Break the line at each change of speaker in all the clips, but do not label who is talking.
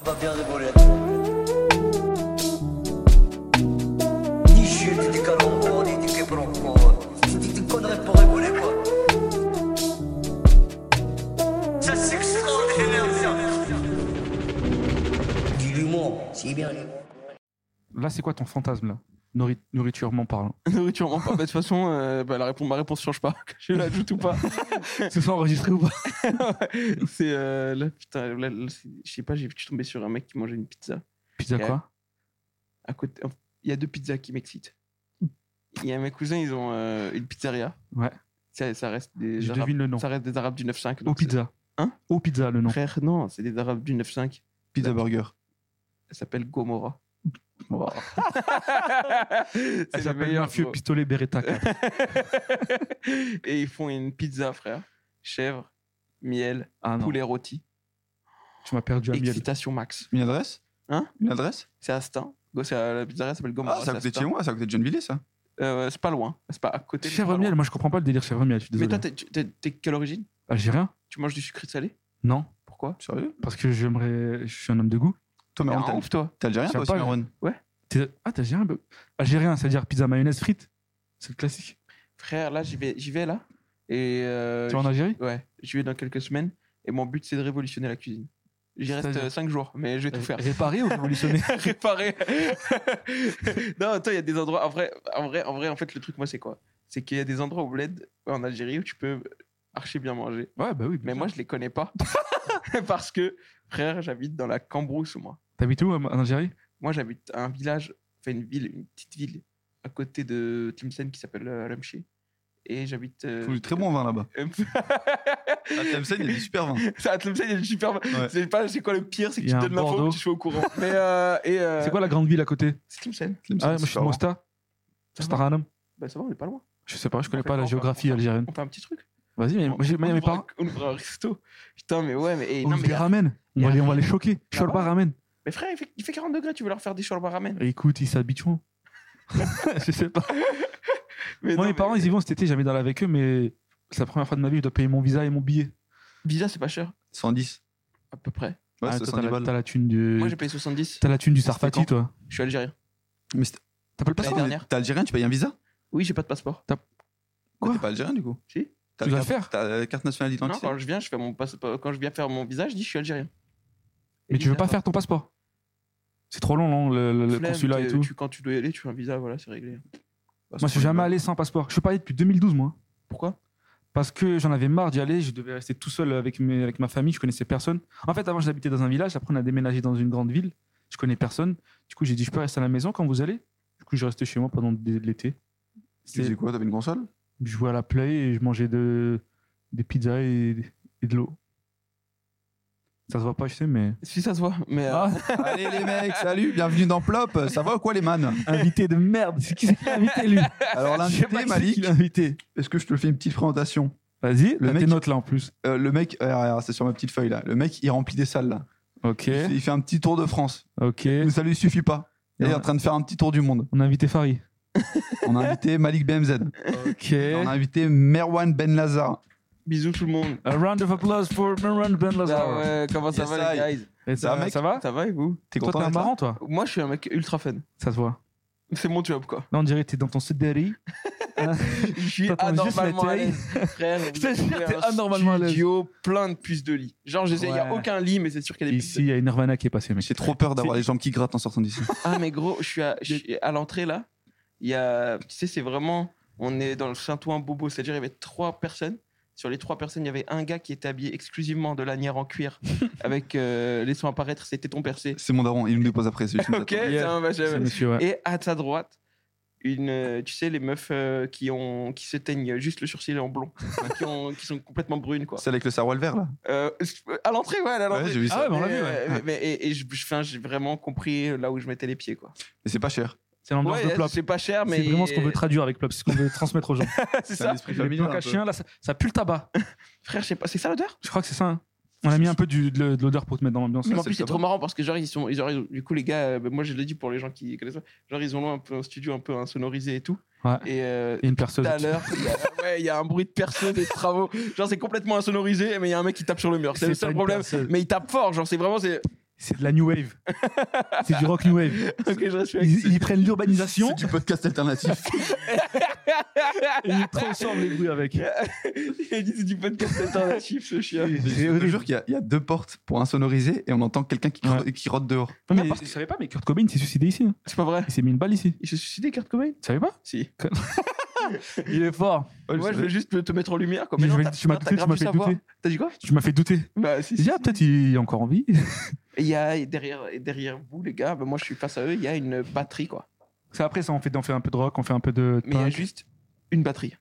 On va bien rigoler. Ni chute, ni calembour, ni ni quiproquo. C'est des- des conneries pour rigoler, quoi. Ça, c'est extraordinaire, ça. Du l'humour, c'est bien l'humour.
Là, c'est quoi ton fantasme, là Nourri- Nourriturement parlant.
Nourriture, m'en parle. Bah, De toute façon, euh, bah, la réponse, ma réponse change pas. que je l'ajoute ou pas.
C'est ça enregistré ou pas
c'est euh, là, putain, là, là, c'est- je sais pas, j'ai- je suis tombé sur un mec qui mangeait une pizza.
Pizza
Ouais.
quoi
à côté. Il y a deux pizzas qui m'excitent. Il y a mes cousins, ils ont euh, une pizzeria.
Ouais.
Ça, ça reste des
Je
arabes.
devine le nom.
Ça reste des arabes du 9-5.
Au
donc
pizza.
Hein
Au pizza, le
c'est-
nom.
Frère, non, c'est des arabes du 9-5.
Pizza burger.
Elle s'appelle Gomorrah.
Oh.
C'est
Elle
le
s'appelle
meilleur,
Mafieux
gros.
Pistolet Beretta. quoi.
Et ils font une pizza, frère. Chèvre, miel,
Ah non,
poulet rôti.
tu m'as perdu à miel.
Excitation max.
Une adresse
Hein
Une adresse
C'est Astin. Go, c'est à- La pizzeria s'appelle
Ah,
Gomorrah.
c'est à
c'est
côté de chez
Astin.
moi, c'est à côté de Gennevilliers, ça.
Euh, C'est pas loin. C'est pas à côté. mais c'est
Chèvre
pas
miel,
loin.
moi je comprends pas le délire chèvre miel, je suis
Mais
désolé.
toi, t'es- t'es t'es quelle origine
Algérien
Tu manges du sucré salé
Non,
Pourquoi
Sérieux
parce que j'aimerais. Je suis un homme de goût.
Toi,
Mais
Marron,
en
t'as-
ouf, toi.
t'es algérien,
J'aime
toi aussi,
pas,
Marron
T'es- Ah, t'es algérien bah- Algérien, c'est-à-dire pizza mayonnaise frites. C'est le classique.
Frère, là, j'y vais, j'y vais là. Et euh,
Tu vas en Algérie
j'y- ouais, j'y vais dans quelques semaines. Et mon but, c'est de révolutionner la cuisine. J'y
C'est-à-dire Euh,
reste 5 jours, mais je vais tout
Ré-
faire.
Réparer ou révolutionner
Réparer. non, toi, il y a des endroits. En vrai, en vrai, en vrai, en fait, le truc, moi, c'est quoi C'est qu'il y a des endroits au bled en Algérie où tu peux archi bien manger.
Ouais, bah oui. bien
Mais
sûr.
moi, je les connais pas. Parce que, frère, j'habite dans la Cambrousse, moi.
T'habites où en en Algérie
Moi, j'habite à un village, enfin une ville, une petite ville à côté de Tlemcen qui s'appelle euh, Alamchi. Et j'habite. euh,
Ils font du très bon vin là-bas.
Euh,
À Ah, Tlemcen, il y a du super vin.
à Tlemcen, il y a du super. C'est pas, c'est quoi le pire, c'est que
Il y
tu
a un
donnes l'info,
Bordeaux.
que tu fais au courant. Mais euh, et euh,
C'est quoi la grande ville à côté
C'est Tlemcen.
Tlemcen,
Ah, moi je suis
c'est
de
super
Mosta. Staranum.
Bah ça va, on est pas loin.
Je sais pas, je
On
connais
fait
pas la
quoi, on fait-
géographie
on fait-
algérienne.
On fait un petit truc.
Vas-y, mais
On-
moi, j'ai- moi, il y a
on
mes
ouvre un-
parents.
On ouvre un resto. Putain, mais ouais, mais et
On
non,
se
mais,
les ramène. On
y a
va les- on
rien.
va les choquer. Cholba ramène.
mais frère, il fait, il fait 40 degrés, tu veux leur faire des shorba ramen.
Écoute, ils s'habitueront. je sais pas.
Mais
Moi,
non,
mes parents,
mais-
ils y vont cet été, jamais d'aller avec eux, mais c'est la première fois de ma vie, je dois payer mon visa et mon billet.
Visa, c'est pas cher,
110.
à peu près.
Ouais,
Ah,
c'est
toi, t'as
110
la,
balles.
t'as la thune du,
Moi, j'ai payé 70.
t'as la thune du
C'était
Sarfati,
quand
toi.
Je suis algérien.
Mais c'est-
T'appelles pas
L'année
ça
dernière.
t'es algérien, tu payes un visa
Oui, j'ai pas de passeport.
Quoi
T'es pas algérien du coup
Si.
T'as
Tu
la
vas
carte-
faire
T'as la carte nationale
Non,
d'identité.
quand je viens, je fais mon passeport. Quand je viens faire mon visa, je dis je suis algérien.
Mais tu veux pas faire ton passeport C'est trop long, non, le, le- le
Flemme,
consulat et
t'es-
tout.
tu- quand tu dois y aller, tu fais un visa, voilà, c'est réglé.
Bah,
Moi, je suis jamais allé sans passeport. Je suis pas allé depuis 2012, moi.
Pourquoi
Parce que j'en avais marre d'y aller, je devais rester tout seul avec, mes, avec ma famille, je connaissais personne. En fait, avant, j'habitais dans un village, après, on a déménagé dans une grande ville, je connais personne. Du coup, j'ai dit, je peux rester à la maison quand vous allez Du coup, je restais chez moi pendant des- l'été.
Tu faisais quoi T'avais une console
Je jouais à la play et je mangeais de, des pizzas et, et de l'eau. Ça se voit pas, je sais, mais.
Si ça se voit, mais.
Ah.
euh,
Allez les mecs, salut, bienvenue dans Plop. Ça va ou quoi les man
Ah, invité de merde C'est qui c'est qui l'a invité, lui
Alors
Je sais pas qui
l'invité
c'est qui
Malik,
l'a invité.
est-ce que je te fais une petite présentation
Vas-y,
Le
le
mec-
tes notes là en plus.
Euh, Le mec, euh, regarde, c'est sur ma petite feuille là. Le mec, il remplit des salles là.
Ok,
Il fait- Il fait un petit tour de France.
ok.
Mais ça lui suffit pas. Il est
Non.
en train de faire un petit tour du monde.
On a invité Farid.
On a invité Malik BMZ.
Ok.
On a invité Merwan Ben Lazar.
Bisous tout le monde.
A round of applause for Meron Ben Lazar.
Ah ouais, Bah, comment ça
Yes,
va les
I.
guys
Et
Ça
ça,
va, mec
ça va
Ça va et vous
T'es
Toi,
content
t'es un
d'être là
marrant, toi
Moi, je suis un mec ultra fan.
Ça se voit.
C'est mon job quoi.
Là, on dirait que t'es dans ton CDRI.
Je suis
T'attends juste la
anormalement à
taille.
l'aise, frère.
Je te
Vous
jure,
avez
t'es
un
anormalement à l'aise.
Studio plein de puces de lit. Genre, j'essaie, il y a
Ouais.
aucun lit, mais c'est sûr qu'il y a des
Ici, il y a une Nirvana qui est passée, mec.
J'ai trop peur d'avoir les jambes qui grattent en sortant d'ici.
puces de- Ah, mais gros, je suis à, je suis à l'entrée là. Il y a. Tu sais, c'est vraiment. On est dans le Saint-Ouen Bobo, c'est-à-dire il y avait trois personnes. Sur les trois personnes, il y avait un gars qui était habillé exclusivement de lanière en cuir avec euh, laissant apparaître ses tétons percés.
C'est mon daron, il nous dépose après. c'est juste une
Ok,
attente.
Yeah.
ça va,
C'est
j'avais-
monsieur, ouais.
Et à ta droite, une, euh, tu sais, les meufs euh, qui, ont, qui se teignent juste le sourcil en blond, qui, ont- qui sont complètement brunes, quoi.
Celle avec le sarouel vert là.
Euh, à l'entrée, ouais, à l'entrée.
Ouais, j'ai vu ça.
Ah ouais, mais on l'a
Mais,
vu,
euh,
ouais.
mais- mais- et et je- je- enfin, j'ai vraiment compris là où je mettais les pieds, quoi.
Mais c'est pas cher.
C'est l'ambiance
Ouais,
de Plop.
c'est pas cher, mais.
C'est vraiment ce qu'on veut traduire avec Plop, c'est ce qu'on veut transmettre aux gens.
c'est
C'est un
ça.
esprit
Le
familial.
bloc à chien, là, ça, ça pue le tabac.
Frère, je sais pas, c'est ça l'odeur
Je crois que c'est ça. hein. On a mis un peu du- de de l'odeur pour te mettre dans l'ambiance.
Mais en
c'est
plus,
le
c'est trop marrant parce que, genre, ils sont. Ils ont- du coup, les gars, euh, bah, moi, je l'ai dit pour les gens qui connaissent pas, genre, ils ont un, peu, un studio un peu insonorisé et tout.
Ouais.
Et euh,
Et une perceuse.
tout à l'heure. il y a- Ouais, il y a un bruit de perceuse des travaux. Genre, c'est complètement insonorisé, mais il y a un mec qui tape sur le mur. C'est le
pas
seul
une
problème.
perceuse.
Mais il tape fort, genre, c'est vraiment. C'est...
c'est de la new wave. c'est du rock new wave.
Ok, je reste avec
Ils, ils prennent l'urbanisation
C'est du podcast alternatif.
et ils transforment les bruits avec.
Il dit c'est du podcast alternatif ce chien.
C'est
je te
horrible.
jure qu'il y a- il y, a deux portes pour insonoriser et on entend quelqu'un qui, cro- qui rote dehors.
Non, mais je savais pas, mais Kurt Cobain s'est suicidé ici. hein.
C'est pas vrai.
Il s'est mis une balle ici.
Il s'est suicidé, Kurt Cobain
Tu savais pas
Si.
Il est fort.
Ouais, je
Moi, je
savais.
veux juste te mettre en lumière. Quoi.
Je
Mais non,
vais-
t'as-
tu m'as
non, t'as
douté, tu
grave
m'as
dû
fait
savoir.
douter.
T'as dit quoi
Tu m'as fait douter.
Bah, si.
J'ai dit, ah, peut-être il est encore en vie.
Il y a et derrière, et derrière vous, les gars, bah, moi je suis face à eux, il y a une batterie quoi.
Ça, après, ça, on fait, on fait un peu de rock, on fait un peu de.
Mais il y a
punk.
juste une batterie.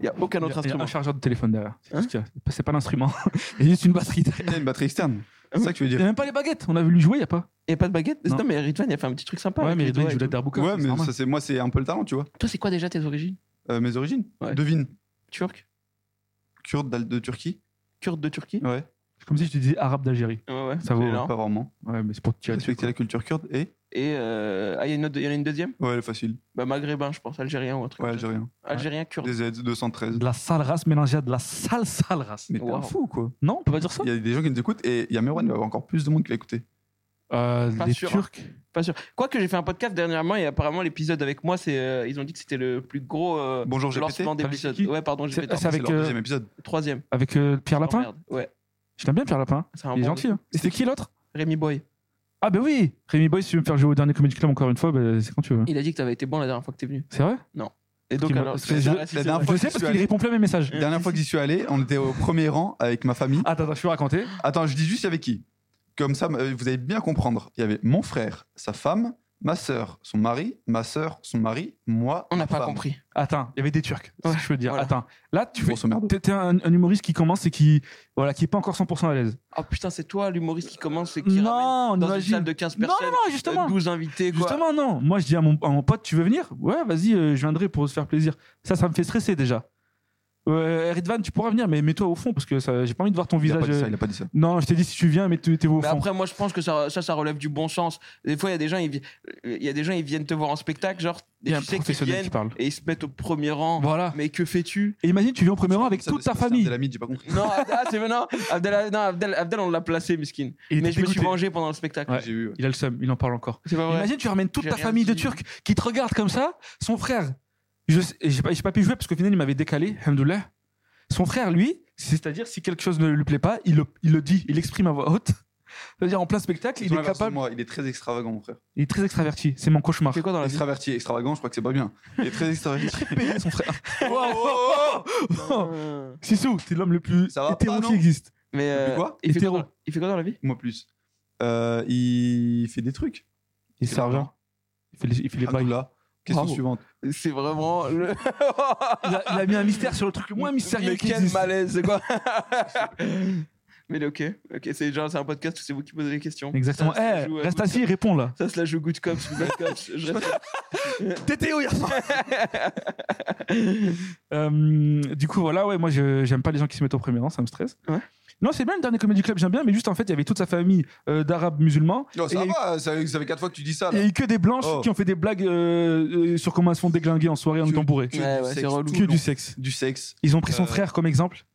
Il n'y a
Il y a-
aucun autre
il y a
instrument.
un chargeur de téléphone derrière. C'est
Hein
tout ce qu'il y a. C'est pas l'instrument. Il y a juste une batterie. derrière.
Il y a une batterie externe. C'est ça que tu
Ah
veux
Il y a
dire.
même pas les baguettes. On a vu lui jouer, il y a pas.
Il n'y a pas de baguette Non,
Non.
mais Ridvan, il a fait un petit truc sympa.
Ouais,
avec
mais
les
il
doigts et
joue la
tout.
Darbuka.
Ouais,
c'est
mais
normal.
ça, c'est moi, c'est un peu le talent, tu vois.
Toi, c'est quoi déjà tes origines
Euh, mes origines.
Ouais.
Devine.
Turc
Kurde d'Al- de Turquie.
Kurde de Turquie
Ouais.
C'est comme si je te disais arabe d'Algérie.
Ouais, ouais.
Ça vaut.
c'est énorme.
Pas vraiment.
Ouais, mais c'est pour te tirer dessus.
Respecter la culture kurde et.
Et euh, ah, il y, a une autre- il y en a une deuxième
Ouais, elle est facile.
bah, Maghrébin, je pense, algérien ou un truc.
Ouais,
comme ça.
algérien.
Algérien, kurde.
Des Z 213.
De la sale race mélangée à de la sale sale race.
Mais t'es un
Wow.
fou, quoi.
Non, on peut pas dire ça.
Il y a des gens qui nous écoutent et il y a Merwan, il va y avoir encore plus de monde qui l'a écouté.
Euh,
Pas
les
sûr, hein.
Turcs.
Pas sûr. Quoique j'ai fait un podcast dernièrement et apparemment l'épisode avec moi, c'est euh, ils ont dit que c'était le plus gros euh,
Bonjour, j'ai pété.
lancement
Avec
d'épisode.
qui
Ouais, pardon, j'ai
C'est
pété.
c'est
C'est
avec,
leur
euh,
deuxième épisode.
Troisième.
avec euh, Pierre
Oh,
Lapin.
merde. Ouais,
Je l'aime bien, Pierre Lapin.
c'est un
Il est
bon.
gentil. hein. Et C'était qui l'autre
Rémi Boy.
Ah, ben oui Rémi Boy, si tu veux me faire jouer au dernier Comedy Club encore une fois, ben, c'est quand tu veux.
Il a dit que t'avais été bon la dernière fois que t'es venu.
C'est vrai
Et donc,
Qui me-
alors,
parce que
ça
je-
reste-
la dernière
Je
fois
sais
que
parce
tu
qu'il
as-
répond plein à mes messages.
Euh,
Dernière fois que j'y suis allé, on était au premier rang avec ma famille.
Attends, attends, je peux raconter.
Ah.
Attends, je dis juste avec qui. Comme ça, euh, vous allez bien comprendre. Il y avait mon frère, sa femme, ma sœur, son mari, ma sœur, son mari, moi.
On n'a
ma
pas
femme.
compris.
Attends, il y avait des Turcs, c'est ce que je peux te dire.
voilà.
Attends, là, tu fais.
Grosso merdo.
T'es t'es un, un humoriste qui commence et qui voilà qui est pas encore 100% à l'aise.
Oh putain, c'est toi l'humoriste qui commence et qui ramène
Non, on
dans une salle
imagine.
de 15
Non, non,
personnes,
non,
euh,
justement.
12 invités, quoi.
Justement, non. Moi, je dis à mon, à mon pote, tu veux venir Ouais, vas-y, euh, je viendrai pour se faire plaisir. Ça, ça me fait stresser déjà. Euh, Ridvan, tu pourras venir, mais mets-toi au fond parce que ça- j'ai pas envie de voir ton
Il a,
visage.
pas dit ça,
euh,
il a pas dit ça.
Non, je t'ai dit si tu viens, mais tu- t'es au
Mais
fond.
après, moi, je pense que ça, ça, ça relève du bon sens. Des fois, il y a des gens, ils, vi- il y a des gens, ils viennent te voir en spectacle, genre,
il y
et
a un
tu sais qu'ils
professionnel qui
viennent
parle.
et ils se mettent au premier rang.
Voilà.
Mais que fais-tu
Et imagine, tu viens au premier rang avec
Ça,
toute
c'est-
ta
c'est un
famille.
Delamide, j'ai pas compris.
Non, Abdel- ah, c'est maintenant. Abdel, non, Abdel, Abdel, on l'a placé, miskin.
Il
Mais
était
je me suis
dégoûté.
vengé pendant le spectacle.
Ouais.
J'ai eu. euh, ouais.
Il a le seum, il en parle encore.
C'est pas vrai.
Imagine, tu ramènes toute
J'ai
ta
rien
famille de
dit.
Turcs qui te regardent comme ça. Son frère, je sais- et j'ai pas, j'ai pas pu jouer parce qu'au final, il m'avait décalé, alhamdoulilah. Son frère, lui, c'est-à-dire, si quelque chose ne lui plaît pas, il le, il le dit, il l'exprime à voix haute. C'est-à-dire, en plein spectacle,
Ils
il
sont la
est
version de
capable.
moi, il est très extravagant, mon frère.
Il est très extraverti. C'est mon cauchemar.
C'est quoi dans la vie
Extraverti, extravagant, je crois que c'est pas bien. Il est très extraverti.
son frère.
Euh,
Sissou, t'es l'homme le plus
Ça va
hétéro
pas,
qui
non
existe.
Mais euh,
Mais quoi
il, fait quoi
Hétéro.
dans- il fait quoi dans la vie
Moi plus. Euh, il fait des trucs.
Il
C'est
sergent. Il fait les, il fait les bails.
là. Question
Bravo.
suivante.
C'est vraiment le.
Il a, il a mis un mystère sur le truc le moins mystérieux
Mais
qui
quel
existe.
malaise, c'est quoi Mais ok, ok, c'est genre c'est un podcast où c'est vous qui posez les questions.
Exactement.
Ça, ça
Eh,
joue à
reste
good-
assis, réponds là.
Ça se la joue good cops, bad cops. Je reste-
TTO hier soir. Euh, du coup, voilà, ouais, moi, je- j'aime pas les gens qui se mettent au premier rang, ça me stresse.
Ouais.
Non, c'est bien le dernier Comedy Club, j'aime bien, mais juste en fait, il y avait toute sa famille euh, d'arabes musulmans.
Non, ça
Et-
va, ça, ça fait 4 fois que tu dis ça.
Il y
Là.
a eu que des blanches
Oh.
qui ont fait des blagues euh, euh, sur comment elles se font déglinguer en soirée en
Que-
étant bourrées.
que
Ouais,
du
ouais,
sexe,
c'est relou.
tout
Que
le long.
du sexe.
Du sexe.
Ils ont pris son
Euh,
frère comme exemple.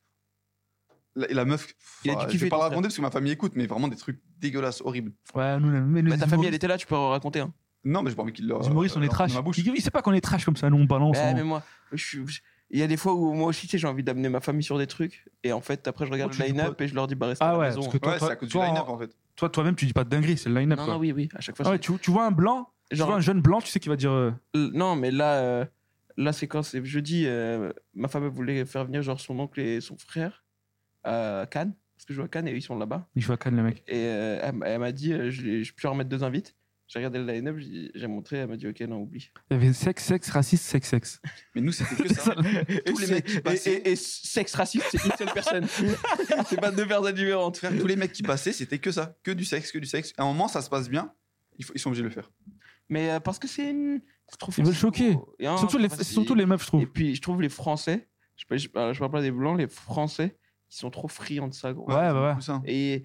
La, et la meuf.
Il a dû
Enfin, je
kiffer
vais pas
ton
la
frère.
raconter parce que ma famille écoute, mais vraiment des trucs dégueulasses, horribles.
Ouais, nous, mais nous,
Bah, ta
les
famille,
humoristes-
elle Euh, était là, tu peux raconter. Hein.
Non, mais j'ai pas envie qu'il leur.
les humoristes, on
leur
est trash.
foute dans ma bouche.
Ils, ils savent pas qu'on est trash comme ça, nous, on balance.
Ouais,
on-
mais moi, je suis- je- Il y a des fois où moi aussi, tu sais, j'ai envie d'amener ma famille sur des trucs. Et en fait, après, je regarde
Oh,
le
tu dis
line-up et je leur dis, bah, restez à
Ah
la
ouais,
maison.
parce que toi,
Ouais, c'est
toi,
à cause du
toi,
line-up en fait.
toi, toi-même, tu dis pas de dinguerie, c'est le line-up.
hein. Non,
quoi.
non, oui, oui, à chaque fois.
Ah ouais,
c'est-
tu, tu vois un blanc, tu
genre,
vois un jeune blanc, tu sais qu'il va dire. euh,
Euh, Non, mais là, euh, là c'est quand c'est jeudi. euh, ma femme elle voulait faire venir genre son oncle et son frère à Cannes, parce que je joue à Cannes et ils sont là-bas.
Il joue à Cannes, le mec.
Et euh, elle, m'a- elle m'a dit, euh, je, les- je peux remettre deux invites. J'ai regardé le line-up, j'ai j'ai montré, elle m'a dit, ok, non, oublie.
Il y avait sexe, sexe, raciste, sexe, sexe.
Mais nous, c'était que ça.
Et
Tous les mecs qui
c'est- et,
passaient.
et- et sexe raciste, c'est une seule personne. c'est pas deux personnes différentes.
Frère, tous les mecs qui passaient, c'était que ça. Que du sexe, que du sexe. À un moment, ça se passe bien. Il faut- Ils sont obligés de le faire.
Mais euh, parce que c'est une. c'est trop
Ils veulent
facile,
choquer.
gros. Et
Ah,
non,
surtout,
c'est
les,
facile.
surtout les meufs, je trouve.
Et puis, je trouve les Français, je, sais pas, je, je parle pas des Blancs, les Français, ils sont trop friands de ça, gros.
Ouais, bah ouais.
Tout ça.
Et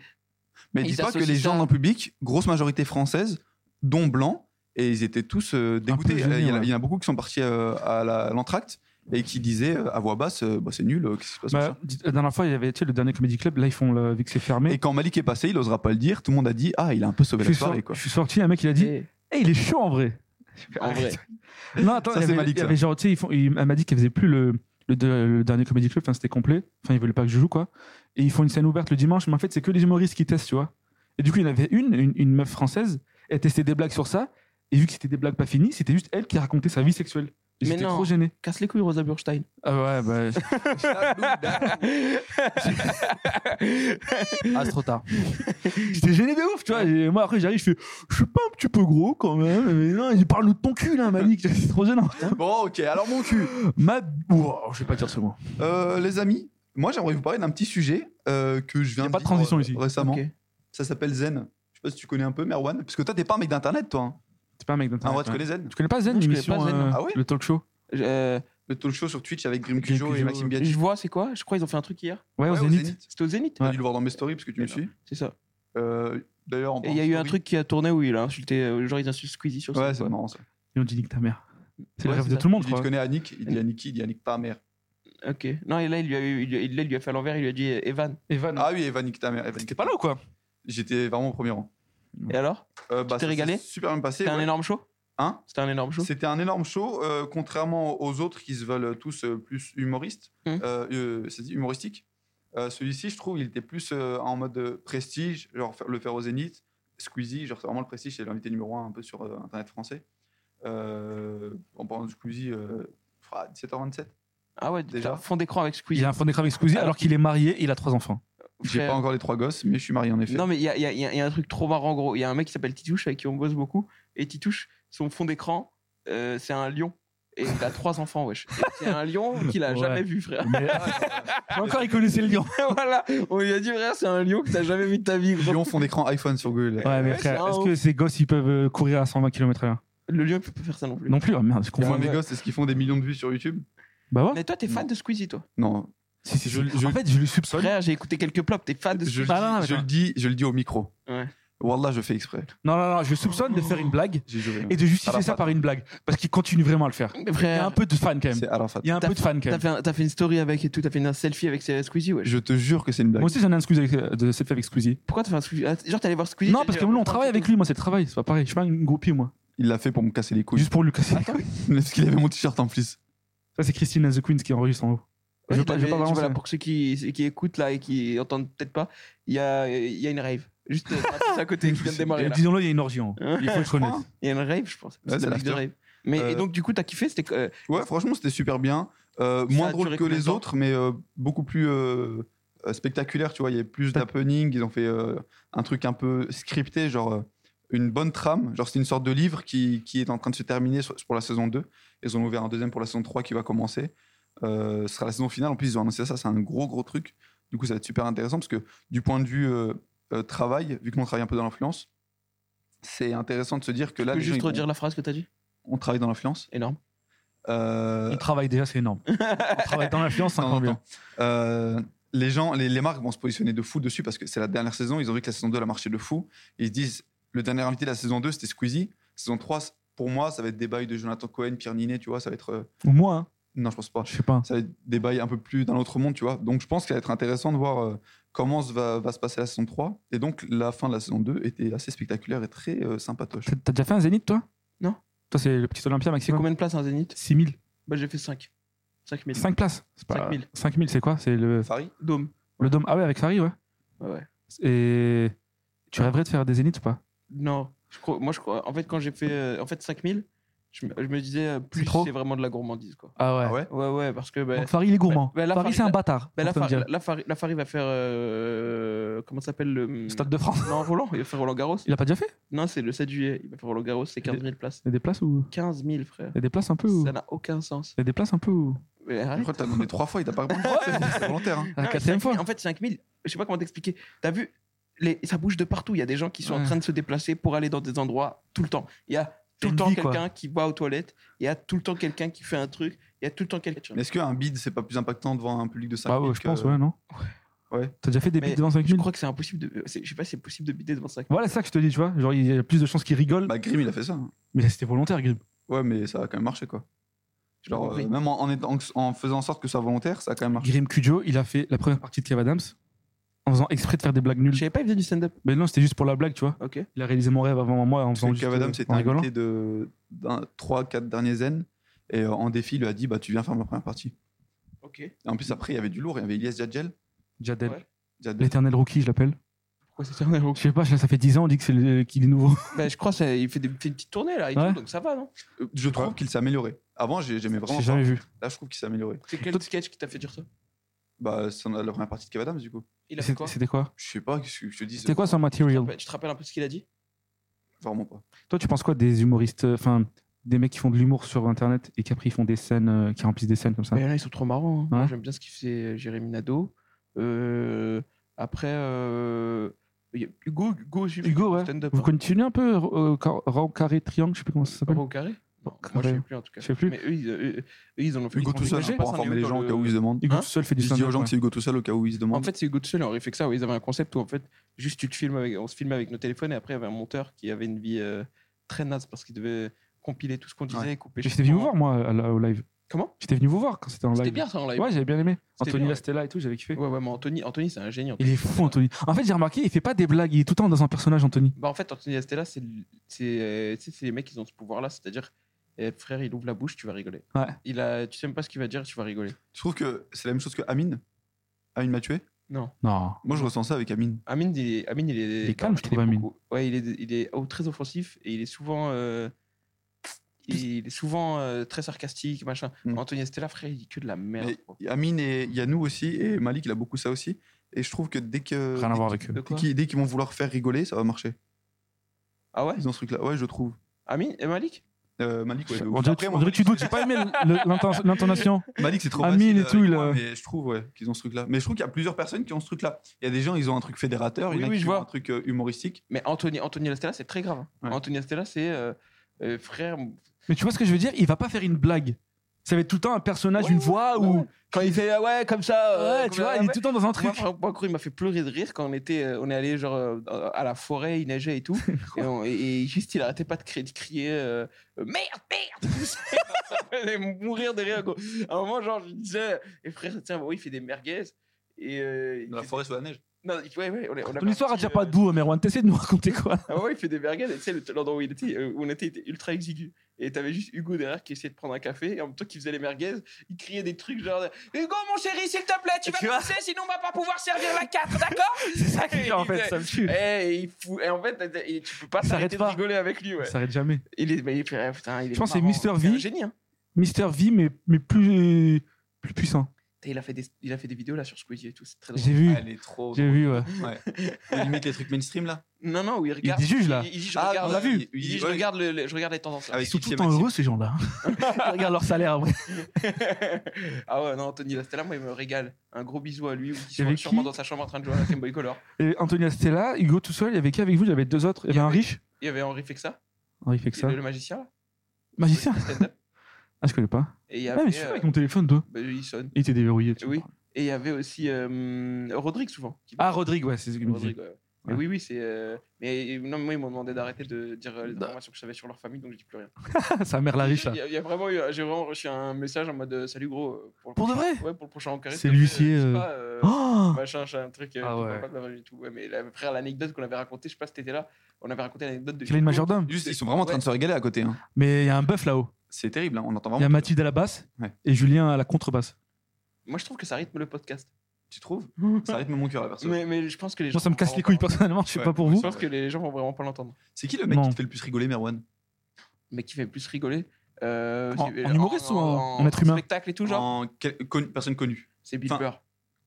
Mais
Ils
dis-toi que
associent
les gens
ça-
dans le public, grosse majorité française, dont blancs, et ils étaient tous euh, dégoûtés.
gênés,
Euh, il, y en a-
ouais.
il y en a beaucoup qui sont partis euh, à la- à l'entracte. et qui disait euh, à voix basse euh, bah, c'est nul, euh, qu'est-ce qui se passe machin.
Bah, dit- la dernière fois, il y avait tu sais, le dernier Comedy Club. Là, ils font le, vu que c'est fermé.
Et quand Malik est passé, il osera pas le dire, tout le monde a dit ah, il a un peu sauvé
je,
la
suis sor-
soirée quoi.
je suis sorti, un mec, il a dit
Eh,
Eh, il est chaud en vrai.
En vrai.
Non, attends,
Ça,
il y
c'est
avait-
Malik,
il y
ça.
avait genre, tu sais, ils font- il- elle m'a dit qu'elle faisait plus le, le, de- le dernier Comedy Club, enfin, c'était complet. Enfin, ils voulaient pas que je joue, quoi. Et ils font une scène ouverte le dimanche, mais en fait, c'est que les humoristes qui testent, tu vois. Et du coup, il y en avait une, une, une meuf française, elle testait des blagues sur ça, et vu que c'était des blagues pas finies, c'était juste elle qui racontait sa vie sexuelle. Et
Mais
J'étais
non.
trop gêné.
Casse les couilles, Rosa Burstein.
Ah ouais, bah. Ah, c'est trop tard. J'étais gêné de ouf, tu vois. Et moi, après, j'arrive, je fais, je suis pas un petit peu gros quand même. Mais non, il parle de ton cul, là, Malik. C'est trop gênant.
Bon, ok, alors mon cul.
Ma. Wow, je vais pas dire ce mot.
Euh, les amis, moi j'aimerais vous parler d'un petit sujet euh, que je viens
Y a
de
pas de
vivre,
transition
euh,
ici.
récemment.
Ok.
Ça s'appelle Zen. Je sais pas si tu connais un peu Merwan, parce que toi t'es pas un mec d'internet toi. hein.
C'est pas un mec
Ah,
d'internet.
ouais, tu
ouais.
connais Zen
Tu connais pas Zen,
Non, je connais
l'émission
pas Zen, non.
euh,
Ah ouais
Le talk show
Je- euh,
Le talk show sur Twitch avec Grim
Grim
Cujo et
Cujo,
Maxime
ouais.
Biaggi.
je vois, c'est quoi Je crois qu'ils ont fait un truc hier.
Ouais, au
Ouais, au
Zénith.
Zénith.
C'était au Zénith
T'as
Ouais.
dû le voir dans mes stories parce que tu me
Mais
suis.
C'est ça.
Euh, D'ailleurs, en
Et il y
parlant
a
de
eu un
stories-
truc qui a tourné où il a insulté. euh, Genre, ils insultent Squeezie sur
Ouais,
scène,
c'est
quoi.
marrant ça.
Ils ont dit nique ta mère. C'est
Ouais,
le rêve
c'est
de
ça.
tout le monde,
Il
je
dit tu
crois.
connais euh, Annick, il dit Annick, il dit Annick ta mère.
Ok. Non, et là, il lui a, eu- il lui a- il- là, il lui a fait à l'envers, il lui a dit euh, Evan.
Evan.
Ah oui, Eva Nick ta mère. Eva, nique
T'étais
ta
pas là ou quoi
J'étais vraiment au premier rang.
Et alors
Euh,
t'es
bah, ça s'est
régalé
Super bien passé.
C'était un
ouais.
énorme show
Hein
C'était un énorme show
C'était un énorme show, euh, contrairement aux autres qui se veulent tous euh, plus humoristes,
Mm.
euh, euh, c'est dit humoristique. Euh, Celui-ci, je trouve, il était plus euh, en mode euh, prestige, genre faire- le faire au Zénith. Squeezie, genre c'est vraiment le prestige, c'est l'invité numéro un un peu sur euh, Internet français. Euh, en parlant de Squeezie, euh, à 17h27.
Ah ouais,
Déjà.
déjà. Fond d'écran avec
Il
Squeezie.
y a un fond d'écran avec Squeezie alors qu'il est marié et il a trois enfants.
J'ai
Frère.
pas encore les trois gosses, mais je suis marié en effet.
Non, mais il y a, il y a- il y a- il y a un truc trop marrant, gros. Il y a un mec qui s'appelle Titouche avec qui on bosse beaucoup. Et Titouche, son fond d'écran, euh, c'est un lion. Et il a trois enfants, wesh. Et C'est un lion qu'il a
Ouais.
jamais vu, frère.
Ah, Mais- Encore, il connaissait le lion.
voilà, on lui a dit, frère, c'est un lion que t'as jamais vu de ta vie, gros.
Lyon fond d'écran iPhone sur Google.
Ouais, mais
Ouais, c'est
frère,
un
est-ce
ouf.
que ces gosses ils peuvent euh, courir à 120 km/h
Le lion, il peut pas faire ça non plus.
Non plus, ah merde, je
Et
comprends.
moi, mes gosses, c'est ce qu'ils font des millions de vues sur YouTube
Bah ouais.
Mais toi, t'es fan de Squeezie, toi.
Non.
Si, si, si.
Je- je-
En fait, je le soupçonne.
Frère, j'ai écouté quelques plops, t'es fan de
Je,
Squeezie.
le
Ah
dis-
non, non, mais
je
attends.
le dis, je le dis au micro.
Ouais.
Wallah, je fais exprès.
Non, non, non, je soupçonne de faire une blague
J'ai juré.
Mm.
et de justifier ça par une blague parce qu'il continue vraiment à le faire.
Mais
Il y a un
frère,
peu de fan quand même.
C'est Arafat.
Il y a un
T'as-
peu de fan quand
t'as
même.
fait, un- t'as fait une story avec et tout, t'as fait un selfie avec euh, Squeezie, wesh.
Je te jure que c'est une blague.
Moi aussi, j'en ai un squeeze avec, euh, de cette fait avec Squeezie.
Pourquoi t'as fait un Squeezie Ah, Genre, t'es allé voir Squeezie
Non,
t'as
parce
dit,
que
euh,
nous, on travaille avec lui. Moi, c'est le travail. C'est pas pareil. Je suis pas une groupie, moi.
Il l'a fait pour me casser les couilles.
Juste pour lui casser.
Parce qu'il avait mon t-shirt en plus.
Ça, c'est Christine and the Queens qui enregistre en haut. je
Ouais,
veux pas, je veux
t'avais-
pas vraiment
voilà,
ça.
pour ceux qui, qui écoutent là et qui entendent peut-être pas, il y a, il y a une rave. Juste euh, à côté qui vient de démarrer. là.
Disons-le, il y a une orgie en haut.
Hein
Il faut être honnête.
Il y a une rave, je pense.
Ouais, c'est
la
l'after.
rave. Mais
Euh,
et donc, du coup, t'as kiffé C'était que, euh,
Ouais, franchement, c'était super bien. Euh,
Ça
moins
a
drôle
duré
que
combien de
les
temps
autres, mais euh, beaucoup plus euh, euh, spectaculaire. Tu vois, il y avait plus
T'as-
d'happening. Ils ont fait euh, un truc un peu scripté, genre euh, une bonne trame. Genre, c'est une sorte de livre qui, qui est en train de se terminer sur- pour la saison 2. Ils ont ouvert un deuxième pour la saison 3 qui va commencer. Euh, ce sera la saison finale. En plus, ils ont annoncé ça. C'est un gros, gros truc. Du coup, ça va être super intéressant parce que du point de vue euh, euh, travail, vu que nous, on travaille un peu dans l'influence, c'est intéressant de se dire que là,
tu peux
les gens,
juste
ils-
redire la phrase que t'as dit
on travaille dans l'influence.
Énorme.
Euh,
On travaille déjà, c'est énorme. On travaille dans l'influence, ça
Non,
prend
non,
bien.
non. Euh, les gens, les, les marques vont se positionner de fou dessus parce que c'est la dernière saison. Ils ont vu que la saison 2 elle a marché de fou. Ils se disent le dernier invité de la saison 2 c'était Squeezie. Saison 3 c- pour moi ça va être des bails de Jonathan Cohen, Pierre Ninet, tu vois, ça va être euh,
Ou moi, hein.
non je pense pas.
je sais pas.
Ça va être des bails un peu plus d'un autre monde, tu vois. Donc je pense qu'il va être intéressant de voir euh, comment se va, va se passer la saison 3 et donc la fin de la saison 2 était assez spectaculaire et très euh, sympatoche.
T'as t'as déjà fait un zénith, toi
Non.
Toi, c'est le petit Olympia
C'est
maximum
combien de places un Zénith
6000.
Bah, j'ai fait 5. 5000.
5 places. C'est pas...
5000.
5000. c'est quoi C'est le...
Farid
Dôme.
le dôme. Ah ouais, avec Farid, ouais.
Ouais, ouais.
Et tu rêverais de faire des zéniths ou pas
Non. Je crois, moi, je crois. En fait, quand j'ai fait, euh, en fait 5000, je, me- je me disais, euh, plus
trop
c'est vraiment de la gourmandise, quoi.
Ah ouais
Ouais, ouais, parce que. bah,
Donc Farid, il est gourmand.
Bah, bah, là,
Farid,
Farid,
c'est un
là-
bâtard.
bah,
on
la,
peut me
Fari-
dire.
la Fari- la Fari va faire. euh, comment ça s'appelle le.
Stade de France.
Non, Roland, il va faire Roland Garros.
Il a pas déjà fait
Non, c'est le 7 juillet. Il va faire Roland Garros, c'est 15 000 places.
Il y a des places ou
15 000, frère.
Il y a des places un peu ou-
Ça n'a aucun sens.
Il y a des places un peu ou
Mais
Je
arrête.
crois que t'as demandé trois fois, il t'a pas répondu. C'est volontaire. hein.
La
Non, mais
Ah, quatrième
5 000,
fois.
En fait, 5 000, je sais pas comment t'expliquer. T'as vu, les, ça bouge de partout. Il y a des gens qui sont en
Ouais.
train de se déplacer pour aller dans des endroits tout le temps. Il y a tout
Une
le temps
vie, quoi.
quelqu'un qui va aux toilettes. Il y a tout le temps quelqu'un qui fait un truc. Il y a tout le temps quelqu'un.
Mais Est-ce qu'un bid c'est pas plus impactant devant un public de 5
Bah ouais, je pense, ouais, non
Ouais.
T'as déjà fait des
euh, Mais
bites devant
Je
5000
crois que c'est impossible de. euh, c'est- Je sais pas si c'est possible de bider devant 5 000.
Voilà, c'est ça que je te dis, tu vois. Genre, il y a plus de chances qu'il rigole.
Bah Grimm il a fait ça. hein.
Mais c'était volontaire, Grim.
Ouais, mais ça a quand même marché quoi. Genre,
compris.
euh, même en, en étant- en faisant en sorte que ce soit volontaire, ça a quand même marché.
Grim Cujo, il a fait la première partie de Kev Adams en faisant exprès de faire des blagues nulles.
Je savais pas, il faisait du stand-up.
Mais non, c'était juste pour la blague, tu vois.
Ok.
Il a réalisé mon rêve avant moi en
Parce
faisant
que
juste,
Kev
euh,
Adams était
en rigolant.
invité de 3-4 derniers zen et euh, en défi, il lui a dit bah, Tu viens faire ma première partie.
Ok.
Et en plus, après, il y avait du lourd, il y avait Ilyes Jadjel.
Jadel.
Ouais.
Jadel.
L'éternel rookie, je l'appelle.
Pourquoi c'est un héros
Je sais pas, ça fait 10 ans, on dit que c'est le- qu'il est nouveau.
Bah, je crois qu'il fait, des- fait une petite tournée là, et
Ouais.
tout, donc ça va, non
Euh, Je trouve
Ouais.
qu'il s'est amélioré. Avant, j'ai- j'aimais vraiment
J'ai
ça.
jamais vu.
Là, je trouve qu'il s'est amélioré.
C'est quel sketch qui t'a fait dire ça
Bah, c'est la première partie de Kev Adams, du coup.
Il a fait
C'est-
quoi
C'était quoi
Je sais pas, qu'est-ce que je te dis euh,
C'était quoi son
Tu te
material
rappelles- tu te rappelles un peu ce qu'il a dit
Vraiment pas.
Toi, tu penses quoi des humoristes, euh, enfin, des mecs qui font de l'humour sur Internet et qu'après ils font des scènes, euh, qui remplissent des scènes comme ça
Mais là, ils sont trop marrants. hein. Moi,
Ouais.
J'aime bien ce qu'il faisait Jérémy Nadeau. Euh, après, euh, il y a Hugo, Hugo aussi.
Hugo, ouais.
Stand-up. hein.
Vous continuez un peu euh, Car- Rang, Carré, Triangle, je sais plus comment ça
Pas
s'appelle.
au carré Non,
Carré.
Moi, je sais plus en tout cas.
Je sais plus.
Mais eux, ils, euh, eux, eux, ils en ont fait
Hugo
ils ont hein,
tout
fait-
seul, hein,
j'ai
pour
pas
informer
ça,
les
dans
gens au
le-
cas où ils se demandent.
Hugo
Hein
tout seul fait du
Je dis aux
stand-up.
gens que
ouais.
c'est Hugo tout seul au cas où ils se
En
demandent.
fait, c'est Hugo tout seul, on aurait fait que ça. ouais, Ils avaient un concept où, en fait, juste tu te filmes avec, on se filmait avec nos téléphones et après, il y avait un monteur qui avait une vie euh, très naze parce qu'il devait compiler tout ce qu'on disait
Ouais.
et couper.
J'étais
chaque
venu vous
moment.
voir, moi, à la- au live.
Comment
J'étais venu vous voir quand c'était en live.
C'était bien ça en live.
Ouais, j'avais bien aimé.
C'était
Anthony
bien, ouais.
Lastella et tout, j'avais kiffé.
Ouais, ouais, mais Anthony, Anthony c'est un génie.
Il est fou, Anthony. En fait, j'ai remarqué, il fait pas des blagues. Il est tout le temps dans un personnage, Anthony.
Bah, en fait, Anthony Astella, c'est le- c'est, euh, tu sais, c'est les mecs qui ont ce pouvoir-là. C'est-à-dire, eh, frère, il ouvre la bouche, tu vas rigoler.
Ouais.
Il a, tu sais même pas ce qu'il va dire, tu vas rigoler.
Je trouve que c'est la même chose que Amine. Amine m'a tué.
Non.
Non.
Moi, je ressens ça avec Amine.
Amine, il est, Amine, il est,
Il est calme, je
il
trouve, Amine.
beaucoup- ouais, il est, il est oh, très offensif et il est souvent. euh, il est souvent euh, très sarcastique, machin.
Mm.
Anthony Estella, frère, il dit que de la merde.
Mais
gros.
Amine et Yannou aussi, et Malik, il a beaucoup ça aussi. Et je trouve que dès que.
Rien à
dès
voir
qu'ils-
avec eux.
De
Dès
quoi
qu'ils dès qu'ils vont vouloir faire rigoler, ça va marcher.
Ah ouais
Ils ont ce truc-là. Ouais, je trouve.
Amine et Malik
Euh, Malik, ouais, de
On
ouf.
dirait,
Après,
on
moi,
dirait que tu doutes, j'ai pas aimé le- le- l'inten- l'intonation.
Malik, c'est trop
Amine
facile
et tout,
avec
il
moi,
a-
Mais je trouve ouais, qu'ils ont ce truc-là. Mais je trouve qu'il y a plusieurs personnes qui ont ce truc-là. Il y a des gens, ils ont un truc fédérateur, il y
Oui,
en a
oui,
qui
je
ont
vois.
un truc euh, humoristique.
Mais Anthony, Anthony Estella, c'est très grave. hein.
Ouais.
Anthony Estella, c'est euh, euh, frère.
Mais tu vois ce que je veux dire Il va pas faire une blague. Ça va être tout le temps un personnage,
Ouais,
une
ouais,
voix
ouais,
ou.
ouais. Quand il fait ah ouais comme ça, euh,
Ouais,
comme
tu vois,
ça,
il est
ouais.
tout le temps dans un
Moi,
truc.
par- moi, gros, il m'a fait pleurer de rire quand on était, euh, on est allé genre euh, à la forêt, il neigeait et tout, et, on- et- et juste il arrêtait pas de crier, de crier euh, euh, merde, merde. ça me faisait mourir de rire. Quoi. À un moment, genre je disais, et frère, tiens, bah oui, il fait des merguez. Et euh, il
Dans la
fait-
forêt sous la neige.
non, il- ouais, ouais, on, a- on a
Ton histoire
parti,
attire pas
euh,
de Merwan. T'essaies de nous raconter quoi
ah ouais, il fait des merguez, et tu sais, le- l'endroit où, il était, euh, où on était était ultra exigu. Et t'avais juste Hugo derrière qui essayait de prendre un café, et en même temps qu'il faisait les merguez, il criait des trucs genre Hugo, mon chéri, s'il te plaît, tu vas
Tu
te
vois
pousser, sinon on va pas pouvoir servir la carte, d'accord
C'est ça qu'il fait en
Il
fait,
est-
ça me tue.
et, il fout- et en fait, il- tu peux pas
Il
t'arrêter
s'arrête
de
pas.
rigoler avec lui, ouais.
Ça s'arrête jamais.
Il est, mais il fait- ah, putain, il est
Je pense que c'est
marrant.
Mr.
C'est un
V.
génie, hein.
Mister V, mais, mais plus, plus puissant.
Putain, Il a, fait des, il a fait des vidéos là sur Squeezie et tout, c'est très drôle.
J'ai vu,
elle est trop.
j'ai vu, ouais.
Ouais. Il limite les trucs mainstream là.
Non, non, où il regarde.
dit juge, là.
Il, il dit, je
Ah,
regarde,
on l'a vu.
Il dit, je
Ouais.
regarde, le- le- je regarde les tendances. là.
Avec
Ils sont
Kiki
tout
et
le temps
Maxime.
heureux ces gens-là. Ils regardent leur salaire après.
ah ouais, non, Anthony Lastella, moi, il me régale. Un gros bisou à lui. Ou qui
Il y avait
sont sûrement
qui
dans sa chambre en train de jouer à la Game Boy Color.
Et Anthony Astella, Hugo tout seul, il y avait qui avec vous Il y avait deux autres. Il y
Il y
avait un
avait-
riche.
Il y avait Henri Fexa,
Oh, il fait que
qui est
ça.
le, le magicien, là.
Magicien
le stand-up.
Ah, je connais pas.
Et il y
Ah, mais je
avait.
suis
euh,
avec mon téléphone, toi.
bah, il sonne.
Il était déverrouillé. tu
Oui.
vois.
Et il y avait aussi euh, Rodrigue, souvent. qui-
Ah, Rodrigue, ouais, c'est ce que je me disais.
Rodrigue, ouais. Mais Oui, oui, c'est. euh, Mais euh, non, moi, ils m'ont demandé d'arrêter de dire euh, les informations que je savais sur leur famille, donc je dis plus rien.
Sa mère la riche, là.
Il y a, il y a vraiment eu. J'ai vraiment reçu un message en mode euh, Salut gros. euh, Pour, le
Pour de
prochain-
vrai
Ouais, pour le prochain Encaré.
C'est l'huissier,
Je sais
euh,
pas. euh,
Oh
Machin, j'ai un truc. euh,
Ah
je
ouais.
comprends pas de la famille et tout. Ouais, mais la- après, l'anecdote qu'on avait racontée, je sais pas si t'étais là, on avait raconté l'anecdote de.
Quel est le
Hugo.
majordome
Juste, ils sont vraiment en train de se régaler à côté. hein.
Mais il y a un bœuf là-haut.
C'est terrible, hein, on entend
Il y a
vraiment.
Mathilde à la basse
Ouais.
et Julien à la contrebasse.
Moi, je trouve que ça rythme le podcast.
Tu trouves Ça rythme mon cœur, la personne.
mais, mais je pense que les gens.
Moi, ça me
vont
casse
vraiment
les couilles
pas l'entendre.
personnellement, je sais
Ouais.
pas pour vous.
Je pense que les gens vont vraiment pas l'entendre.
C'est qui le mec
Non.
qui te fait le plus rigoler, Merwan
Mais qui fait plus rigoler euh,
En-
c'est-
en humoriste ou en- en être humain
spectacle et tout, genre.
En quel- connu- Personne connue.
C'est Bill
Enfin,
Burr.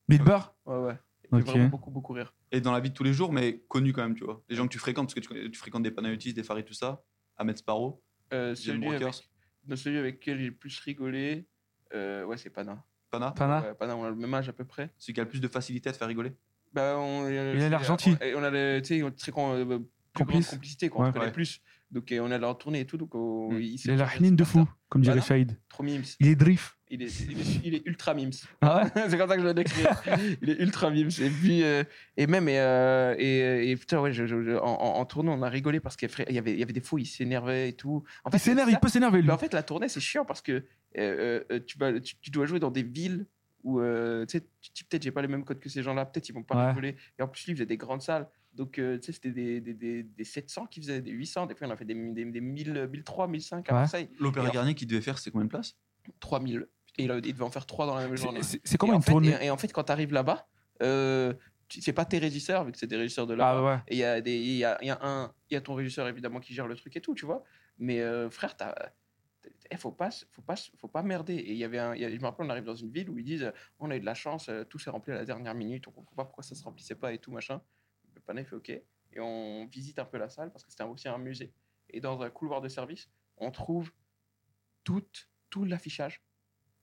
Bill Burr
Ouais, ouais. Il
Ok.
fait vraiment beaucoup, beaucoup rire.
Et dans la vie de tous les jours, mais connu quand même, tu vois. Les gens que tu fréquentes, parce que tu, connais- tu fréquentes des Panayotis, des Farid, tout ça. Ahmed Sparrow,
Euh,
Jim
celui, avec,
Brokers,
non, celui avec lequel j'ai le plus rigolé, euh, ouais, c'est Pana.
Pana.
Pana.
Ouais, Pana, on a le même âge à peu près.
Celui qui a le plus de facilité à te faire rigoler.
Bah, on,
Il a l'air gentil.
On, et on a le, tu sais, on- très con, euh, plus
Complice.
grande complicité, quoi. on
Ouais.
se connaît
Ouais.
plus. Donc, euh, on a leur tournée et tout. Donc, on-
Mm.
il sait
Il a la
faire
chnine de
des
fou.
stars.
comme dirait
Voilà.
Shahid.
Trop mimes.
Il est drift.
Il est, il est- il est ultra mimes.
Ah ouais
c'est comme ça que je le décris. il est ultra mimes. Et puis, euh, et même, et, euh, et, et putain, ouais, je- je- je- en, en- en tournant, on a rigolé parce qu'il y avait, il y avait des fois, il s'énervait et tout. En
Il s'énerve,
ça-
il peut s'énerver lui.
Mais Ben, en fait, la tournée, c'est chiant parce que euh, euh, euh, tu, vas- tu- tu dois jouer dans des villes où, euh, tu sais, tu te dis, peut-être j'ai pas les mêmes codes que ces gens-là, peut-être ils vont pas
Ouais.
rigoler. Et en plus, lui, il faisait des grandes salles. Donc, euh, tu sais, c'était des, des, des, des 700 qui faisaient, des 800. Des fois, on a fait des, des, des 1000, euh, 1003, 1005 à
Ouais.
Marseille.
L'Opéra
Alors-
Garnier qui devait faire, c'est combien de places
3000. Et il, a- il devait en faire 3 dans la même journée.
C'est- C'est c'est
et
comment
en
une
fait,
tournée
et, et en fait, quand tu arrives là-bas, euh, tu- c'est pas tes régisseurs, vu que c'est des régisseurs de là.
Ah ouais.
Et il y a des, il y a, il y a un, il y a ton régisseur évidemment qui gère le truc et tout, tu vois. Mais euh, frère, t'as, eh, faut pas, se- faut pas, se- faut pas merder. Et il y avait un, il y a- je me rappelle, on arrive dans une ville où ils disent, euh, on a eu de la chance, euh, tout s'est rempli à la dernière minute, on comprend pas pourquoi ça se remplissait pas et tout machin. Le panel fait ok, et on visite un peu la salle parce que c'était aussi un musée. Et dans un couloir de service, on trouve tout, tout l'affichage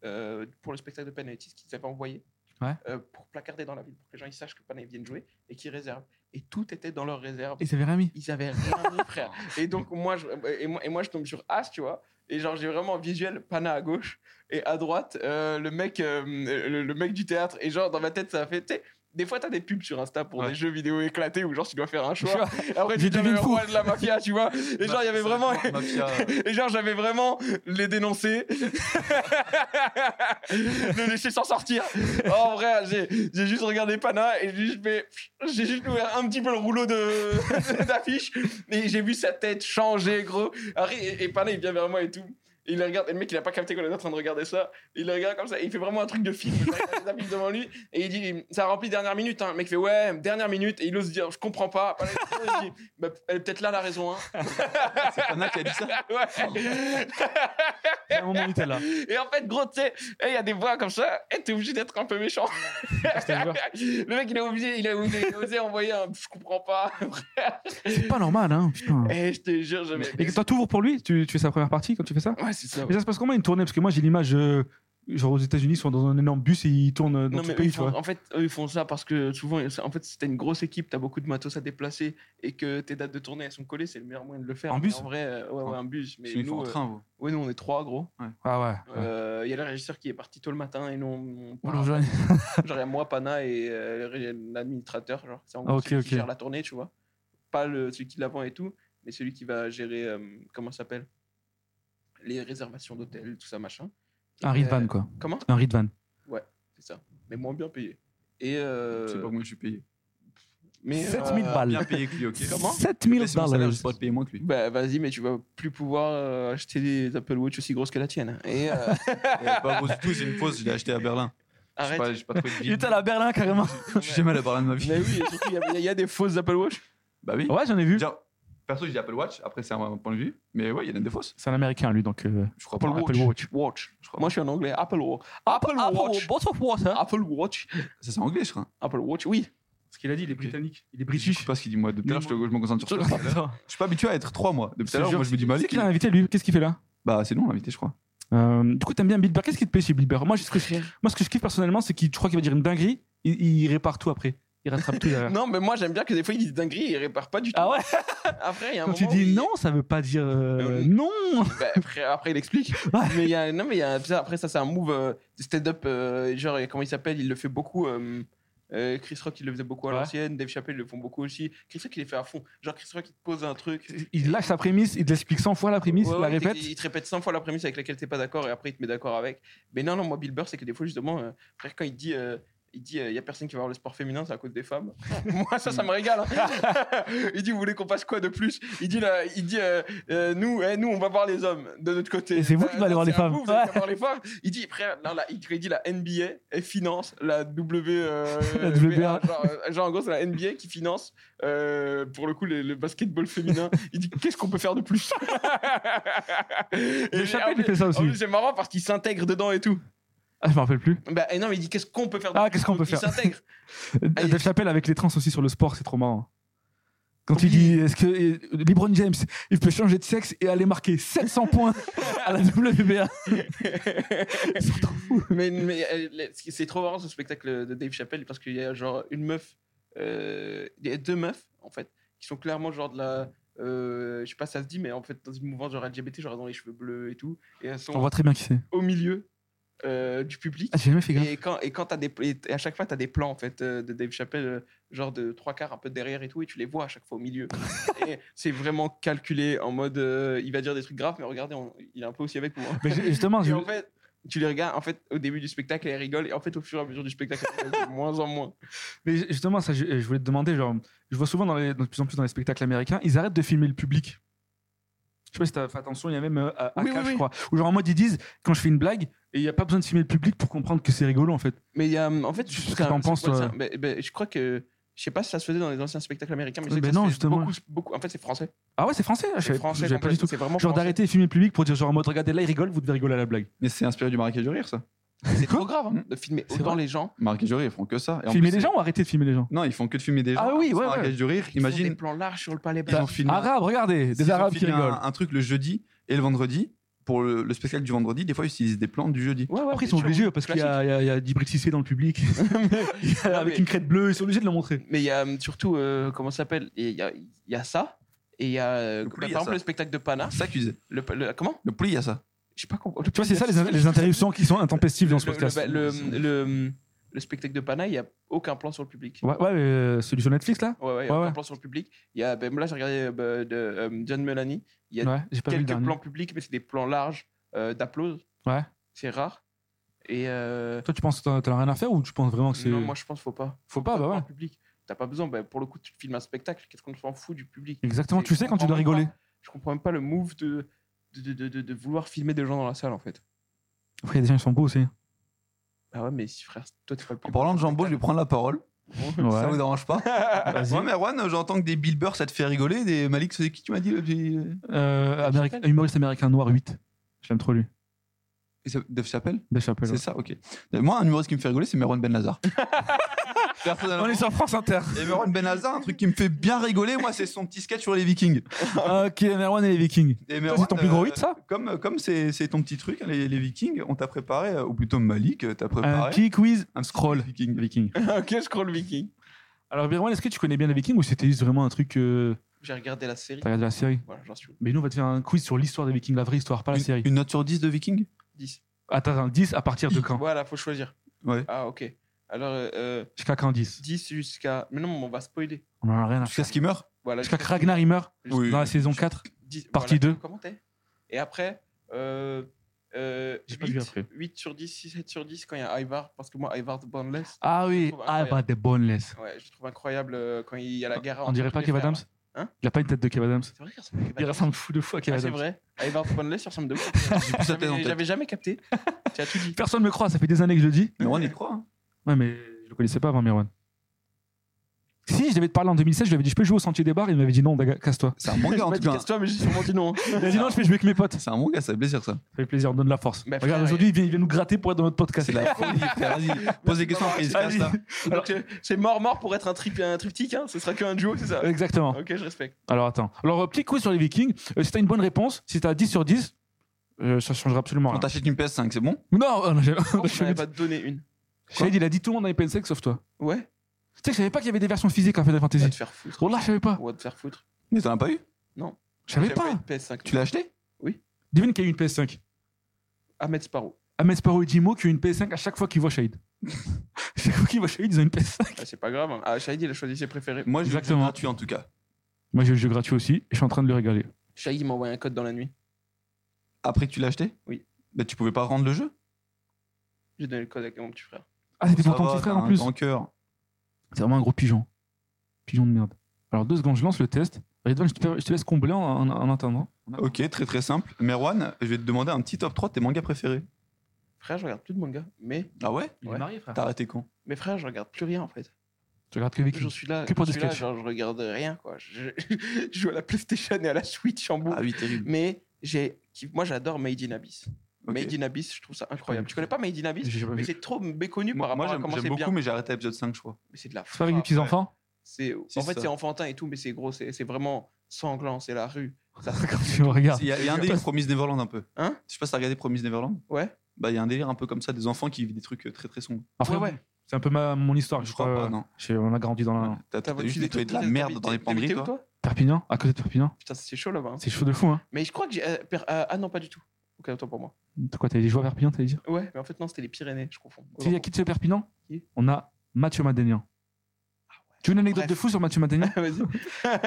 euh, pour le spectacle de Panayotis qu'ils avaient envoyé
Ouais.
euh, pour placarder dans la ville, pour que les gens ils sachent que Panay viennent jouer et qu'ils réservent. Et tout était dans leur réserve.
Et ça avait rien mis.
Ils avaient rien mis, frère. Et donc, moi je, et moi, et moi, je tombe sur As, tu vois. Et genre, j'ai vraiment un visuel Pana à gauche et à droite, euh, le, mec, euh, le, le mec du théâtre. Et genre, dans ma tête, ça a fait. tu sais, Des fois, t'as des pubs sur Insta pour
Ouais.
des jeux vidéo éclatés où genre, tu dois faire un choix.
Choix.
Après,
Je
tu deviens
devine
le
fou.
roi de la mafia, tu vois. Et genre, il y avait vraiment.
Mafia, euh,
Et genre, j'avais vraiment les dénoncer, le laisser s'en sortir. Oh, En vrai, j'ai j'ai juste regardé Pana et j'ai juste, fait- j'ai juste ouvert un petit peu le rouleau de- d'affiche et j'ai vu sa tête changer, gros. Après, et, et Pana, il vient vers moi et tout. Et il le regarde, et le mec, il a pas capté qu'on était en train de regarder ça. Il le regarde comme ça, et il fait vraiment un truc de film. Genre, il a les affiches devant lui, et il dit Ça remplit dernière minute. Hein. Le mec fait Ouais, dernière minute. Et il ose dire Je comprends pas. Pana, il dit, Bah, elle est peut-être là la raison. Hein.
c'est Pana qui a dit ça.
Ouais.
À un moment où t'es là.
Et en fait, gros, tu sais, il y a des voix comme ça, et t'es obligé d'être un peu méchant. le mec, il est obligé, il a osé, il a osé envoyer un je comprends pas.
C'est pas normal, hein. Putain.
Et je te jure, j'avais.
Et que toi, t'ouvres pour lui tu, tu fais sa première partie quand tu fais ça
Ah Ouais, c'est ça.
Mais ça se passe comment une tournée Parce que moi, j'ai l'image, euh, genre aux États-Unis, ils sont dans un énorme bus et ils tournent euh, dans
Non,
tout
mais
le
eux,
pays,
ils
tu
font-
vois.
en fait, eux, ils font ça parce que souvent, ils- en fait, si t'as une grosse équipe, t'as beaucoup de matos à déplacer et que tes dates de tournée, elles sont collées, c'est le meilleur moyen de le faire.
En
Mais
bus
En vrai, euh, ouais, ouais, un bus. Mais
Sinon, il faut
nous,
en
euh,
train, vous.
ouais, nous, on est trois, gros.
Ah ouais.
Euh, Il y a le régisseur qui est parti tôt le matin et nous, on- on
On
part
le rejoint.
Genre, il y a moi, Pana et euh, le ré- l'administrateur. Genre, c'est en gros
Ok,
celui
ok.
qui gère la tournée, tu vois. Pas le, celui qui l'avant et tout, mais celui qui va gérer, euh, comment ça s'appelle Les réservations d'hôtels, tout ça, machin.
Un
Et,
ride van,
euh,
quoi.
Comment
Un ride van.
C'est ça. Mais moins bien payé. Et.
Je sais pas
Euh,
combien je suis payé.
mais,
7000
euh,
balles.
Bien payé que lui, ok.
Comment
7000
Mais c'est mon salaire,
dollars.
je pourrais te payer moins que lui.
Bah, vas-y, mais tu vas plus pouvoir euh, acheter des Apple Watch aussi grosses que la tienne. Et. euh,
Euh, Pas gros du tout, c'est une fausse, je l'ai acheté à Berlin. Je sais
arrête.
pas- J'ai pas trouvé de
Il
ville.
était à la Berlin, carrément.
Je suis jamais allé à Berlin de ma vie.
Mais oui, et surtout, il y a- il y, a des fausses Apple Watch.
Bah oui.
Ouais, j'en ai vu.
Déjà, perso, j'ai dit Apple Watch. Après, c'est un point de vue. Mais ouais, il y en a des fausses.
C'est un américain, lui, donc. euh,
Je crois pas.
Apple Watch.
Watch.
Je crois
Moi, je suis en anglais. Apple Watch. Apple
Ah,
Watch.
bottle of water.
Apple Watch.
pas. Ça, c'est anglais, je crois.
Apple Watch, oui.
Ce qu'il a dit, il est britannique. Il est
Je sais pas ce qu'il dit, moi. Depuis tout à l'heure, je te- je me concentre sur ça.
C'est
Je suis pas habitué à être trois mois. Depuis tout à l'heure, moi, je me dis Malik.
qui l'a invité, lui Qu'est-ce qu'il fait là
Bah, c'est non, l'invité, je crois.
Euh, du coup, t'aimes bien Bilber. Qu'est-ce qui te plaît chez Bilber moi, je- ce que je-
Frère.
moi, ce que je kiffe personnellement, c'est qu'il je crois qu'il va dire une dinguerie, il, il répare tout après. Il rattrape tout derrière.
Non, mais moi j'aime bien que des fois il dit dinguerie et il répare pas du tout.
Ah ouais
Après, il y a un
Quand tu
moment où
dis
il-
non, ça veut pas dire euh,
Euh,
non
Bah, après, après, il explique.
Ouais.
Mais il y a, non, mais il y a, ça, après, ça, c'est un move euh, stand-up. euh, genre, comment il s'appelle Il le fait beaucoup. euh, euh, Chris Rock, il le faisait beaucoup à
Ouais.
l'ancienne. Dave Chappelle, ils le font beaucoup aussi. Chris Rock, il les fait à fond. Genre, Chris Rock, il te pose un truc.
Il lâche la prémisse, il te l'explique 100 fois la prémisse,
Ouais,
la
ouais,
répète.
Il il te répète 100 fois la prémisse avec laquelle t'es pas d'accord et après il te met d'accord avec. Mais non, non, moi, Bill Burr, c'est que des fois, justement, euh, frère, quand il dit. euh, il dit, il n'y a personne qui va voir le sport féminin, c'est à cause des femmes. Moi, ça, ça me régale. hein. il dit, vous voulez qu'on fasse quoi de plus Il dit, là, il dit euh, euh, nous, eh, nous, on va voir les hommes de notre côté.
Et c'est vous
Là,
qui allez
là,
voir les
c'est à
femmes.
vous, vous allez
Ouais.
voir les femmes. Il dit, frère, là, là, il il dit la NBA, elle finance la W. euh,
La WBA.
Genre, euh, genre, en gros, c'est la NBA qui finance, euh, pour le coup, le, le basketball féminin. Il dit, qu'est-ce qu'on peut faire de plus
Le
Et
Chappelle,
en
il
plus-
fait ça aussi.
en plus, C'est marrant parce qu'il s'intègre dedans et tout.
Ah, je me rappelle plus.
Bah, et non, mais il dit, qu'est-ce qu'on peut faire de
Ah, qu'est-ce qu'on peut
plus
faire
Il s'intègre. Ah, il-
Dave Chappelle avec les trans aussi sur le sport, c'est trop marrant. Quand il
Oui.
dit, est-ce que euh, LeBron James, il peut changer de sexe et aller marquer 700 points à la WBA
mais mais, euh, les- ce qui- c'est trop marrant ce spectacle de Dave Chappelle parce qu'il y a genre une meuf, euh, il y a deux meufs en fait, qui sont clairement genre de la euh, je sais pas, ça se dit, mais en fait, dans une mouvance genre LGBT, genre dans les cheveux bleus et tout. Et elles sont
On voit très bien qui c'est.
au milieu euh, du public.
Ah, j'ai jamais fait gaffe.
Et quand, et quand t'as des, et à chaque fois, tu as des plans en fait, euh, de Dave Chappelle, euh, genre de trois quarts un peu derrière et tout, et tu les vois à chaque fois au milieu. Et c'est vraiment calculé en mode euh, il va dire des trucs graves, mais regardez, on- il est un peu aussi avec nous. hein.
Mais ju- justement,
Et
je-
en fait, tu les regardes en fait, au début du spectacle, elle rigole, et en fait, au fur et à mesure du spectacle, elle rigole de moins en moins.
mais ju- justement, ça, je, je voulais te demander, genre, je vois souvent dans les, dans- de plus en plus dans les spectacles américains, ils arrêtent de filmer le public. Je sais pas si t'as fait attention, il y a même euh, à, à
Oui,
Cash,
oui, oui.
je crois. Ou genre en mode ils disent, quand je fais une blague, et il n'y a pas besoin de filmer le public pour comprendre que c'est rigolo en fait.
Mais il y a, euh, en fait, je
Qu'est-ce que t'en penses, toi
Ben, Je crois que. Je sais pas si ça se faisait dans les anciens spectacles américains, mais, je sais
Mais
que ça
non,
se fait
justement.
Beaucoup, beaucoup- en fait, c'est français.
Ah ouais, c'est français ah, Je
C'est
savais-
français,
je savais pas du
complètement,
tout.
c'est vraiment
Genre
français.
d'arrêter de filmer le public pour dire, genre en mode, regardez là, il rigole, vous devez rigoler à la blague.
Mais c'est inspiré du Marrakech du Rire, ça.
C'est trop grave hein, de filmer
C'est
autant
vrai.
les gens.
Marrakech du Rire, ils font que ça. Et en
Filmer
plus,
les
c'est-
gens ou arrêter de filmer les gens
Non, ils font que de filmer des gens.
Ah oui,
Ils sont
ouais,
à Marrakech du Rire,
Ils font des
imagine.
plans larges sur le palais Ah,
Ils
Bourbon.
ont filmé.
Arabes, regardez,
Ils
des
ont
Arabes qui
filmé un-
rigolent.
Un truc le jeudi et le vendredi. Pour le, le spectacle du vendredi, des fois, ils utilisent des plans du jeudi.
Ouais, ouais,
Après, ils
bien
sont
sûr.
obligés parce qu'il y a, il y a, il y a Djibril Cissé dans le public Il y a-
Non,
avec
mais-
une crête bleue. Ils sont obligés de le montrer.
Mais il y a hum, surtout, euh, comment ça s'appelle Il y a, il y a ça. Et il y a, euh,
Le
bah,
poulet,
par
il y a
exemple,
ça.
le spectacle de
Ah.
Pana.
Ça qu'ils faisaient.
Le, le- comment
Le pli, il y a ça.
Je sais pas comment.
Tu vois, c'est ça les, les interruptions qui sont intempestives dans ce
le,
podcast.
le, le- le- le spectacle de Pana, il n'y a aucun plan sur le public.
Ouais, ouais, mais, euh, celui sur Netflix là.
Ouais, ouais, il y a
Ouais,
aucun
ouais.
plan sur le public. Il y a, ben, là, j'ai regardé euh, bah, de, euh, John Melanie. Il y a
Ouais, j'ai pas vu le
quelques
dernier.
plans publics, mais c'est des plans larges euh, d'applause.
Ouais.
C'est rare. Et euh,
Toi, tu penses que t'en t'en as rien à faire ou tu penses vraiment que c'est
non, moi, je pense qu'il faut pas.
faut pas
Pas de
bah ouais.
plan public. T'as pas besoin. Ben, pour le coup, tu filmes un spectacle. Qu'est-ce qu'on s'en fout du public
Exactement.
C'est-
Tu sais
on
quand tu dois
comprend même
rigoler.
je comprends même pas le move de, de, de, de- de- de vouloir filmer des gens dans la salle en fait.
Après, il y a des gens qui sont beaux aussi.
Ah ouais, mais si frère, toi t'es pas le plus.
En parlant de Jambo, je vais prendre la parole.
Ouais.
Ça vous dérange pas
Vas-y.
Ouais, Merwan, j'entends que des Bill Burr, ça te fait rigoler. Des Malik, c'est qui tu m'as dit le petit-
Euh, Améric- humoriste américain noir 8. Je l'aime trop lui.
Et ça- Dave Chappelle
Dave Chappelle,
C'est
ouais.
ça, ok. Et moi, un humoriste qui me fait rigoler, c'est Merwan Ben Lazar.
On
Personnellement.
est sur France Inter.
Et Merwan Ben Lazar, un truc qui me fait bien rigoler, moi, c'est son petit sketch sur les Vikings.
Ah, ok, Merwan et les Vikings.
Et
Toi,
Merwan,
c'est ton plus gros
euh,
hit ça
Comme comme c'est c'est ton petit truc, hein, les, les Vikings, on t'a préparé, euh, ou plutôt Malik, euh, t'as
Un
préparé.
petit quiz
Un petit
scroll.
Viking.
Viking.
ok, je crois le viking.
Alors, Merwan, est-ce que tu connais bien les Vikings ou c'était juste vraiment un truc. euh,
J'ai regardé la série.
T'as regardé la série
Voilà, j'en suis au
Mais nous, on va te faire un quiz sur l'histoire des Vikings, la vraie histoire, pas la
Une-
série.
Une note sur 10 de Viking
10.
Attends, attends, 10 à partir de quand
Voilà, faut choisir.
Ouais.
Ah ok. Alors euh, euh,
Jusqu'à quand 10
10 jusqu'à. Mais non, on va spoiler.
On en a rien à
Jusqu'à
faire.
ce qu'il meurt
Voilà.
Jusqu'à que Ragnar il meurt
Oui.
Ah. dans la saison 4.
10,
partie
voilà,
deux.
Comment t'es Et après. Euh, euh,
J'ai
8,
pas vu après.
8 sur 10, 6, 7 sur 10 quand il y a Ivar, parce que moi, Ivar the Boneless,
Ah oui,
trouve
ah
incroyable.
bah des boneless.
ouais, je le trouve incroyable euh, quand il y a la guerre.
On
entre
dirait
tous
pas
les
Kev
frères,
Adams
là. Hein
Il a pas une tête de Kev Adams.
C'est vrai qu'il ressemble à Kev
Il
Adams.
ressemble fou de fou à Kev
Ah, c'est
Adams.
vrai. Ivar Boneless, il ressemble de ouf.
plus sa tête en
J'avais
tête.
j'avais jamais capté. Tu as tout dit.
Personne me croit, ça fait des années que je le dis.
Merwan, il croit. hein.
Ouais, mais je le connaissais pas avant Mirwan. Si, je devais te parler en 2016, je lui avais dit je peux jouer au sentier des bars, il m'avait dit non, daga- casse-toi.
C'est un manga, en
Bah,
tout cas.
Casse-toi, mais j'ai sûrement dit non.
Il a dit non, je fais jouer avec mes potes. Ça
C'est un manga, ça fait plaisir, ça.
fait plaisir, on donne la force.
Mais frère,
Regarde, aujourd'hui, il vient, il vient nous gratter pour être dans notre podcast.
C'est la folie, frère. Vas-y, pose des questions, après, il se casse,
Vas-y.
là.
Alors que euh, c'est mort-mort pour être un, trip, un triptyque, hein. ce sera qu'un duo, c'est ça
Exactement.
Ok, je respecte.
Alors attends. Alors, euh, petit quiz sur les Vikings. Euh, si t'as une bonne réponse, si t'as 10 sur 10, euh, ça changera absolument
On
rien.
t'achète une PS5, c'est bon
Non, euh, non, j'ai-
Pourquoi
je
On
vais-
n'avait pas donné une.
Shahid, il a dit tout le monde a une 5 sauf toi.
Ouais,
Tu sais que je savais pas qu'il y avait des versions physiques à Final
on va
Fantasy.
te faire foutre.
Oh là, je savais pas.
On va te faire foutre.
Mais t'en as pas eu
Je savais
J'avais
pas.
une PS5.
Tu l'as acheté
Devine qu'il y a eu une PS5.
Ahmed Sparrow.
Ahmed Sparrow et Jimo qui ont une PS5 à chaque fois qu'ils voient Shahid. chaque fois qu'ils voient Shahid, ils ont une PS5.
Ah, c'est pas grave. hein. Ah, Shahid, il a choisi ses préférés.
Moi, je
Exactement.
l'ai tu en tout cas.
Moi, j'ai le jeu gratuit aussi et je suis en train de le régaler.
Shahid, il m'a envoyé un code dans la nuit.
Après que tu l'as acheté
Oui.
Bah, tu pouvais pas rendre le jeu
J'ai donné le code à mon petit frère.
Ah, c'était pour
Ça
ton
va,
petit frère
t'as
en
un
plus.
grand cœur.
C'est vraiment un gros pigeon. Pigeon de merde. Alors, deux secondes, je lance le test. Redwan, je te, je te laisse combler en, en- en attendant.
Ok, très très simple. Merwan, je vais te demander un petit top 3 de tes mangas préférés.
Frère, je regarde plus de manga. Mais,
Ah ouais
Il est Ouais.
marié, frère.
T'as arrêté quand
mais frère, je regarde plus rien en fait.
Tu regardes que Viking.
Je suis là,
Que pour
je,
des
suis là
sketchs.
genre, je regarde rien quoi. Je, je joue à la PlayStation et à la Switch en boucle.
Ah oui, terrible.
Mais j'ai, qui- moi j'adore Made in Abyss.
Ok.
Made in Abyss, je trouve ça incroyable.
J'ai
Tu connais pas Made in Abyss
J'ai pas
Mais
vu.
c'est trop méconnu par
Moi,
rapport
moi,
à
j'aime
comment
j'aime
c'est
beaucoup,
bien.
mais j'ai arrêté à l'épisode 5, je crois.
Mais c'est de la
C'est pas avec les
frappe, ouais.
petits-enfants
C'est,
C'est
en fait,
ça.
c'est enfantin et tout, mais c'est gros, c'est, c'est vraiment sanglant, c'est la rue. Ça-
Je regarde.
Il y a, il y a un délire Promise Neverland un peu.
Hein
Je sais pas si t'as regardé Promise Neverland.
ouais.
Bah, il y a un délire un peu comme ça, des enfants qui vivent des trucs euh, très très sombres.
Après,
Ouais, ouais.
C'est un peu ma, mon histoire. Je, crois.
pas, non.
Je- on a grandi dans la.
T'as t'as
T'as
juste
vu
nettoyé de la merde dans les penderies, toi
T'as Perpignan, à côté de Perpignan.
Putain, c'est chaud là-bas. hein.
C'est chaud de fou, hein.
Mais je crois que j'ai. euh, per- euh, ah non, pas du tout. Ok, autant pour moi.
T'as quoi, t'avais des joueurs à Perpignan, t'allais dire
Ouais, mais en fait, non, c'était les Pyrénées, je confonds.
Tu sais, il y a qui de chez Perpignan
Qui Ah
On a Mathieu Madénian. Tu veux une anecdote
Bref.
de fou sur Mathieu Madénian
Vas-y.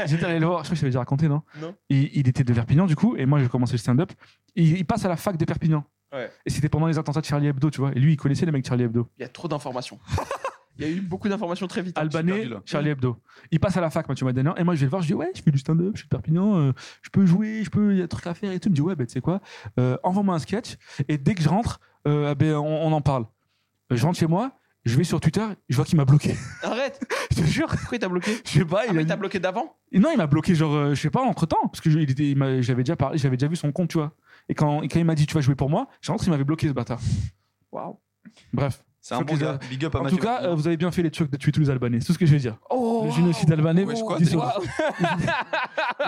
J'étais allé le voir, je crois que je t'avais déjà raconté, non
Non.
il, il était de Perpignan, du coup, et moi, j'ai commencé le stand-up. Il, il passe à la fac de Perpignan.
Ouais.
Et c'était pendant les attentats de Charlie Hebdo, tu vois. Et lui, il connaissait les mecs de Charlie Hebdo.
Il y a trop d'informations. Il y a eu beaucoup d'informations très vite. hein.
Albanais,
perdu, là.
Charlie Hebdo. Il passe à la fac, Mathieu Madénian, et moi je vais le voir, je dis ouais, je fais du stand-up, je suis de Perpignan, euh, je peux jouer, je peux, il y a des trucs à faire et tout. Il me dit ouais, ben tu sais quoi, euh, envoie-moi un sketch, et dès que je rentre, euh, ben, on, on en parle. Euh, Je rentre chez moi, je vais sur Twitter, je vois qu'il m'a bloqué.
Arrête
je te jure,
Pourquoi il t'a bloqué
je sais pas,
Ah,
il
mais
a
il t'a
dit-
bloqué d'avant
Non, il m'a bloqué, genre, euh, je sais pas, entre temps, parce que je- il était- il m'a- j'avais déjà parlé, j'avais déjà vu son compte, tu vois. Et quand, et quand il m'a dit tu vas jouer pour moi, je rentre, il m'avait bloqué ce bâtard.
Waouh.
Bref.
C'est un
Faut
bon
qu'ils
gars. Big up à
En
Mathieu.
tout cas, euh, vous avez bien fait les trucs de tuer tous les Albanais, c'est tout ce que je veux dire.
Oh
Le
waouh.
génocide albanais,
Ouais, je crois,
dis-
t'es-
Waouh.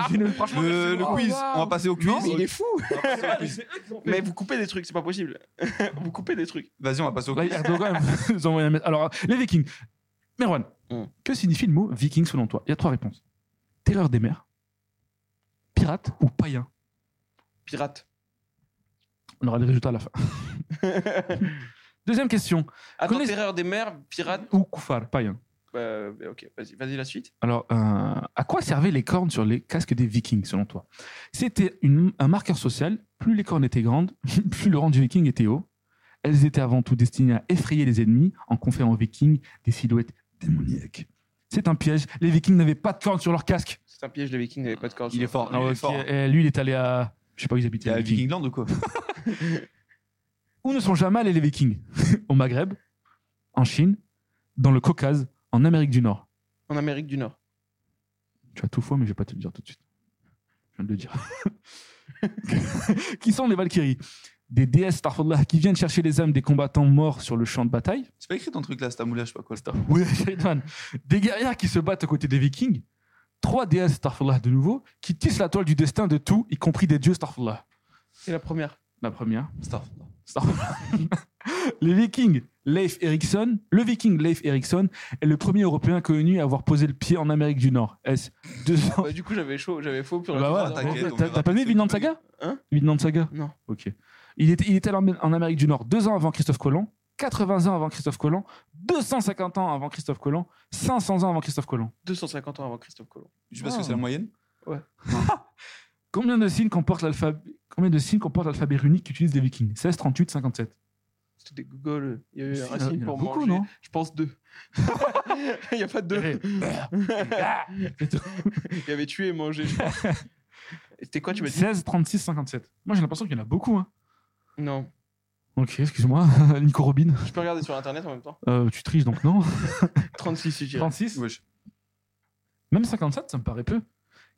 Génocide- franchement,
le, le
Oh,
quiz,
waouh.
on va passer au quiz.
Mais il est fou
On va passer au quiz.
Mais vous coupez des trucs, c'est pas possible. vous coupez des trucs.
Vas-y, on va passer au
Là,
quiz.
Erdogan nous envoie un message. Alors, les Vikings. Merwan,
Hmm.
que signifie le mot viking selon toi Il y a trois réponses. Terreur des mers, pirate ou païen
Pirate.
On aura les résultats à la fin. Deuxième question.
Attends,
Connais-
terreur des mers, pirate.
Ou koufar, païen.
Euh, ok, vas-y, vas-y la suite.
Alors, euh, à quoi servaient les cornes sur les casques des vikings selon toi C'était une- un marqueur social. Plus les cornes étaient grandes, plus le rang du viking était haut. Elles étaient avant tout destinées à effrayer les ennemis en conférant aux vikings des silhouettes démoniaques. C'est un piège. Les vikings n'avaient pas de cornes sur leur casque.
C'est un piège, les vikings n'avaient pas de corps.
Il est fort.
Ah
il
ouais,
est fort.
ok. Eh, lui, il est allé à. Je sais pas où ils habitaient.
Il est à
les Vikings.
Vikingland ou quoi
Où ne sont jamais allés les Vikings Au Maghreb, en Chine, dans le Caucase, en Amérique du Nord.
En Amérique du Nord.
Tu as tout faux, mais je vais pas te le dire tout de suite. Je viens de le dire. qui sont les Valkyries Des déesses Starfallah qui viennent chercher les âmes des combattants morts sur le champ de bataille.
C'est pas écrit ton truc là, Stamoula, je sais pas quoi.
Oui, Shaitan. Des guerrières qui se battent aux côtés des Vikings. Trois déesses Starfallah de nouveau qui tissent la toile du destin de tout, y compris des dieux Starfallah.
C'est la première.
La première.
Star.
Star- les Vikings, Leif Erikson, le Viking Leif Erikson est le premier Européen connu à avoir posé le pied en Amérique du Nord. Est-ce 200
Bah, du coup, j'avais chaud, j'avais faux. Puis
Bah ouais,
t'inquiète,
t'as-
on
t'as-
verra.
T'as pas vu
C'est
Vinland
cool.
Saga
Hein
Vinland Saga
Non.
Ok. Il était, il était en, en Amérique du Nord deux ans avant Christophe Colomb, 80 ans avant Christophe Colomb, 250 ans avant Christophe Colomb, 500 ans avant Christophe Colomb.
250 ans avant Christophe Colomb.
Juste parce que c'est
Ah.
la moyenne
Combien de signes comporte l'alphabet Combien de signes comporte l'alphabet runique qu'utilisent les Vikings 16, 38, 57.
C'était des Google. Il y a eu
Il y en
un
a- il y
signe
en a
pour
beaucoup,
manger.
non
Je pense deux. Il n'y a pas de
Eh,
deux.
Ah C'est tout.
Il y avait tué et mangé. je pense. C'était quoi, tu m'as dit
16, 36, 57. Moi, j'ai l'impression qu'il y en a beaucoup. Hein.
Non.
Ok, excuse-moi, Nico Robin.
Je peux regarder sur internet en même temps.
Euh, tu triches donc non
36, si je dirais.
36
Wesh.
Même 57, ça me paraît peu.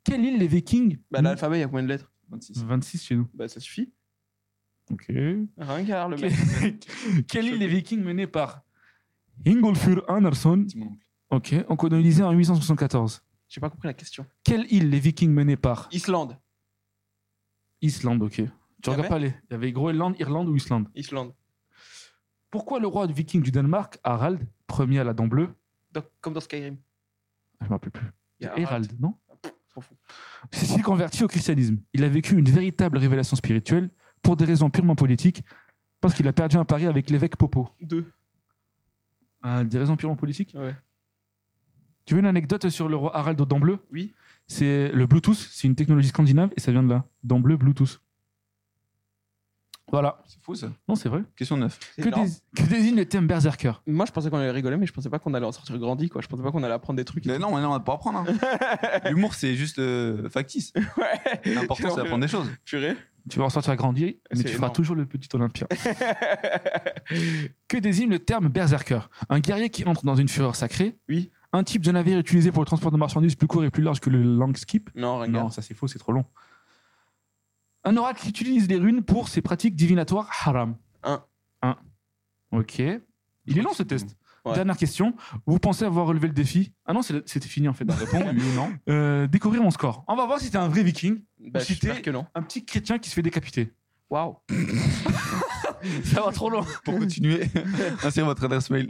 Quelle île les Vikings
Bah, l'alphabet, il y a combien de lettres
26.
26 chez nous.
Bah, ça suffit.
Ok.
Ringard, le mec.
Quelle île les Vikings menée par Ingolfur Anderson
Dis mon oncle.
Ok, on colonisait en 874.
J'ai pas compris la question.
Quelle île les Vikings menés par
Islande.
Islande, ok. Tu
y
regardes
avait
pas les. Il y avait Groenland, Irlande ou Islande.
Islande.
Pourquoi le roi viking du Danemark, Harald, premier à la dent bleue
Donc, comme dans Skyrim.
Ah, Je me rappelle plus.
Il y a Harald.
Harald, non
On s'en fout.
s'est il converti au christianisme. Il a vécu une véritable révélation spirituelle pour des raisons purement politiques, parce qu'il a perdu un pari avec l'évêque Popo.
Deux.
des raisons purement politiques
Ouais.
Tu veux une anecdote sur le roi Harald aux dents bleues
Oui.
C'est le Bluetooth, c'est une technologie scandinave et ça vient de là. Dents bleues, Bluetooth. Voilà.
C'est fou ça.
Non, c'est vrai.
Question 9.
C'est
Que,
énorme.
dés- que désigne le thème berserker
Moi, je pensais qu'on allait rigoler, mais je pensais pas qu'on allait en sortir grandi, quoi. Je pensais pas qu'on allait apprendre des trucs.
Mais non, mais non, on va pas apprendre. hein. L'humour, c'est juste euh, factice.
Ouais.
L'important, c'est d'apprendre des choses.
Purée.
Tu vas en sortir grandi, mais
Ah, C'est
tu feras
énorme.
toujours le petit Olympien. Que désigne le terme berserker Un guerrier qui entre dans une fureur sacrée.
Oui.
Un type de navire utilisé pour le transport de marchandises plus court et plus large que le langskip.
non,
Non,
Ringard.
ça c'est faux, c'est trop long. Un oracle qui utilise les runes pour ses pratiques divinatoires haram.
Un.
Un. Ok. Il est long ce
C'est
test.
bon. Ouais.
Dernière question. Vous pensez avoir relevé le défi Ah non, c'est- c'était fini en fait.
Réponds oui ou non.
Euh, découvrir mon score. On va voir si t'es un vrai viking,
Bah,
Cité.
j'espère que non.
un petit chrétien qui se fait décapiter.
Waouh.
Ça va trop long.
Pour continuer, insérez votre adresse mail.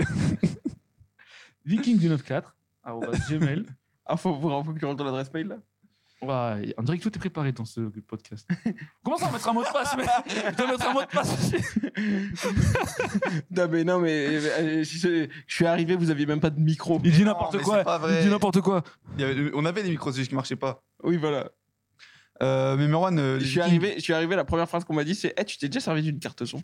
Viking du 94. arobase gmail.
Ah, faut vous faut que je rentre dans l'adresse mail là
Ouais, on dirait que tout est préparé dans ce podcast. Comment ça, mettre un mot de passe mec Je dois mettre un mot de passe.
Non, mais non, mais euh, je, je suis arrivé, vous aviez même pas de micro.
Il dit
Non,
n'importe
mais
quoi.
c'est pas vrai.
Il dit n'importe quoi.
Il y avait- euh, on avait des micros, c'est juste qu'ils marchaient pas.
Oui, voilà.
Euh, mais Merwan, euh,
Je
les
suis
Vikings,
arrivé, je suis arrivé, la première phrase qu'on m'a dit, c'est Eh, tu t'es déjà servi d'une carte son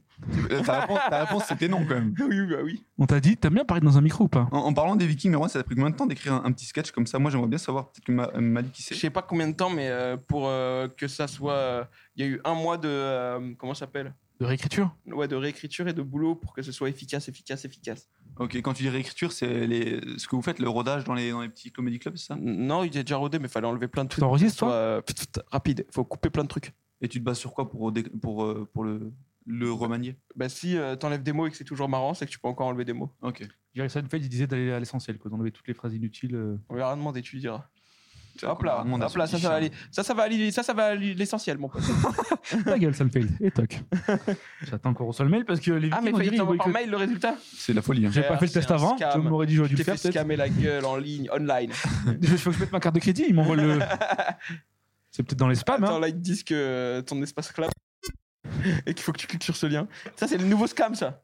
euh, ta, réponse, ta réponse, c'était non quand même.
Oui, bah oui.
On t'a dit, t'aimes bien parler dans un micro ou pas
En, en parlant des Vikings, Merwan, ça t'a pris combien de temps d'écrire un, un petit sketch comme ça Moi, j'aimerais bien savoir. Peut-être que Ma- euh, Malik, qui
Je
sait.
sais pas combien de temps, mais euh, pour euh, que ça soit. euh, Il y a eu un mois de. euh, comment ça s'appelle
De réécriture
Ouais, de réécriture et de boulot pour que ce soit efficace, efficace, efficace.
Ok, quand tu dis réécriture, c'est les... ce que vous faites, le rodage dans les, dans les petits comedy clubs, c'est ça
Non, il était déjà rodé, mais fallait enlever plein de trucs.
T'enregistres,
Soit,
toi
euh, pfft, pfft, rapide, faut couper plein de trucs.
Et tu te bases sur quoi pour, dé- pour, euh, pour le, le remanier
Bah, si euh, t'enlèves des mots et que c'est toujours marrant, c'est que tu peux encore enlever des mots.
Ok.
Jerry Seinfeld, il disait d'aller à l'essentiel, quoi, d'enlever toutes les phrases inutiles. euh.
On verra demander, tu diras.
C'est vrai
Hop
qu'on a
là,
vraiment
hop là, ça, ça va aller. Ça, ça va aller, ça, ça va aller l'essentiel, mon pote.
Ta gueule, Seinfeld. Et toc. J'attends qu'on reçoive le mail parce que les
Ah, mais
Vikings ont dit
fallait
qu'ils
t'envoyer par
boycottent.
mail le résultat
C'est la folie. hein.
J'ai pas fait le
C'est
test
un
avant. Tu
scam.
m'aurais dit, j'aurais dû
Tu
le
t'es fait
faire peut-être.
scammer la gueule en ligne, online.
Il faut que je mette ma carte de crédit, il m'envoie le. C'est peut-être dans les spams.
Attends,
Hein.
là, ils te disent que euh, ton espace clap et qu'il faut que tu cliques sur ce lien. Ça, c'est le nouveau scam, ça.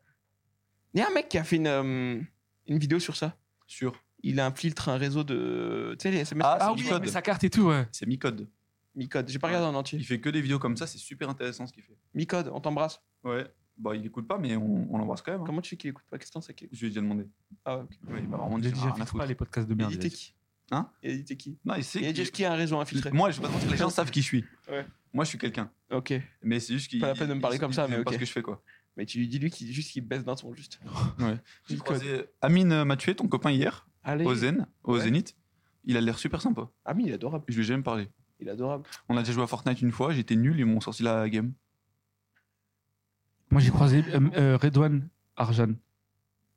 Il y a un mec qui a fait une, euh, une vidéo sur ça.
Sûr.
Il a un filtre, un réseau de. Tu sais, les SMS,
Ah,
c'est
Ah
du
oui,
code.
mais sa carte et tout, ouais.
C'est mi-code.
Mi-code. J'ai pas regardé en entier.
Il fait que des vidéos comme ça, c'est super intéressant ce qu'il fait.
Mi-code, on t'embrasse.
Ouais. Bah, il écoute pas, mais on, on l'embrasse quand même. hein.
Comment tu sais qu'il écoute pas Question, c'est qu'il écoute.
Je lui ai déjà demandé.
Ah, ouais, ok.
Ouais, il m'a vraiment dit
J'ai dit,
j'en ai rien à
j'infiltre
foutre.
pas les podcasts de
Il a
merde.
dit t'es qui
Hein
Il a dit t'es qui
Non, il sait.
Il a
qui-
dit est-ce qu'il y a un réseau infiltré
Moi, je vais pas te mentir, les gens savent qui je suis. Moi, je suis quelqu'un.
Ok.
Mais c'est juste qu'il.
Pas la peine de me parler
il-
comme
il
ça,
sait
mais
pas
ok.
ce que je fais, quoi.
Mais tu lui dis lui qu'il juste qu'il baisse d'un ton, juste.
J'ai
Mi-code.
croisé Amine euh, Mathieu, ton copain, hier,
Allez.
au Zen, au
Ouais.
Zénith. Il a l'air super sympa.
Ah, mais il est adorable.
Je lui ai jamais parlé.
Il est adorable.
On a déjà joué à Fortnite une fois, j'étais nul, ils m'ont sorti la game.
Moi, j'ai croisé euh, euh, Redouane Arjan.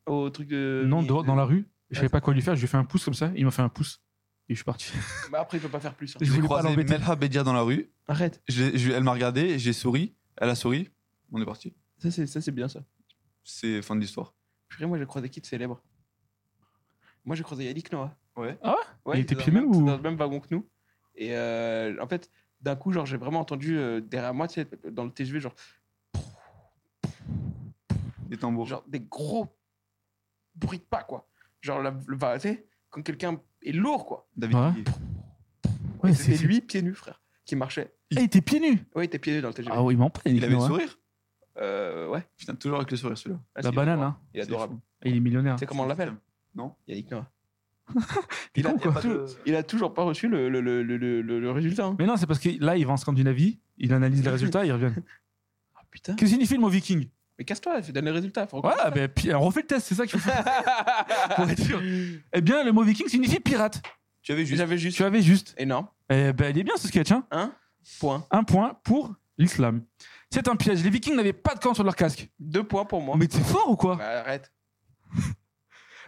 Au Oh, truc de.
Non, dehors, dans la rue. Je savais
Ouais.
pas quoi lui faire. Je lui ai fait un pouce comme ça. Il m'a fait un pouce. Et je suis parti.
Mais après, il peut pas faire plus. hein.
Je
J'ai
voulais pas
croisé
l'embêter.
Melha Bedia dans la rue.
Arrête.
Je- je- elle m'a regardé, j'ai souri, elle a souri, on est parti.
Ça, c'est, ça, c'est bien ça.
C'est fin de l'histoire.
Purée, moi, j'ai croisé qui de célèbre Moi, j'ai croisé Yannick Noah.
Ouais.
Ah
ouais
Il était
dans le
pieds nus
même-
ou-
Dans le même wagon que nous. Et euh, en fait, d'un coup, genre, j'ai vraiment entendu euh, derrière moi, tu sais, dans le TGV, genre,
Des tambours.
genre des gros bruits de pas, quoi. Genre, la, le, bah, tu sais, quand quelqu'un est lourd, quoi.
David
Ouais.
Guier.
Ouais,
C'était
c'est lui.
lui, pieds nus, frère, qui marchait.
Il était pieds nus.
Ouais, il était pieds nus dans le TGV.
Ah oui, il m'en parle.
Il avait le sourire
Euh, ouais.
Putain, toujours avec le sourire celui-là.
Ah,
La
c'est-
banane, hein.
Il est adorable.
Et Il est millionnaire.
Tu sais comment on l'appelle
Non.
Yannick Noah.
T'es
Il a,
con,
il a
quoi.
pas de-
Il a toujours pas reçu le, le, le, le, le- le résultat. hein.
Mais non, c'est parce que là, il va en Scandinavie. Il analyse les résultats. Il revient.
Ah, putain.
Que signifie le mot viking
Mais casse-toi, fais donner le résultat. faut
Ouais,
reconnaître
ben, pi- on refait le test. C'est ça qu'il faut faire
ça.
pour être sûr. Eh bien, le mot viking signifie pirate.
Tu avais juste.
J'avais juste
Tu avais juste.
énorme.
Eh ben, il est bien ce sketch, hein
Un point.
Un point pour l'islam. C'est un piège. Les Vikings n'avaient pas de camp sur leur casque.
Deux points pour moi.
Mais t'es fort ou quoi
Bah, arrête.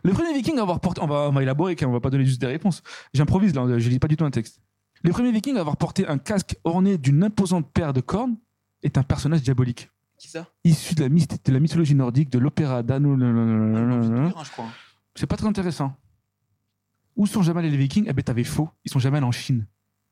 Le premier Viking à avoir porté. On va, on va élaborer, quand même, on va pas donner juste des réponses. J'improvise, là, je lis pas du tout un texte. Le premier Viking à avoir porté un casque orné d'une imposante paire de cornes est un personnage diabolique.
Qui ça
Issu de la, myst- de la mythologie nordique, de l'opéra d'Anno.
hein, Je crois.
C'est pas très intéressant. Où sont jamais allés les Vikings Eh ben, t'avais faux. Ils sont jamais allés en Chine.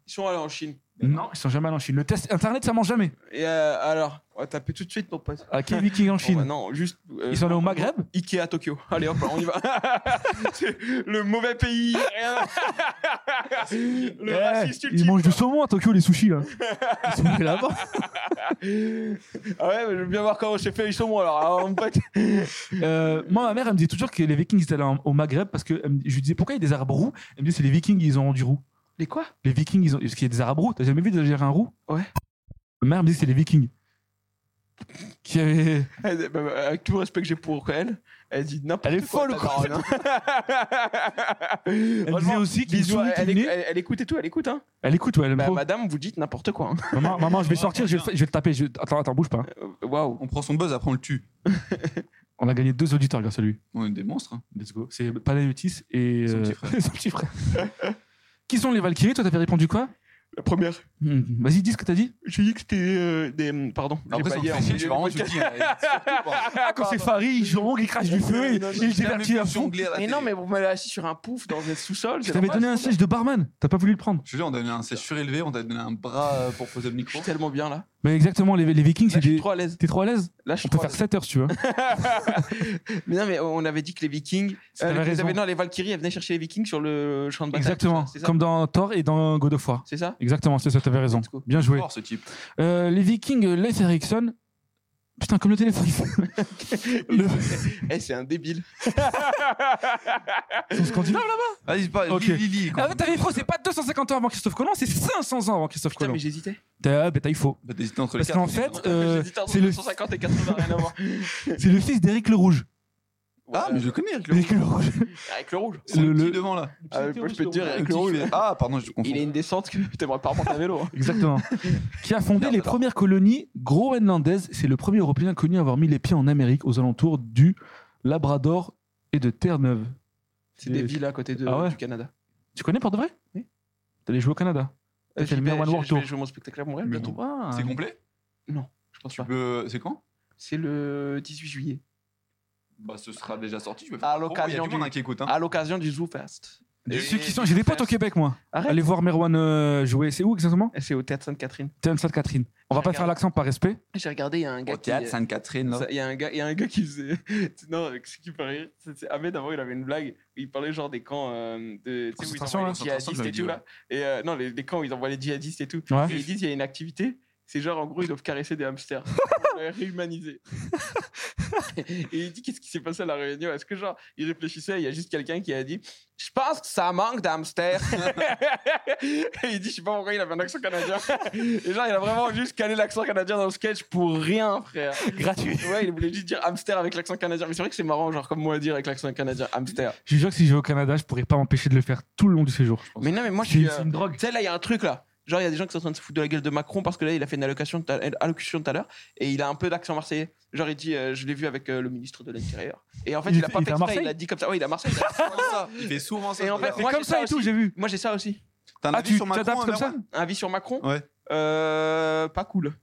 Ils sont allés en Chine.
Non, ils sont jamais allés en Chine. Le test Internet, ça mange jamais.
Et euh, alors On va taper tout de suite, mon pote.
À quel Viking en
Bon,
Chine
bah, non, juste. euh,
Ils sont allés au Maghreb
Ikea à Tokyo. Allez hop, on y va. C'est le mauvais pays. Rien. le
Eh,
raciste
Ils
ultime.
mangent du saumon à Tokyo, les sushis, là. Ils sont allés là-bas.
Ah ouais, mais je veux bien voir comment j'ai fait. Ils sont bons alors. Alors, mon pote.
Euh, moi, ma mère, elle me disait toujours que les Vikings étaient allés en- au Maghreb parce que elle me- je lui disais pourquoi il y a des Arabes roux. Elle me disait c'est les Vikings, ils ont rendu roux.
Les quoi
Les Vikings, ils ont. Parce qu'il y a des Arabes roux. T'as jamais vu d'Algérien roux
Ouais.
Ma mère me disait c'est les Vikings. Qui avait-
Elle- bah, bah, Avec tout le respect que j'ai pour elle, elle dit n'importe quoi.
Elle est folle,
ta
quoi.
daronne, hein.
Elle
Franchement,
disait aussi qu'ils
bisous,
sont
elle,
elle,
éc- elle- elle écoute et tout, elle écoute. Hein.
elle écoute, ouais, elle aime
Bah,
trop.
madame, vous dites n'importe quoi. hein.
Maman, maman, je vais sortir, je vais, le fa- je vais le taper. je- Attends, attends, bouge pas. hein.
Euh, Waouh.
On prend son buzz, après on le tue.
On a gagné deux auditeurs grâce à lui.
On est des monstres. hein.
Let's go. C'est Panayotis et
Son petit
euh, son petit frère. Qui sont les Valkyries Toi, t'avais répondu quoi
La première.
Hmm, Vas-y, dis ce que t'as dit.
J'ai dit que c'était euh, des. Pardon. j'ai
Après,
pas hein.
c'est
hier,
un
mais-
tu vas en dis. hein. Surtout pas.
Ah, quand c'est Farid, il jongle, il crache du feu, il il se
Il a même
divertit à
pu
fond.
jongler à la
Mais
télé.
non, mais vous m'avez assis sur un pouf dans un sous-sol.
Je
c'est
t'avais
normal,
donné un
c'est
siège de barman, t'as pas voulu le prendre.
Je te jure, on t'a donné un siège surélevé, on t'a donné un bras euh, pour poser le
Je
micro.
suis tellement bien là.
Mais exactement, les, les Vikings,
Là, je suis
c'était.
trop à l'aise.
T'es trop à l'aise
Là, je suis
On peut
trop à
faire 7 heures si tu
Bah,
veux.
l'aise. Mais non, mais on avait dit que les Vikings.
T'avais
euh, les-
raison.
non, les Valkyries, elles venaient chercher les Vikings sur le champ de bataille.
Exactement,
C'est ça
comme dans Thor et dans God of War.
C'est ça
Exactement, c'est ça, t'avais raison.
Let's go. Oh.
Bien joué.
Fort, ce type.
Euh, les Vikings, euh, Leif Erikson. Putain, comme le téléphone. le...
Eh, c'est un débile.
Son scandinave là
Vas-y, pas.
Ok.
Lili, Lili, quoi.
Ah, t'avais faux, c'est pas 250 ans avant Christophe Colomb, c'est 500 ans avant Christophe
Putain,
Colomb.
mais j'hésitais.
T'as bah, t'as eu faux.
Bah, t'hésitais entre les
Parce
quatre,
qu'en
mais
fait,
non.
euh,
J'hésitais entre
c'est le,
150 et 80, rien à voir.
c'est le fils d'Éric le Rouge.
Ah,
Ouais,
mais je le connais avec le
Éric le Rouge.
Avec le rouge.
C'est le,
le-
petit
le-
devant là.
Ah, je peux te dire,
Le
Avec
petit
le
qui
rouge.
fait- Ah, pardon, je confonds.
Il a une descente que t'aimerais pas reprendre à vélo. hein.
Exactement. Qui a fondé
Merde,
les
alors.
premières colonies groenlandaises. C'est le premier Européen connu à avoir mis les pieds en Amérique aux alentours du Labrador et de Terre-Neuve.
C'est des
Et-
villes à côté de,
Ah ouais
du Canada.
Tu connais pour de vrai
Oui.
T'allais jouer au Canada.
Euh,
T'as fait le
j'y
meilleur
vais-
One
je-
World
Je vais
Tour.
jouer mon spectacle à Montréal bientôt.
Ah.
C'est complet
Je pense
Tu
pas.
peux. C'est quand
C'est le 18 juillet.
Bah, ce sera déjà sorti. Je peux
À
faire la promo, Il y a
l'occasion
du monde
du-
hein, qui écoute. hein.
Ah.
À l'occasion du Zoo Fest.
Des-
Et-
ceux qui sont- J'ai des potes au Québec, moi.
Arrête.
Allez voir Merwan euh, jouer. C'est où exactement
Et C'est au Théâtre Sainte-Catherine.
Théâtre Sainte-Catherine. On va pas
Regarde.
faire l'accent par respect.
J'ai regardé, il y a un gars
Au
qui.
théâtre Sainte-Catherine, là.
Ça, Il y, a un gars- il y a un gars qui faisait. Non, euh, ce qui me fait rire, c'est c'est Ahmed avant, il avait une blague. Il parlait genre des camps euh, de. Tu sais, où ils
Concentration,
envoient
là.
les djihadistes et tout, là. Et euh, non, les, les camps où ils envoient les djihadistes et tout.
Ouais.
Et ils disent, il y a une activité. C'est genre, en gros, ils doivent caresser des hamsters. Pour les réhumaniser. et il dit, qu'est-ce qui s'est passé à la réunion Est-ce que, genre, il réfléchissait, il y a juste quelqu'un qui a dit, je pense que ça manque d'hamsters. et il dit, je sais pas pourquoi il avait un accent canadien. et genre, il a vraiment juste calé l'accent canadien dans le sketch pour rien, frère.
Gratuit.
Ouais, il voulait juste dire hamster avec l'accent canadien. Mais c'est vrai que c'est marrant, genre comme moi à dire avec l'accent canadien, hamster.
Je jure que si je vais au Canada, je pourrais pas m'empêcher de le faire tout le long du séjour. je pense.
Mais non, mais moi je
C'est
suis.
une,
euh,
c'est une drogue.
Tu sais, là, il y a un truc là. Genre, il y a des gens qui sont en train de se foutre de la gueule de Macron parce que là, il a fait une allocution tout à allocution tout à l'heure et il a un peu d'accent marseillais. Genre, il dit, euh, je l'ai vu avec euh, le ministre de l'Intérieur. Et en fait,
Il
il, a
était-
pas
il était
fait
à
exprès,
Marseille
il a dit comme ça. Ouais, il est à Marseille. il a-
Il fait souvent ça.
Et en fait,
d'ailleurs.
C'est
moi,
comme
j'ai
ça,
ça
et tout,
aussi.
j'ai vu.
moi, j'ai ça aussi.
T'as un
Ah,
avis
tu
sur Macron,
t'adaptes comme ça
Merwan
Un avis sur Macron
Ouais.
Euh, Pas cool.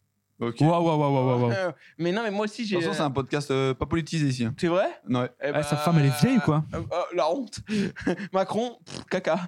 Ok.
Waouh, waouh, waouh, waouh, waouh.
Euh, mais non, mais moi aussi,
De
j'ai.
toute façon, c'est un podcast euh, pas politisé ici. hein.
C'est vrai
Ouais.
Eh
Ah, Sa
ben,
femme, elle est vieille ou quoi
euh, euh, La honte. Macron, pff, caca.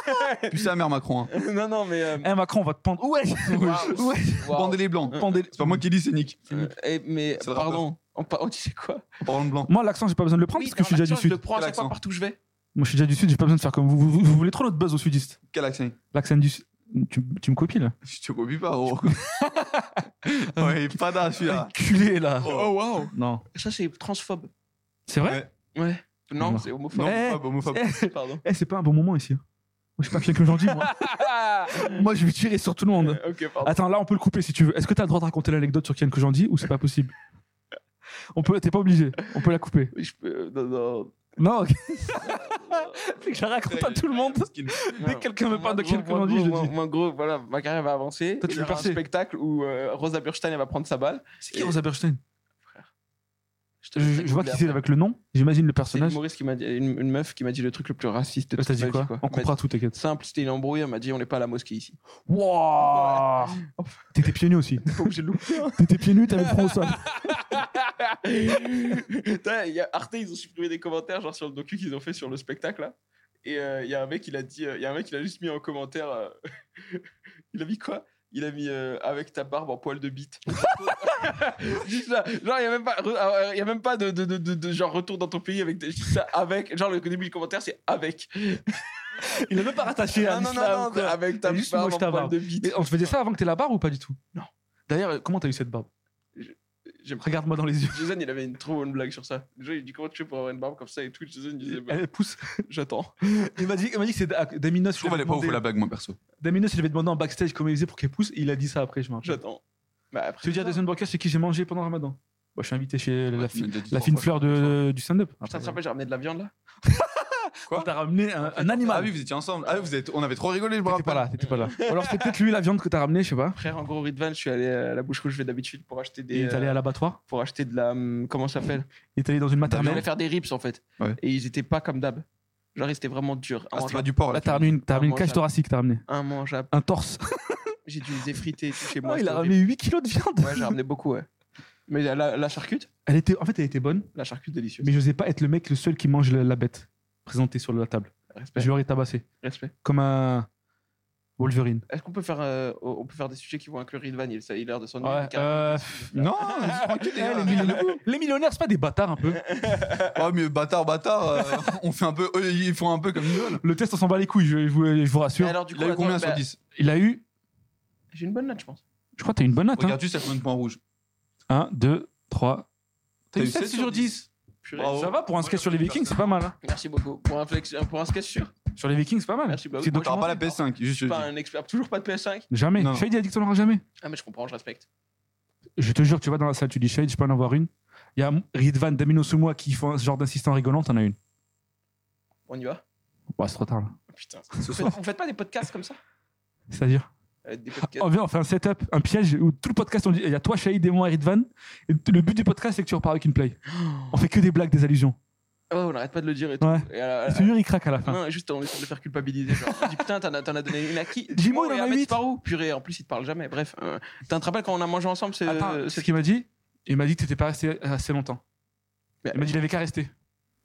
Puis c'est la mère Macron. hein.
non, non, mais. euh,
Eh, Macron, on va te pendre. Ouais
Waouh.
Ouais
Wow.
Bandez les blancs.
Euh,
Pendez-
C'est pas moi qui dis, c'est Nick.
Eh, mais
C'est le
pardon, on, par- oh, tu sais quoi
Parlant de blanc.
Moi, l'accent, j'ai pas besoin de le prendre
Oui,
parce que je suis
dans
déjà
l'accent,
du Sud.
le prends à chaque
Quel
fois
accent
partout où je vais.
Moi, je suis déjà du Sud, j'ai pas besoin de faire comme vous. Vous, vous- vous voulez trop notre buzz aux Sudistes.
Quel accent
L'accent du Sud. Tu, tu me copies là
Je te copie pas, gros. ouais, il est pas d'un celui-là.
Culé là
Oh,
wow
Non.
Ça, c'est transphobe.
C'est vrai
Ouais. Non,
Non.
c'est homophobe.
Non,
Eh.
homophobe, homophobe.
Pardon.
Eh, c'est pas un bon moment ici. hein. Moi, je suis pas quelqu'un gentil, moi.
Ah
Moi, je vais tirer sur tout le monde.
ok, pardon.
Attends, là, on peut le couper si tu veux. Est-ce que t'as le droit de raconter l'anecdote sur Kian Kojandi ou c'est pas possible On peut, t'es pas obligé. On peut la couper.
Je peux- euh, Non, non.
Non, ok. C'est que je la raconte à eh, tout le monde. Dès que quelqu'un me
Moi,
parle de
gros,
Kian
moi,
Kojandi, je
gros, moi,
le dis.
moi, gros, voilà, ma carrière va avancer.
Toi, tu
Il y
veux
aura
percer.
un spectacle où euh, Rosa Burstein, elle va prendre sa balle.
C'est qui Rosa Berstein
Je, te
je, je vois qui c'est
là.
avec le nom. J'imagine le
C'est
personnage.
l'humoriste qui m'a dit, une, une meuf qui m'a dit le truc le plus raciste. de
Euh, T'as
toute
dit
ma
quoi
vie,
On
Elle m'a
comprend tout, t'inquiète.
Simple, c'était une embrouille. Elle m'a dit on n'est pas à la mosquée ici.
Wouah T'étais pieds nus aussi.
Pas obligé de louper. hein.
T'étais pieds nus, t'avais le front au sol.
Putain, il y a Arte, ils ont supprimé des commentaires genre sur le docu qu'ils ont fait sur le spectacle là. Et euh, il y a un mec, il a dit, euh, il y a un mec, il a juste mis en commentaire, euh, il a mis quoi Il a mis euh, avec ta barbe en poil de bite. juste là, genre il y a même pas, re- ah ouais, il y a même pas de, de, de, de- de genre retour dans ton pays avec des- juste ça avec, genre le début du commentaire c'est avec.
Il a même pas rattaché
non non non, non, avec ta
Il a juste
barbe
moche
en
ta
poil
barbe.
de bite.
Mais on se faisait ça avant que t'aies la barre ou pas du tout
Non.
D'ailleurs, euh, comment t'as eu cette barbe
J'aime-
Regarde-moi dans les yeux.
Jason, il avait une trop bonne blague sur ça. Déjà, il dit comment tu fais pour avoir une barbe comme ça et tout. Jason, il disait, bah,
Elle pousse.
j'attends.
Il m'a dit, il m'a dit que c'est euh, Da- Daminos.
Je
il
trouve elle
avait
est pas ouf
demandé-
la blague, moi perso.
Daminos, il avait demandé en backstage comment il faisait pour qu'elle pousse. Et il a dit ça après, je m'en rappelle.
J'attends. Bah, après,
Tu veux dire
ça.
Jason Broca, c'est qui j'ai mangé pendant le Ramadan Moi, je suis invité chez la,
Ouais, tu
fi-
m'as déjà dit
la
trois
fine
fois.
fleur de, euh, du stand-up.
Putain,
Après,
tu te rappelles, j'ai ramené de la viande là
On t'a ramené un, un animal.
Ah oui, vous étiez ensemble. Ah oui, vous êtes... on avait trop rigolé, je me
T'étais pas
rappelle.
là, t'étais pas là. Ou alors c'est peut-être lui la viande que t'as ramenée, je sais pas.
Frère, en gros, Ridvan, je suis allé à la bouche rouge, je vais d'habitude pour acheter
Et il
des.
est allé
euh,
à l'abattoir.
Pour acheter de la. hum, Comment ça s'appelle
Il est allé dans une
J'allais
maternelle.
faire des rips en fait.
Ouais.
Et ils étaient pas comme d'hab. Genre, et c'était vraiment dur.
Ah, c'était pas
Immangeable.
du porc.
Là,
Là,
t'as ramené une, t'as ramené une
Ah,
cage
mangeable.
thoracique, t'as ramené.
Immangeable.
Un torse.
J'ai dû les effriter et tout chez moi.
Ah, il
c'était
a
horrible.
ramené 8 kilos de viande.
Ouais, j'ai ramené beaucoup, ouais. Mais la, la, la charcute,
Elle était, en fait, elle était bonne,
la charcute délicieuse.
mais j'osais pas être le mec, le seul qui mange la, la bête présentée sur la table.
Respect.
Je l'aurais tabassé.
Respect.
Comme un Wolverine.
Est-ce qu'on peut faire, euh, on peut faire des sujets qui vont inclure Ridvan Il, ça- il a l'air de s'ennuyer.
Ouais,
carrément.
euh,
non, c'est tranquille, les
Eh, les,
gars.
millionnaires, les millionnaires, c'est pas des bâtards un peu.
Ah, mais bâtard, bâtard, euh, on fait un peu, eux, ils font un peu comme ils veulent.
Le test, on s'en bat les couilles, je, je vous, je vous
Mais
rassure.
alors, du
Il
coup,
a eu
attends,
combien sur
bah,
10
Il a eu,
J'ai une bonne note, je pense.
je crois, que t'as une bonne note. hein.
Regarde juste, il y a combien de points rouges
1, 2, 3. T'as
T'as
eu
eu
7
sept
sur
sur
10.
Purée.
Bravo.
Ça va pour un
Moi,
sketch
j'ai
sur les
fait
Vikings,
personne.
c'est pas mal. hein.
Merci beaucoup. Pour un, flex, pour un sketch sûr.
Sur les Vikings, c'est pas mal.
Merci, bah oui,
C'est
moi,
T'auras
documenté.
pas la PS5, juste je
Je suis
dis.
pas un expert. Toujours pas de PS5
Jamais.
Non.
Shade il a dit que t'en auras jamais.
Ah, mais je comprends, je respecte.
Je te jure, tu vas dans la salle, tu dis Shade, je peux en avoir une. Il y a Ridvan, Damino Soumois qui font un genre d'assistant rigolant, t'en as une.
On y va
Ouais, c'est trop tard là.
Oh, Putain. Vous faites- Vous faites pas des podcasts comme ça
C'est-à-dire
Euh, Des podcasts.
On vient, on fait un setup, un piège où tout le podcast, on dit il y a toi, Shade et moi, et Ridvan. Et t- le but du podcast, c'est que tu repars avec une play. On fait que des blagues, des allusions.
Ah Ouais, on arrête pas de le dire et tout.
Ouais.
Et à la- à
Et
la-
C'est dur, il craque à la fin.
Non, juste on essaie de le faire culpabiliser. Genre, on dit putain, t'en as, t'en as donné une à qui
Jimo, il en
et
a
Ahmed, c'est
huit.
par où Purée, en plus, il te parle jamais. Bref, euh, t'as- tu te rappelles quand on a mangé ensemble c'est,
Attends,
c'est-
ce qu'il m'a dit, il m'a dit que t'étais pas resté assez longtemps.
Mais,
Il m'a dit qu'il avait qu'à rester.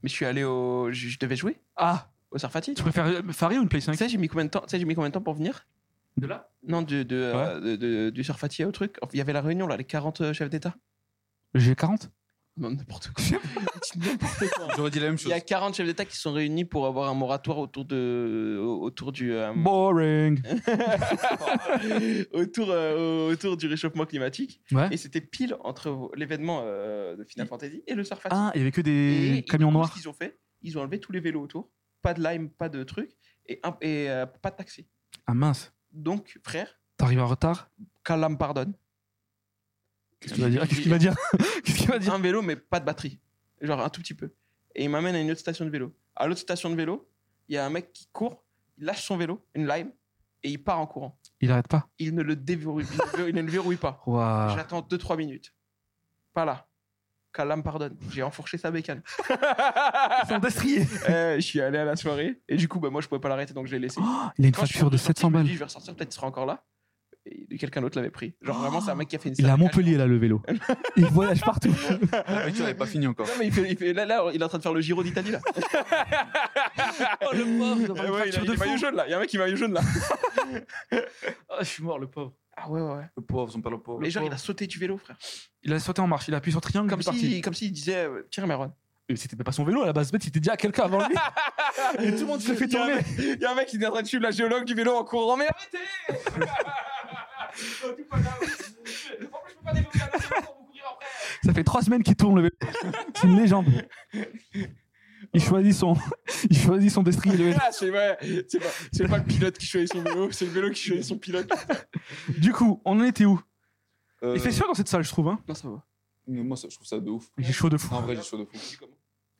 mais je suis allé au. Je, je devais jouer
Ah
au Sarfati.
Tu
Tu
préfères euh, Farid ou une Play 5
sais, j'ai mis combien de temps Tu sais, j'ai mis combien de temps pour venir
De là
Non, de, de, euh, de- de- du Sarfati au truc. Il y avait la réunion, là, les 40 chefs d'État.
J'ai 40
Non, n'importe quoi. Tu dis n'importe quoi.
J'aurais dit la même
Il
chose.
y a 40 chefs d'État qui sont réunis pour avoir un moratoire autour de autour du euh,
Boring
autour euh, autour du réchauffement climatique.
Ouais.
Et c'était pile entre l'événement euh, de Final Fantasy et le surf
Ah, il y avait que
et
des
ils-
camions
tout
noirs.
Ce qu'ils ont fait, ils ont enlevé tous les vélos autour, pas de lime, pas de truc, et, un- et euh, pas de taxi.
Ah mince,
Donc, frère,
t'arrives en retard
qu'Allah me pardonne.
Qu'est-ce qu'il va dire Ah, Qu'est-ce qu'il va dire Qu'est-ce qu'il va dire
Un vélo, mais pas de batterie. Genre un tout petit peu. Et il m'amène à une autre station de vélo. À l'autre station de vélo, il y a un mec qui court, il lâche son vélo, une lime, et il part en courant.
Il arrête pas.
Il ne le déverrouille, il ne le- il ne le verrouille pas.
Waouh.
J'attends 2-3 minutes. Pas là. Qu'Allah me pardonne. J'ai enfourché sa bécane.
Son destrier.
Euh, je suis allé à la soirée. Et du coup, bah, moi, je pouvais pas l'arrêter, donc je l'ai laissé.
Oh, il a une
Quand je suis
facture de
ressorti,
700
Je me
balles.
dis, je vais ressortir, peut-être il sera encore là. Et quelqu'un d'autre l'avait pris. Genre, vraiment, c'est un mec qui a fait une
Il est à
salle de
Montpellier là, le vélo. Il voyage partout.
Ah, oui, tu l'avais pas fini encore.
cash. Non, mais il fait, il fait- là, là, il est en train de faire le Giro d'Italie, là.
Oh le pauvre, il
Eh ouais, il a- il est maillot jaune, là. Il y a un mec qui est maillot jaune, là.
je suis mort, le pauvre.
Ah ouais, ouais.
Le pauvre, son père le pauvre.
Mais genre,
pauvre.
il a sauté du vélo, frère.
Il a sauté en marche, il a appuyé sur triangle,
Comme
il est parti.
s'il comme s'il disait, euh, tiens, Merwan.
Et C'était pas son vélo à la base, bête, il était déjà à quelqu'un avant lui. Et Ah, tout le monde se fait
Il y a un
tourner.
mec- Il y a un mec qui est en train de suivre la géologue du vélo en courant. Mais arrêtez Oh, tout pas grave. En plus, je peux pas développer un autre vélo pour vous courir après.
Ça fait trois semaines qu'il tourne le vélo. C'est une légende. Il choisit son, il choisit son destrier. le vélo.
Ah, c'est ouais, c'est pas, c'est pas le pilote qui choisit son vélo, c'est le vélo qui choisit son pilote.
Du coup, on en était où
Euh,
Il fait chaud dans cette salle, je trouve. Hein.
Non, ça va.
mais Moi, ça- je trouve ça de ouf.
Il fait chaud de fou.
En vrai, j'ai chaud de fou.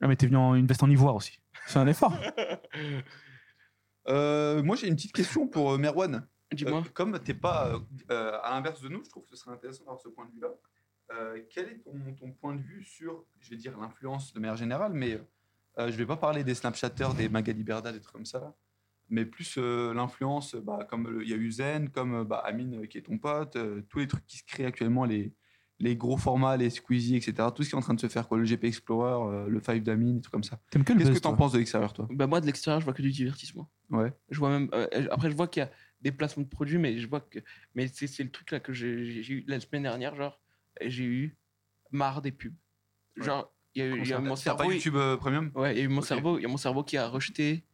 Ah, mais t'es venu en une veste en ivoire aussi. C'est un effort.
Euh, moi, j'ai une petite question pour euh, Merwan.
Dis-moi.
Euh, comme t'es pas euh, euh, à l'inverse de nous, je trouve que ce serait intéressant d'avoir ce point de vue-là. Euh, quel est ton, ton point de vue sur, je vais dire, l'influence de manière générale, mais euh, je vais pas parler des Snapchatters, des Magali Berda, des trucs comme ça, là, mais plus euh, l'influence, bah, comme le- il y a eu Zen, comme euh, bah, Amine euh, qui est ton pote, euh, tous les trucs qui se créent actuellement, les, les gros formats, les squeezie, etc., tout ce qui est en train de se faire, quoi, le GP Explorer, euh, le 5 d'Amine, des trucs comme ça.
T'aimes que le
Qu'est-ce que
buzz,
t'en
toi
penses de l'extérieur, toi
Bah moi de l'extérieur je vois que du divertissement.
Ouais.
Je vois même euh, après je vois qu'il y a des placements de produits mais je vois que mais c'est c'est le truc là que j'ai j'ai- j'ai eu la semaine dernière genre et j'ai eu marre des pubs.
Ouais.
Genre il y a eu- il y a eu mon
T'as pas
cerveau il-
YouTube euh, Premium
ouais, il y a eu mon
Ok.
cerveau, il y a mon cerveau qui a rejeté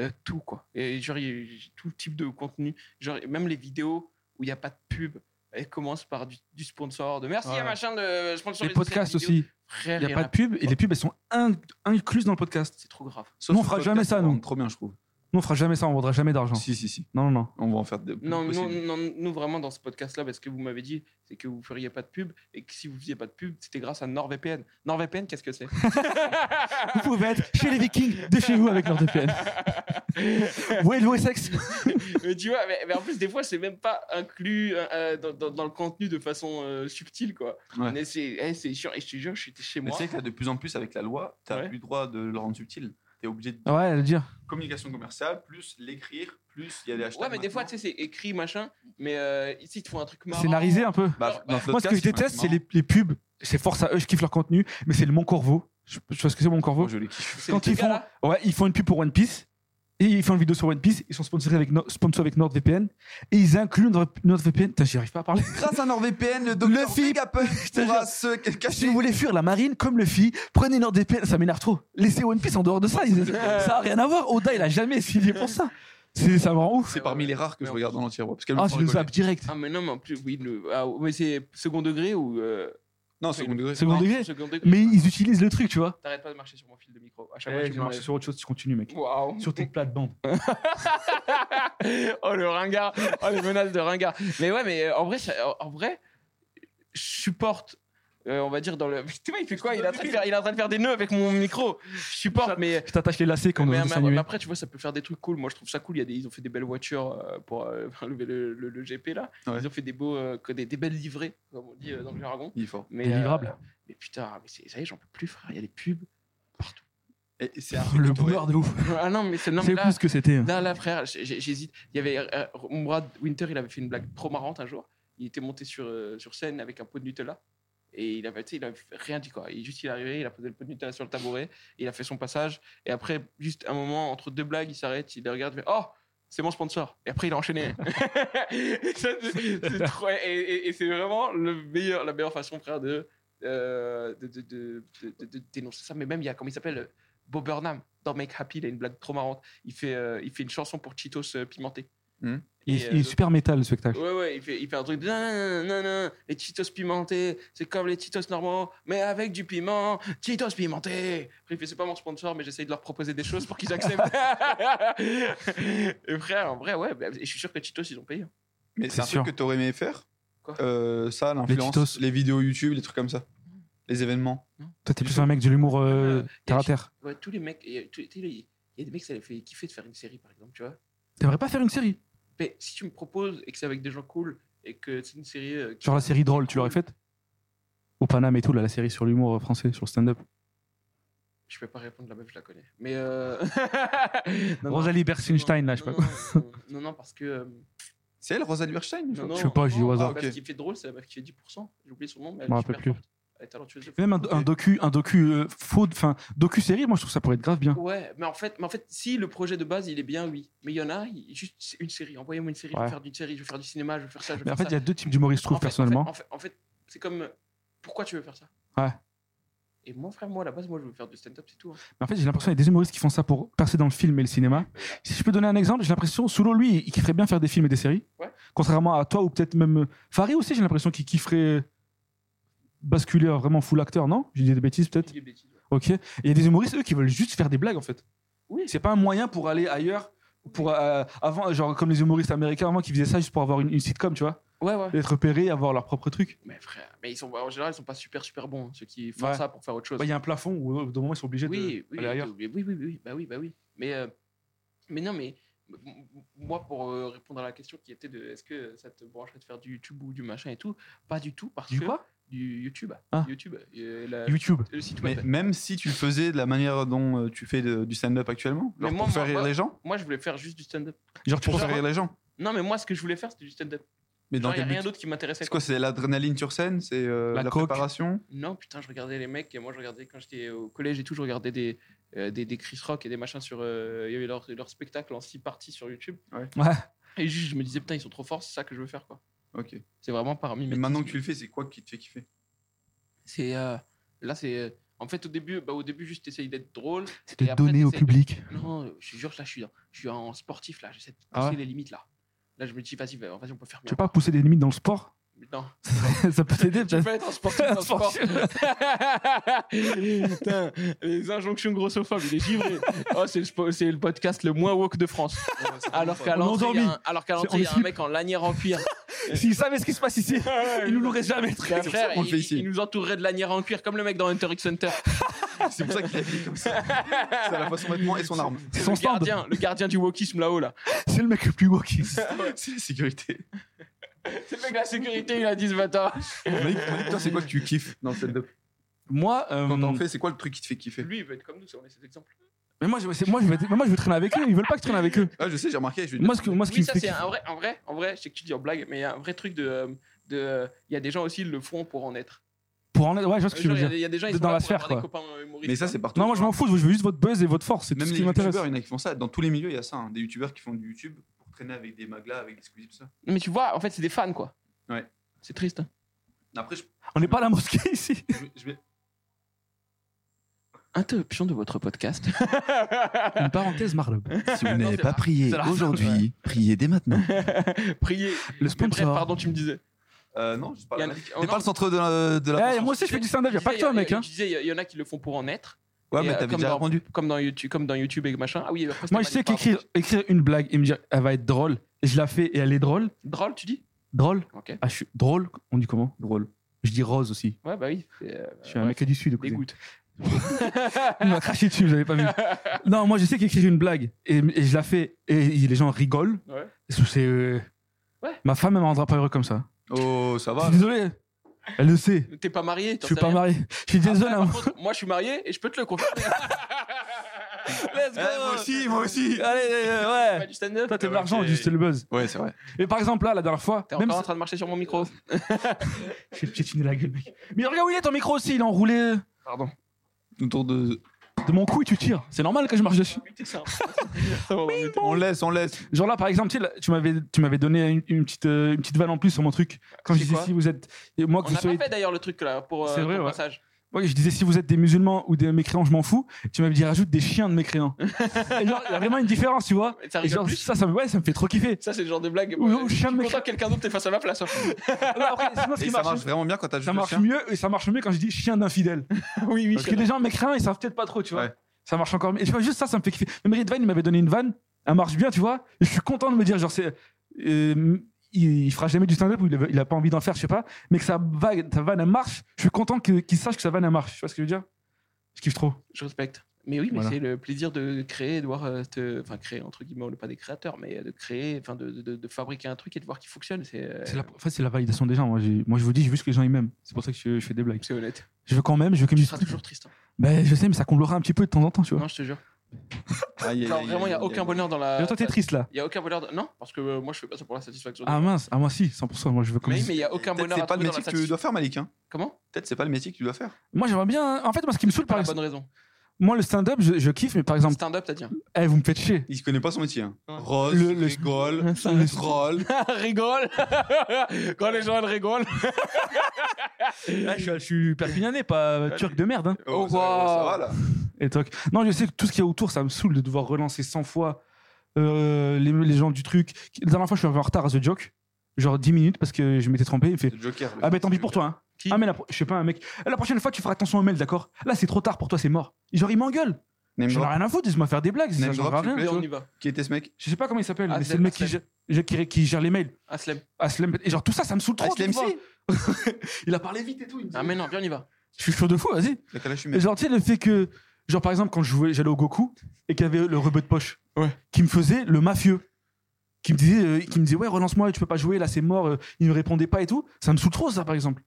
euh, tout quoi. Et genre il y a eu tout type de contenu, genre même les vidéos où il n'y a pas de pub, elles commencent par du, du sponsor de merci
Ouais.
à machin de sponsor
Les podcasts aussi.
Frère,
Il n'y a pas de pub et les pubs, elles sont in- incluses dans le podcast.
c'est trop grave.
Nous, on fera jamais ça, nous.
Trop bien, je trouve.
Nous, on fera jamais ça, on vendra jamais d'argent.
Si, si, si.
Non, non, non.
On va en faire de plus
Non, non,
possible.
non, nous vraiment dans ce podcast-là, parce que vous m'avez dit, c'est que vous feriez pas de pub et que si vous faisiez pas de pub, c'était grâce à NordVPN. NordVPN, qu'est-ce que c'est
Vous pouvez être chez les Vikings, de chez vous avec leur VPN. Où est le Wessex
Mais Tu vois, mais, mais en plus des fois, c'est même pas inclus euh, euh, dans, dans- dans le contenu de façon euh, subtile, quoi.
Ouais.
Mais c'est eh, c'est sûr. Et je te jure, j'étais chez
Mais
moi.
tu sais que là, de plus en plus, avec la loi, t'as
Ouais.
plus le droit de le rendre subtil. T'es t'es obligé de
Ouais, à le dire.
communication commerciale, plus l'écrire, plus il y a des hashtags.
Ouais, mais des fois, tu
maintenant.
sais, c'est écrit, machin, mais euh, ici, ils te font un truc marrant.
Scénarisé un peu.
Bah, dans
Moi, ce que je
podcast,
déteste, c'est
maintenant,
les, les pubs. C'est force à eux, je kiffe leur contenu, mais c'est le Mon Corvo. Je, tu vois ce que c'est, Mon Corvo
moi, je les kiffe.
C'est
hein, quand
des
ils
gars,
font-
là.
Ouais, ils font une pub pour One Piece. Et ils font une vidéo sur One Piece. Ils sont sponsorisés avec, No- sponsors avec NordVPN. Et ils incluent notre, VPN. Putain, j'y arrive pas à parler.
Grâce à NordVPN, le
docteur
docteur Vegapunk
te
pourra
pourra
se
Si
cacher.
vous voulez fuir la marine comme Luffy, prenez NordVPN. Ça m'énerve trop. Laissez One Piece en dehors de ça. Ils- ça a rien à voir. Oda, il a jamais essayé pour ça. C'est, ça me rend ouf.
C'est parmi les rares que je
Ouais.
regarde dans l'entier. ouais, parce qu'elles me
Ah,
font
tu le
rigoler.
zappes direct.
Ah, mais non, mais en plus, oui. le- ah, mais c'est second degré ou. euh,
Non, second degré.
Second
Non.
degré.
Second degré.
Mais ils utilisent le truc, tu vois.
T'arrêtes pas de marcher sur mon fil de micro. À chaque fois,
Ouais,
je
je marche
demande-
sur autre chose, tu continues, mec.
Waouh.
Sur tes plates-bandes.
oh le ringard, oh les menaces de ringard. Mais ouais, mais euh, en vrai, ça- en- en vrai, je supporte. euh, on va dire dans le. Tu vois, il fait quoi il est, en train de faire, il est en train de faire des nœuds avec mon micro. Je supporte, mais.
Je t'attache les lacets comme dans
mais-
un
mais
dessin animé.
après, tu vois, ça peut faire des trucs cool. Moi, je trouve ça cool. Il y a des, ils ont fait des belles voitures euh, pour euh, lever le, le- le GP là.
Ouais.
Ils ont fait des beaux, euh, que des, des belles livrées, comme on dit euh, dans le jargon.
Il est fort.
Mais,
Des livrables.
euh, mais putain, mais c'est- ça y est, j'en peux plus, frère. Il y a des pubs.
Et et c'est un truc
Le
que t'aurais-
bonheur de ouf.
ah non, mais c'est non, mais
C'est
là-
plus ce que c'était.
Là, là, frère, j'ai- j'ai- j'hésite. Il y avait euh, Mourad Winter, il avait fait une blague trop marrante un jour. Il était monté sur, euh, sur scène avec un pot de Nutella. Et il avait, tu sais, il avait rien dit, quoi. Il, juste, il est arrivé, il a posé le pot de Nutella sur le tabouret, et il a fait son passage. Et après, juste un moment, entre deux blagues, il s'arrête, il les regarde, il fait Oh, c'est mon sponsor. Et après, il a enchaîné. Ça, c'est- c'est trop- et et- et c'est vraiment le meilleur, la meilleure façon, frère, de, euh, de, de, de- de- de- de dénoncer ça. Mais même, il y a, comment il s'appelle euh, Bob Burnham, dans Make Happy, il a une blague trop marrante. Il fait, euh, il fait une chanson pour Cheetos euh, pimenté.
Hmm.
Il,
Et,
il est
euh,
super métal, le spectacle.
Ouais, ouais, il fait, il fait un truc de non, non, non, les Cheetos pimentés, c'est comme les Cheetos normaux, mais avec du piment, Cheetos pimentés. Après, il fait, c'est pas mon sponsor, mais j'essaye de leur proposer des choses pour qu'ils acceptent. et frère, en vrai, ouais, bah, et je suis sûr que Cheetos, ils ont payé. hein.
Mais
C'est
c'est un truc
sûr.
que t'aurais aimé faire.
Quoi
Euh, ça, l'influence,
tutos.
les, vidéos YouTube, les trucs comme ça. Les événements.
Toi, t'es plus un mec de l'humour euh,
Euh,
terre à
je-
terre.
Ouais, tous les mecs, il y, a- tous- tu sais, il y a des mecs, ça les fait kiffer de faire une série, par exemple, tu vois.
T'aimerais pas faire une série
Mais si tu me proposes et que c'est avec des gens cool et que c'est une série. euh, qui-
Genre la série drôle, tu l'aurais faite Au Paname et tout, là, la série sur l'humour euh, français, sur le stand-up.
Je peux pas répondre, la meuf, je la connais. Mais. euh, Non, non.
Rosalie Bersinstein, là, je sais
non,
pas quoi.
non, non, non, non, parce que. euh,
C'est elle, Rosa Duerstein
non, non,
sais pas, je dis au
non,
hasard.
La
Ah,
meuf
ok.
qui fait drôle, c'est la meuf qui fait 10%. J'ai oublié son nom, mais
Je m'en
elle est super
rappelle plus.
forte. Elle est talentueuse. de fou.
Même un, un docu, un docu euh, faux, enfin, docu-série, moi, je trouve ça pourrait être grave bien.
Ouais, mais en, fait, mais en fait, si le projet de base, il est bien, oui. Mais il y en a, il- juste c'est une série. Envoyez-moi une série, je
Ouais.
vais faire d'une série, je vais faire du cinéma, je vais faire ça, je vais
Mais en
faire
fait,
ça.
il y a deux types d'humoristes, je trouve,
En fait, en fait,
personnellement.
En fait, en fait, c'est comme. euh, Pourquoi tu veux faire ça
Ouais.
Et moi, frère, moi, à la base, moi, je veux faire du stand-up, c'est tout. hein.
Mais en fait, j'ai l'impression qu'il y a des humoristes qui font ça pour percer dans le film et le cinéma. Si je peux donner un exemple, j'ai l'impression, Solo, lui, il kifferait bien faire des films et des séries.
Ouais.
Contrairement à toi, ou peut-être même. euh, Farid aussi, j'ai l'impression qu'il kifferait basculer en vraiment full acteur, non J'ai dit des bêtises,
Je
peut-être
dis des bêtises, ouais.
Ok. Et il y a des humoristes, eux, qui veulent juste faire des blagues, en fait.
Oui.
C'est pas un moyen pour aller ailleurs. Pour, euh, avant, genre, comme les humoristes américains avant qui faisaient ça juste pour avoir une, une sitcom, tu vois.
Ouais, ouais.
Être repérés, avoir leur propre truc.
Mais frère, mais ils sont, en général, ils sont pas super, super bons, hein, ceux qui font
Ouais.
ça pour faire autre chose.
Bah, Il y a un plafond où, au bout d'un moment, ils sont obligés
oui, oui,
d'aller ailleurs.
oui, oui, oui, oui, bah oui, bah oui. Mais, euh, mais non, mais m- m- moi, pour euh, répondre à la question qui était de est-ce que ça te brancherait de faire du YouTube ou du machin et tout, pas du tout, parce
Du
que
quoi
du YouTube,
Ah.
YouTube, euh, la-
de YouTube.
le site
Mais
web.
même si tu le faisais de la manière dont euh, tu fais de- du stand-up actuellement,
Mais
genre
moi,
pour faire
moi,
rire
moi-
les gens,
Moi, je voulais faire juste du stand-up.
Genre, tu
pour
penses
faire rire les gens.
Non, mais moi, ce que je voulais faire, c'était du stand-up.
Mais dans
Genre, Il n'y
quel
a rien
but
d'autre qui m'intéressait.
C'est quoi C'est l'adrénaline sur scène C'est euh,
La
la,
coke.
préparation
Non, putain, je regardais les mecs et moi je regardais quand j'étais au collège et tout, je regardais des, euh, des, des Chris Rock et des machins sur. euh, Il y avait leur, leur spectacle en six parties sur YouTube.
Ouais.
Et juste, je me disais, putain, ils sont trop forts, c'est ça que je veux faire quoi.
Ok.
C'est vraiment parmi
Mais
mes.
maintenant que tu le fais, c'est quoi qui te fait kiffer
C'est. euh, là, c'est. euh, en fait, au début, bah, au début juste essayer d'être drôle.
C'est
Et
de
après,
donner au
t'essayes-
public.
Non, euh, je te jure, là, je suis, dans- je suis en sportif là, j'essaie de pousser
Ah ouais
les limites là. Là, je me dis, vas-y, vas-y, on peut faire
Tu
mieux.
veux pas pousser des limites dans le sport
Non.
Ça peut t'aider,
Tu
peut-être.
peux être un sportif dans le sport. Putain, les injonctions grossophobes, il est givré. Oh, c'est le, spo- c'est le podcast le moins woke de France. Alors qu'à
On est
l'entrée, il y
endormi.
a un, alors qu'à
C'est- on
l'entrée, il y a
est
un mec en lanière en cuir.
S'ils savaient ce qui se passe ici, ils nous l'auraient jamais le
Frère,
truc.
pour ça qu'on le
il,
fait ici.
il nous entourait de lanière en cuir comme le mec dans Hunter x Hunter.
Ah,
C'est pour ça qu'il habille comme ça. C'est à la fois son vêtement et son arme.
C'est
le
son stand.
gardien, le gardien du wokisme là-haut là.
C'est le mec le plus woke.
C'est la sécurité.
C'est le mec de la sécurité, il a 10 bâtards.
Malik, Malik, toi, c'est quoi que tu kiffes dans le stand-up
Moi, euh, Hum.
Quand t'en fais, c'est quoi le truc qui te fait kiffer
Lui, il veut être comme nous, ça, on est cet exemple.
Mais moi, je, c'est- moi, je vais, mais moi, je veux traîner avec eux. Ils veulent pas que je traîne avec eux.
Ah, je sais, j'ai remarqué. Je lui dis,
Moi, ce, que, moi, ce qui
Oui,
me
ça
fait
c'est
kiffer-
un vrai, en vrai, en vrai, je sais que tu dis en blague, mais il y a un vrai truc de, euh, de, euh, il y a des gens aussi ils le font pour en être. Euh,
Pour en être- Ouais, je vois ce que tu
Genre,
veux
Il y a
dire.
des- il y a des gens ils
D'être dans
sont là
la
pour
sphère,
avoir des copains humoristes. hein.
mais ça, c'est partout.
Non, moi, je m'en fous. Je veux juste votre buzz et votre force. C'est tout
Même
ce
les
qui m'intéresse.
youtubeurs, il y en a qui font ça. Dans tous les milieux, il y a ça. hein, Des youtubeurs qui font du YouTube pour traîner avec des maglas, avec des squeezies, tout ça.
Mais tu vois, en fait, c'est des fans quoi.
Ouais.
C'est triste. hein.
Après, je,
On n'est pas à la mosquée ici.
je, je vais-
Interruption de votre podcast.
Une parenthèse, Marlowe.
Si vous
Non,
n'avez
c'est
pas
rare.
prié
C'est rare.
aujourd'hui, priez dès maintenant.
Priez.
Le
Mais bref,
sponsor.
pardon, tu me disais.
euh, non,
Il
je
y
parle.
en a- oh,
T'es
non,
pas le centre de la. De la
Eh, moi aussi, je fais du stand-up.
tu
Y a pas que
disais,
toi,
il y a-
mec. hein.
Tu disais, il y a- il y en a qui le font pour en être,
Ouais,
Et,
mais
euh,
t'avais
comme
déjà
dans-
répondu.
comme dans YouTube, comme dans YouTube et machin. Ah oui, après, c'était
Moi, je
pas
sais
les parents.
qu'écrire écrire une blague et me dire, elle va être drôle. Et je la fais et elle est drôle.
Drôle, tu dis
Drôle.
Ok.
Ah, je suis drôle. On dit comment
Drôle.
Je dis rose aussi.
Ouais, bah oui. c'est, euh,
Je suis un
bref,
mec du sud. écoutez.
Dégoûte.
Il m'a craché dessus, vous avez pas vu. Non, moi je sais qu'écrire une blague et, et je la fais et les gens rigolent.
Ouais.
C'est. euh,
Ouais.
Ma femme, elle me rendra pas heureux comme ça.
Oh, ça
Je
va.
suis désolé. Elle le sait.
T'es pas marié
Je
t'en
suis
sais
pas
rien. Ah,
marié. Je suis désolé.
Par
hein.
contre, moi, je suis marié et je peux te le confirmer. Let's go.
Eh, moi aussi, moi aussi.
Allez, euh,
Pas
ouais.
du stand-up.
Toi, t'aimes
Ouais,
l'argent,
ok.
juste c'est le buzz.
Ouais, c'est vrai.
Et par exemple, là, la dernière fois,
T'es
même Euh,
encore en train de marcher sur mon micro.
si- je vais te piétiner la gueule, mec. Mais regarde où il est ton micro aussi, il est enroulé.
Pardon.
Autour de.
De mon cou et tu tires. C'est normal que je marche dessus.
On laisse, on laisse.
Genre là, par exemple, tu sais, là, tu m'avais, tu m'avais donné une, une petite, euh, une petite vanne en plus sur mon truc. Quand je
C'est
disais
quoi
si vous êtes. et Moi, que
On
vous
a
soyez
pas fait d'ailleurs le truc là pour euh,
C'est vrai,
ton
ouais.
passage.
Ouais, je disais si vous êtes des musulmans ou des mécréants, je m'en fous. Tu m'avais dit rajoute des chiens de mécréants. Et genre, il y a vraiment une différence, tu vois.
Et Ça
Et
rigole
genre, Oh,
plus.
ça, ça, me- ouais, ça me fait trop kiffer.
Ça, c'est le genre de blague.
Ou-
Ouais,
ou
je suis
chien de
content
mécréant.
que quelqu'un d'autre t'es face à ma place. hein.
Là, après, sinon, ce
Et
qui
ça
marche,
marche vraiment bien quand t'as juste
ça
le
marche
chien.
mieux et ça marche mieux quand je dis chien d'infidèle.
oui, oui.
Parce que les gens mécréants, ils savent peut-être pas trop, tu vois.
Ouais.
Ça marche encore mieux. Et tu vois, juste ça, ça me fait kiffer. Même Ridvan, il m'avait donné une vanne. Elle marche bien, tu vois. Et je suis content de me dire, genre, c'est. euh, il, il fera jamais du stand-up ou il a, il a pas envie d'en faire, je sais pas. Mais que sa, vague, sa vanne, elle marche. Je suis content que- qu'il sache que sa vanne, elle marche. Tu vois ce que je veux dire Je kiffe trop.
Je respecte. Mais oui, mais
Voilà.
c'est le plaisir de créer, de voir, euh, te- enfin créer entre guillemets, on n'est pas des créateurs, mais euh, de créer, enfin de, de- de fabriquer un truc et de voir qu'il fonctionne, c'est euh,
C'est la, en fait, c'est la validation des gens. Moi, j'ai- moi, je vous dis, je veux juste que les gens ils m'aiment. C'est pour ça que je, je fais des blagues.
c'est honnête.
Je veux quand même, je veux qu'ils me
Tu
disent.
seras toujours triste. hein.
Ben, je sais, mais ça comblera un petit peu de temps en temps, tu vois.
Non, je te jure.
Aïe, aïe,
Genre,
aïe,
vraiment, il n'y a
aïe,
aucun
aïe.
bonheur dans la.
Mais toi, t'es triste là.
Il n'y a aucun bonheur. dans- Non, parce que euh, moi, je fais pas ça pour la satisfaction. des
Ah
gens.
mince, ah moi si, 100%. Moi, je veux
mais
commencer.
mais il n'y a aucun
Peut-être
bonheur à
c'est pas le
trouver dans la
métier que
satisfaction.
tu dois faire, Malik. hein.
Comment
Peut-être c'est pas le métier que tu dois faire.
Moi, j'aimerais bien. hein. En fait, moi, ce qui me saoule,
Pour
par
Ah, la
exemple.
bonne raison.
Moi, le stand-up, je, je kiffe, mais par exemple,
Stand-up, t'as dit. hein.
eh, vous me faites chier.
Il connaît pas son métier. hein.
Ouais.
Rose,
Le- le-
rigole,
le-
troll.
rigole Quand les gens, elles rigolent.
Là, je, suis perpignanais, pas euh, turc de merde. hein.
Oh,
Oh,
ça, va, ça va là.
Et toc. Non, je sais que tout ce qu'il y a autour, ça me saoule de devoir relancer 100 fois euh, les, les gens du truc. La dernière fois, je suis arrivé en retard à The Joke, genre 10 minutes, parce que je m'étais trompé. Il fait
Le Joker. le
Ah, mais
film,
tant
c'est
pis
le
pour
Joker.
toi. Hein.
Qui
ah, mais la, pro- je sais pas, un mec. La prochaine fois, tu feras attention aux mails, d'accord Là, c'est trop tard pour toi, c'est mort. Genre, il m'engueule.
Name
J'en ai
drop.
rien à foutre, laisse-moi faire des blagues, ça
Name
changera
drop, s'il
rien.
vous
Et
plaît. Ah,
on y va.
Qui était ce mec
Je sais pas comment il s'appelle, mais
Aslem,
c'est le mec qui
Aslem.
gère, qui- qui gère les mails.
Aslem.
Aslem- Et genre, tout ça, ça me saoule trop. tu
Aslem
vois.
Si
Il a parlé vite et tout. il me dit,
Ah, mais non, viens, on y va.
Je suis chaud de fou, vas-y.
La Kalash
Et genre, tu sais, le fait que, genre, par exemple, quand je jouais- j'allais au Goku et qu'il y avait le rebeu de poche,
Ouais.
qui me faisait le mafieux, qui me disait, euh, qui me disait ouais, relance-moi, tu peux pas jouer, là, c'est mort, euh, il me répondait pas et tout. Ça me saoule trop, ça, par exemple.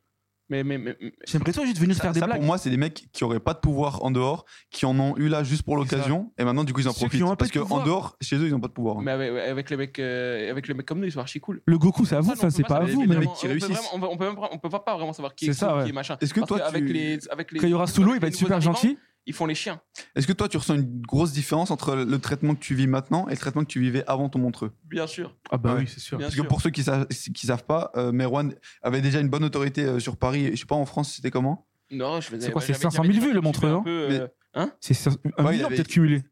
Mais, mais, mais, mais-
J'aimerais toi juste venir
Ça,
faire des
ça,
blagues.
pour moi, c'est des mecs qui auraient pas de pouvoir en dehors, qui en ont eu là juste pour
C'est ça.
l'occasion, et maintenant du coup ils en
Ceux qui
profitent.
ont un peu
Parce
de
que en
pouvoir.
dehors, chez eux, ils ont pas de pouvoir. hein.
mais avec, avec les mecs, euh, avec les mecs comme nous, ils sont archi cool.
Le Goku, c'est à Ah, vous,
Ça, Ah, non,
enfin,
on peut
c'est pas à
savoir-
vous,
les
mais
mecs
vraiment,
qui
on peut
réussissent.
vraiment- on peut- on peut même pas- on peut pas pas vraiment savoir qui est,
C'est ça,
cool,
ouais.
qui est machin.
Est-ce que
Parce
toi,
qu'avec
tu-
les, avec les,
quand il y aura Soulou, il va
les
être super
nouveaux arrivants,
gentil.
Ils font les chiens.
Est-ce que toi, tu ressens une grosse différence entre le traitement que tu vis maintenant et le traitement que tu vivais avant ton montreux
Bien sûr.
Ah, bah
Ouais.
oui, c'est sûr.
Bien
Parce
sûr.
que pour ceux qui savent, qui savent pas, euh, Merwan avait déjà une bonne autorité euh, sur Paris. et Je sais pas en France, c'était comment
Non, je faisais-
C'est quoi, c'est
j'avais-
500
j'avais
000 vues, le hein
un
montre,
peu,
non
euh,
C'est c'est un
Ouais, il
million
avait-
peut-être cumulé.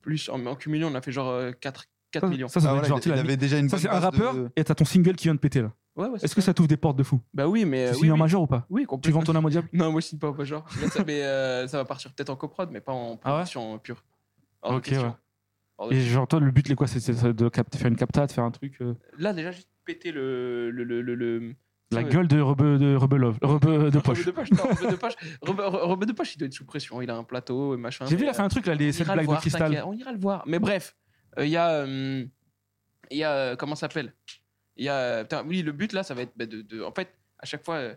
Plus, en, en cumulé, on a fait genre euh, 4, 4
Ça,
millions.
Ça, ça
Ah,
doit être
voilà,
genre,
il-
tu sais,
il
la-
avait déjà une
ça,
bonne
c'est un
base
rappeur
de-
et t'as ton single qui vient de péter là.
Ouais, ouais, c'est
Est-ce que
ça
ça t'ouvre des portes de fou
Bah oui, mais.
Tu
euh,
signes
oui,
en
oui.
majeur ou pas
Oui,
Tu
complètement.
vends ton âme au diable
Non, moi, je signe pas au genre. Là, ça, mais, euh, ça va partir peut-être en coprod, mais pas en production pure. Hors de
Ah Ok,
question.
ouais.
Hors de
Et genre, toi, le but, c'est quoi C'est- C'est de cap- faire une capta, de faire un truc. euh,
Là, déjà, juste péter le. le, le, le, le-
La
Ouais.
gueule de Rebeu de, Rebeu Love, Rebeu de
Rebeu
Poche.
de poche. non, Rebeu de poche. Rebeu- Rebeu de poche, il doit être sous pression. Il a un plateau et machin.
J'ai vu,
mais,
il a fait un truc là, les
On
cette
ira le
blagues de
voir,
cristal.
t'inquiète, On ira le voir. Mais bref, euh, il y a. euh, Il y a. euh, comment ça s'appelle Il y a. euh, putain, oui, le but là, ça va être bah, de, de- En fait, à chaque fois, euh,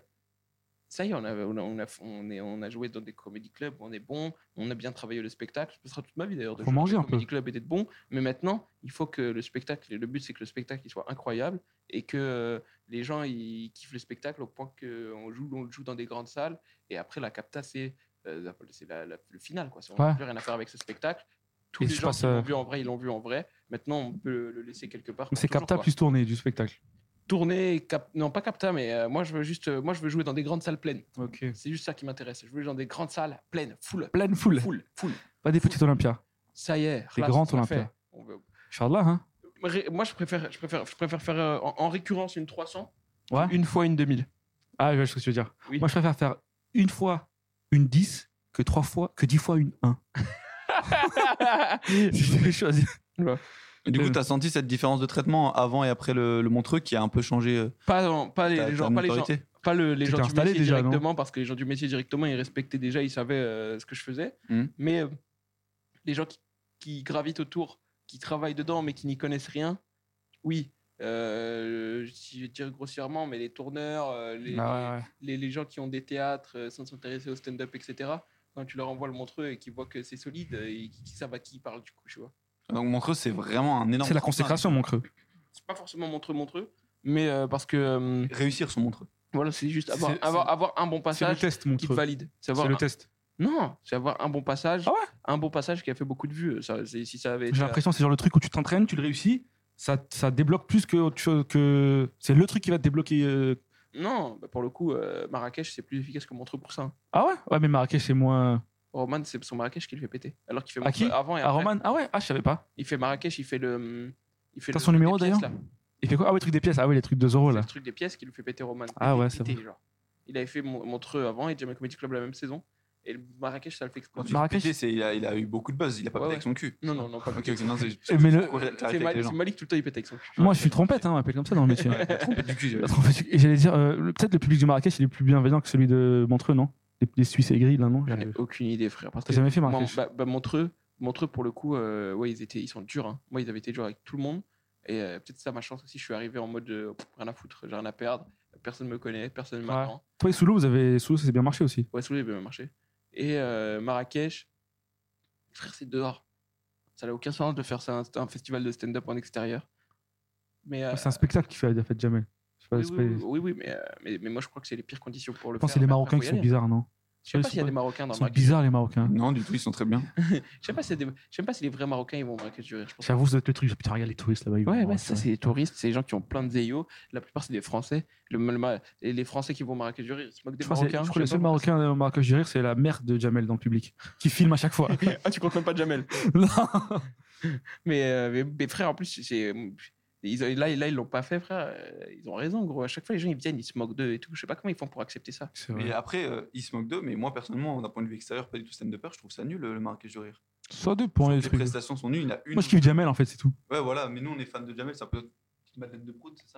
ça y est, on a, on a, on a, on est- on a joué dans des comédie clubs, on est bon, on a bien travaillé le spectacle. Ce sera toute ma vie d'ailleurs. de
Faut
jouer dans
manger
des
un peu.
Comédie club et d'être bon. Mais maintenant, il faut que le spectacle, le but c'est que le spectacle il soit incroyable et que euh, les gens ils kiffent le spectacle au point qu'on joue, on le joue dans des grandes salles. Et après, la capta, c'est euh, c'est la- la- le final. Quoi. Si on n'a
Ouais.
plus rien à faire avec ce spectacle. Tous
Et
les
je
gens
passe,
qui l'ont
euh,
vu en vrai, ils l'ont vu en vrai. Maintenant, on peut le laisser quelque part. pour
C'est
toujours,
capta
quoi
plus tournée du spectacle.
tourner cap... non pas capta mais euh, moi je veux juste euh, moi je veux jouer dans des grandes salles pleines
Ok.
c'est juste ça qui m'intéresse je veux jouer dans des grandes salles pleines full
Pleine foule.
full full
Pas des petites Olympias.
ça y est
Des
là,
grands
ça sera
Olympiades.
fait. On veut-
Charles là, hein
Ré- moi je préfère je préfère je préfère faire euh, en, en récurrence une 300
Ouais.
une fois une 2000
Ah, je vois ce que tu veux dire.
Oui.
Moi, je préfère faire une fois une 10 que trois fois, que 10 fois une 1. Si je devais choisir.
Et Du coup,
Euh.
tu as senti cette différence de traitement avant et après le, le Montreux qui a un peu changé euh,
pas en- pas les,
ta-
les
ta
gens pas les gens
notoriété
pas le- les
T'étais
gens du
installé
métier
déjà, non
directement parce que les gens du métier directement ils respectaient déjà ils savaient euh, ce que je faisais
Mhm.
mais euh, les gens qui, qui gravitent autour qui travaillent dedans mais qui n'y connaissent rien oui euh, si je vais dire grossièrement mais les tourneurs euh, les,
Ah, ouais, ouais.
les, les gens qui ont des théâtres euh, sans s'intéresser au stand-up etc quand tu leur envoies le montreux et qu'ils voient que c'est solide euh, ils, ils savent à qui ils parlent du coup tu vois
Donc Montreux, c'est vraiment un énorme.
C'est la consécration, mon creux.
c'est pas forcément montreux montreux mais euh, parce que euh,
Réussir son Montreux.
voilà c'est juste avoir,
C'est-
avoir, avoir un bon
C'est le
passage
test, mon
qui te hein.
creux.
valide
C'est
savoir
le test.
Non, c'est avoir un bon passage.
Ah
un bon passage qui a fait beaucoup de vues. euh, Ça, c'est- si ça avait été
J'ai
à-
l'impression que c'est genre le truc où tu t'entraînes, tu le réussis, ça, ça débloque plus que autre chose. Que... C'est le truc qui va te débloquer. euh.
Non, bah, pour le coup, euh, Marrakech, c'est plus efficace que Montreux pour ça. hein.
Ah ouais Ouais, mais Marrakech, c'est moins.
Roman, c'est son Marrakech qui le fait péter. Alors qu'il fait
À qui
Montreux avant et
Ah,
après.
Roman Ah ouais Ah, je savais pas.
Il fait Marrakech, il fait le. hum, Il fait
T'as
le
son
truc
numéro,
des pièces, là.
Il fait quoi Ah ouais, le truc des pièces. Ah ouais, les trucs de Zoro,
C'est
là.
le truc des pièces qui lui fait péter Roman.
Ah
Péter,
ouais, c'est
péter, genre. Il avait fait Mon- Montreux avant et Jamaica Comedy Club la même saison. Et le Marrakech, ça le fait exploser.
Marrakech.
Marrakech, il a, il a eu beaucoup de buzz, il a pas
Ouais,
pété avec son cul.
Non, non, non, pas
Ok,
péter.
ok, non, c'est.
Eh, Mais le...
T'arrêtes
C'est
avec
Mal-
les
c'est
gens.
Malik tout le temps, il pète avec son cul.
Moi, je suis trompette, hein, on m'appelle comme ça dans le métier.
Ouais, la trompette du cul, j'avais-
La trompette du- Et j'allais dire, euh, le- peut-être le public du Marrakech, il est plus bienveillant que celui de Montreux, non les, les Suisses aigris, là, non
J'en ai aucune idée, frère. Parce
T'as
que
jamais fait
Moi,
Marrakech
bah, bah, Montreux, Montreux, pour le coup, euh, ouais, ils, étaient, ils sont durs. hein. Moi, ils avaient été durs avec tout le monde. Et euh, peut-être ça, ma chance aussi, je suis arrivé en mode euh, pff, rien à foutre, j'ai rien à perdre. Personne me connaît, personne ne
Ouais.
m'attend.
Toi et Soulou, vous avez Soulou, ça s'est bien marché aussi.
Ouais, Soulé, il bien marché. Et euh, Marrakech, frère, c'est dehors. Ça n'a aucun sens de faire ça, un, un festival de stand-up en extérieur. Mais, euh,
C'est un spectacle qui fait la fête jamais. Je sais pas,
oui,
c'est
oui,
pas-
oui, oui, oui, mais, euh, mais, mais moi, je crois que c'est les pires conditions pour le
Je pense que c'est
faire.
les
Après,
Marocains
faut
qui
y
sont
aller.
bizarres, non
Je sais
Ils
pas s'il y a
sont
des Marocains
Ils
dans
sont
Marrakech.
bizarres, les Marocains.
Non, du tout, ils sont très bien.
Je sais pas s'il y a des- je sais pas si les vrais Marocains ils vont au Marrakech du Rire. je pense.
J'avoue, c'est le truc. Putain, regarde les touristes là-bas. ils vont
Ouais, ouais,
voir
ça, c'est les touristes, c'est les gens qui ont plein de zéyo. La plupart, c'est des Français. Le, le- le- et les Français qui vont au Marrakech du Rire, ils se moquent des
Je crois que c'est-
Marocains.
je crois que le
je sais
seul
pas pourquoi
Marocain au euh, Marrakech du Rire, c'est la mère de Jamel dans le public, qui filme à chaque fois.
c'est- ah, tu comptes même pas Jamel.
Non.
Mais, euh, mais mes frères, en plus, c'est. Ils, ont- là, là, ils l'ont pas fait, frère. Euh, Ils ont raison, gros. À chaque fois, les gens, ils viennent, ils se moquent d'eux et tout. Je sais pas comment ils font pour accepter ça.
C'est
Mais
vrai.
après, euh, ils se moquent d'eux, mais moi, personnellement, d'un point de vue extérieur, pas du tout stand-upper, je trouve ça nul, le le Marrakech du rire.
Ça dépend, les
Les
trucs.
prestations sont nulles, il y en a une.
Moi, je kiffe Jamel en fait, c'est tout.
Ouais, voilà, mais nous, on est fans de Jamel, c'est un peu notre petite Madeleine de Prout, c'est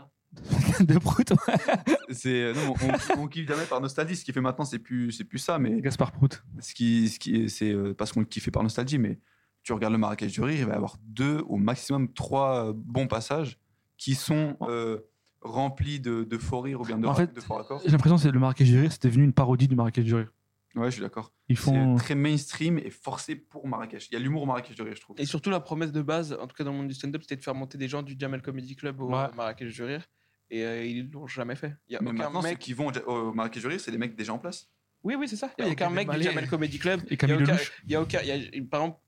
ça
De Prout, hein. ouais.
C'est euh, non, on, on- on kiffe Jamel par nostalgie. Ce qu'il fait maintenant, c'est plus, c'est plus ça, mais
Gaspard Prout.
ce qui, ce qui, c'est euh, parce qu'on le kiffait par nostalgie. Mais tu regardes le Marrakech du rire, il va y avoir deux au maximum trois euh, bons passages qui sont euh, remplis de, de faux rires ou bien de,
En
ra-
fait,
de faux raccords.
J'ai l'impression que le Marrakech du Rire, c'était devenu une parodie du Marrakech du Rire.
Ouais, je suis d'accord.
Ils font.
C'est très mainstream et forcé pour Marrakech. Il y a l'humour au Marrakech du rire, je trouve.
Et surtout, la promesse de base, en tout cas dans le monde du stand-up, c'était de faire monter des gens du Jamel Comedy Club au
Ouais.
Marrakech du Rire. Et euh, ils l'ont jamais fait. Il y a
Mais
aucun
maintenant, ceux
mec.
qui vont au Ja- au Marrakech du rire, c'est des mecs déjà en place.
Oui, oui, c'est ça. Il n'y
Ouais,
a aucun
Kamel
mec du
Mallet.
Jamel Comedy Club.
Et Camille
Il y a aucun-
Lelouch.
Il y a aucun. il y a- par exemple,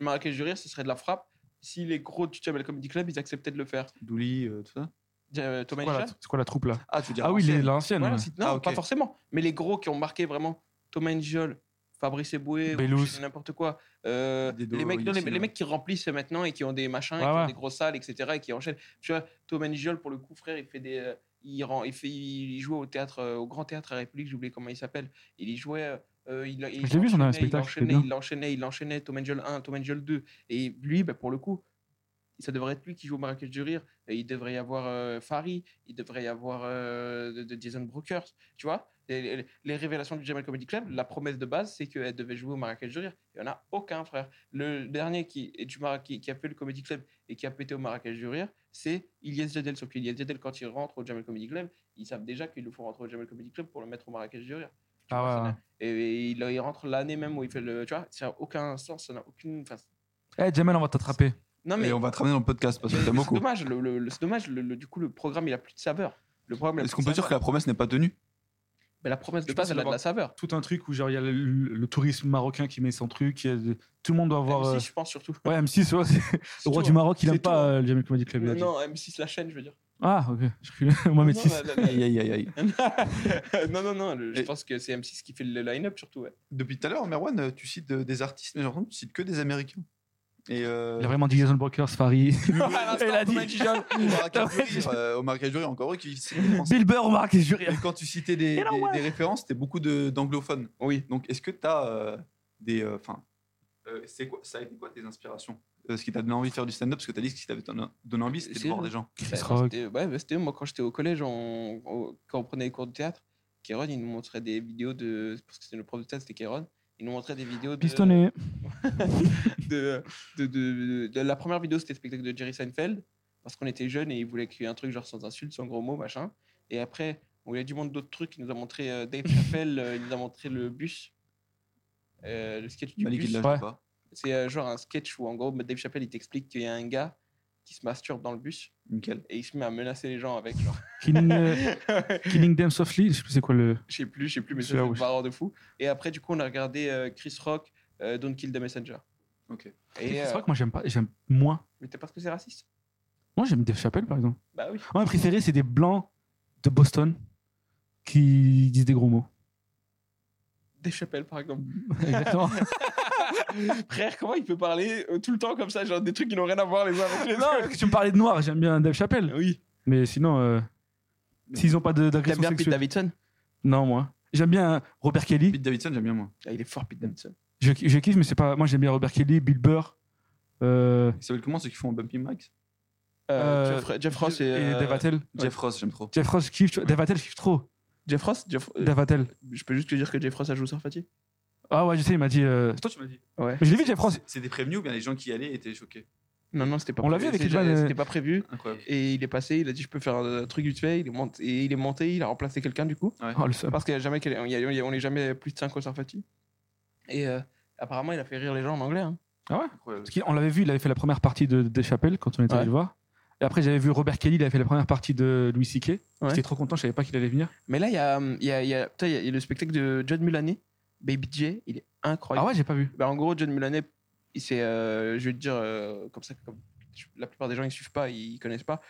Marrakech du Rire, ce serait de la frappe. Si les gros du Jamel Comedy Club, ils acceptaient de le faire.
Douli, euh, tout ça.
Euh,
C'est
Thomas
quoi, la-
Hicham
c'est quoi la troupe là
Ah, tu dis
Ah oui, les-
Marseille.
l'ancienne.
Voilà,
ouais.
c'est- Non,
Ah, ok.
pas forcément. Mais les gros qui ont marqué vraiment Thomas Njol, Fabrice Eboué, ou
Bellous.
je sais n'importe quoi. euh,
Dido
les, mecs, non, les,
Yacine,
les
ouais.
mecs qui remplissent maintenant et qui ont des machins, et
Ouais,
qui
ouais.
ont des grosses salles, etc. et qui enchaînent. Tu vois, Thomas Njol, pour le coup, frère, il fait des. euh, il, rend, il, fait, il jouait au théâtre, euh, au Grand Théâtre à la République, j'ai oublié comment il s'appelle. Il y jouait. euh, il, il
Je l'ai vu, j'en ai un
enchaînait,
spectacle,
Il
c'était
enchaînait,
bien.
il enchaînait, il enchaînait. Tom Angel 1, Tom Angel 2. Et lui, bah, pour le coup, ça devrait être lui qui joue au Marrakech du Rire. Et il devrait y avoir euh, Fari, il devrait y avoir euh, de, de Jason Brokers, tu vois. Et Les, les révélations du Jamel Comedy Club, la promesse de base, c'est qu'elle devait jouer au Marrakech du Rire. Il n'y en a aucun, frère. Le dernier qui, est du Mara- qui, qui a fait le Comedy Club et qui a pété au Marrakech du Rire, c'est Ilyes Jadel. Sauf qu'Ilyes Jadel, quand il rentre au Jamel Comedy Club, ils savent déjà qu'ils le font rentrer au Jamel Comedy Club pour le mettre au Marrakech du Rire. Tu vois, ça
Ah
n'a- Et, et il, il rentre l'année même où il fait le. Tu vois, ça n'a aucun sens, ça n'a aucune. enfin, c'est-
ouais. Eh, Jamel, on va t'attraper.
Non,
Et on va te ramener dans le podcast parce
mais
que t'aimes
c'est
beaucoup.
dommage, le, le- le- c'est dommage le- le- du coup, le programme, il a plus de saveur. Le programme, il a
Est-ce
plus
qu'on
de
peut dire
saveur.
que la promesse n'est pas tenue
Mais la promesse de
Je pense
base, elle a de la
d'avoir-
saveur.
Tout un truc où genre il y a le, le- le tourisme marocain qui met son truc. il y a de- Tout le monde doit avoir.
M6,
euh,
je pense surtout.
Ouais, M6, ouais, c'est- le roi
Surtout,
du Maroc, il
c'est
aime
tout,
pas
hein.
euh, le Jamel Comedy Club. il a
Non,
dit.
non, M6, la chaîne, je veux dire.
Ah, ok. Je suis- Moi,
Non,
M6.
la- la-
Aïe, aïe, aïe, aïe.
non, non, non, le- je
Et-
pense que c'est M6 qui fait le line-up surtout. Ouais.
Depuis tout à l'heure, Merwan, euh, tu cites euh, des artistes, mais j'ai l'impression que tu cites que des Américains. Et euh,
Il a vraiment dit Jason Brokers, Farid.
Ah,
Elle a dit.
au Marrakech du Rire, euh, au Marrakech du Rire, encore eux qui citent des Français.
Bill Burr, Marc, je
Et quand tu citais des,
Et là,
des-
ouais.
des références, c'était beaucoup de- d'anglophones.
Oui.
Donc, est-ce que tu as des. euh, Enfin, euh, c'est quoi ça a été quoi tes inspirations Euh, Ce qui t'a donné envie de faire du stand-up Parce que tu as dit que ce qui t'avait donné donné envie, c'était de
C'est
voir
le-
des gens.
Bah,
Chris
quand
Rock.
c'était- ouais, bah, c'était moi quand j'étais au collège, on- on- quand on prenait les cours de théâtre, Kéron, il nous montrait des vidéos de. Parce que c'était le prof de théâtre, c'était Kéron. Il nous montrait des vidéos de.
Pistonné.
de, de, de- de- la première vidéo, c'était le spectacle de Jerry Seinfeld, parce qu'on était jeunes et il voulait qu'il y ait un truc genre sans insultes, sans gros mots, machin. Et après, on voulait du monde d'autres trucs. Il nous a montré euh, Dave Chappelle, euh, il nous a montré le bus, euh, le sketch du
Malik,
bus.
il l'a
Ouais.
joué pas.
C'est euh, genre un sketch où en gros, Dave Chappelle, il t'explique qu'il y a un gars qui se masturbe dans le bus
Nickel.
et il se met à menacer les gens avec. genre.
Killing, euh, Killing Them Softly, je sais plus c'est quoi le.
Je sais plus, je sais plus, mais ça,
Celui-là,
c'est
oui.
barreur de fou. Et après, du coup, on a regardé euh, Chris Rock, euh, Don't Kill the Messenger.
Ok.
Et,
C'est
euh,
vrai que moi, j'aime pas. J'aime moins.
mais t'es parce que c'est raciste
Moi, j'aime Dave Chappelle, par exemple.
Bah oui.
Moi, mes préférés, c'est des blancs de Boston qui disent des gros mots.
Dave Chappelle, par exemple.
Exactement.
Frère, comment il peut parler euh, tout le temps comme ça, genre des trucs qui n'ont rien à voir les uns avec les
non, parce
autres
que tu me parlais de noir, j'aime bien Dave Chappelle.
Oui.
Mais sinon, euh, s'ils ont pas de- d'agression sexuelle.
Davidson
Non, moi. J'aime bien Robert Kelly.
Pete Davidson, j'aime bien moi.
Ah, Il est fort, Pete Davidson.
Je, je kiffe, mais c'est pas. Moi, j'aime bien Robert Kelly, Bill Burr. euh,
Ils s'appellent comment ceux qui font Bumpy Max
Euh,
Jeff, Jeff Ross et, euh,
Dave Attell.
Jeff Ross, j'aime trop.
Jeff Ross kiffe. tu vois. Dave Attell, je kiffe trop.
Jeff Ross Jeff- euh,
Dave Attell.
Je peux juste te dire que Jeff Ross a joué sur Fatih.
Ah ouais, je sais, il m'a dit. euh,
Toi, tu m'as dit.
Ouais.
Mais je l'ai vu, Jeff Ross.
C'est des prévenus ou bien les gens qui y allaient étaient choqués
Non, non, c'était pas
On l'a
prévu.
vu avec
C'est-
Edman, euh,
C'était pas prévu.
Incroyable.
Et il est passé, il a dit je peux faire un truc vite fait. Il est monté, et il est monté, il a remplacé quelqu'un du coup.
Oh, le seum.
Parce qu'il y a jamais, quel- il y a- il y a- on n'est jamais plus de 5 au Sarfati. Et euh, apparemment, il a fait rire les gens en anglais. hein.
Incroyable.
Parce qu'on l'avait vu, il avait fait la première partie de Dave Chappelle quand on était allé
Ouais.
le voir. Et après, j'avais vu Robert Kelly, il avait fait la première partie de Louis C.K. J'étais trop content, je savais pas qu'il allait venir.
Mais là, il y a, hum, il y, a, il y, a, putain, il y a- il y a le spectacle de John Mulaney, Baby J. Il est incroyable.
Ah ouais, j'ai pas vu.
Bah, en gros, John Mulaney, il s'est, euh, je vais te dire, euh, comme ça, comme la plupart des gens ils suivent pas, ils connaissent pas.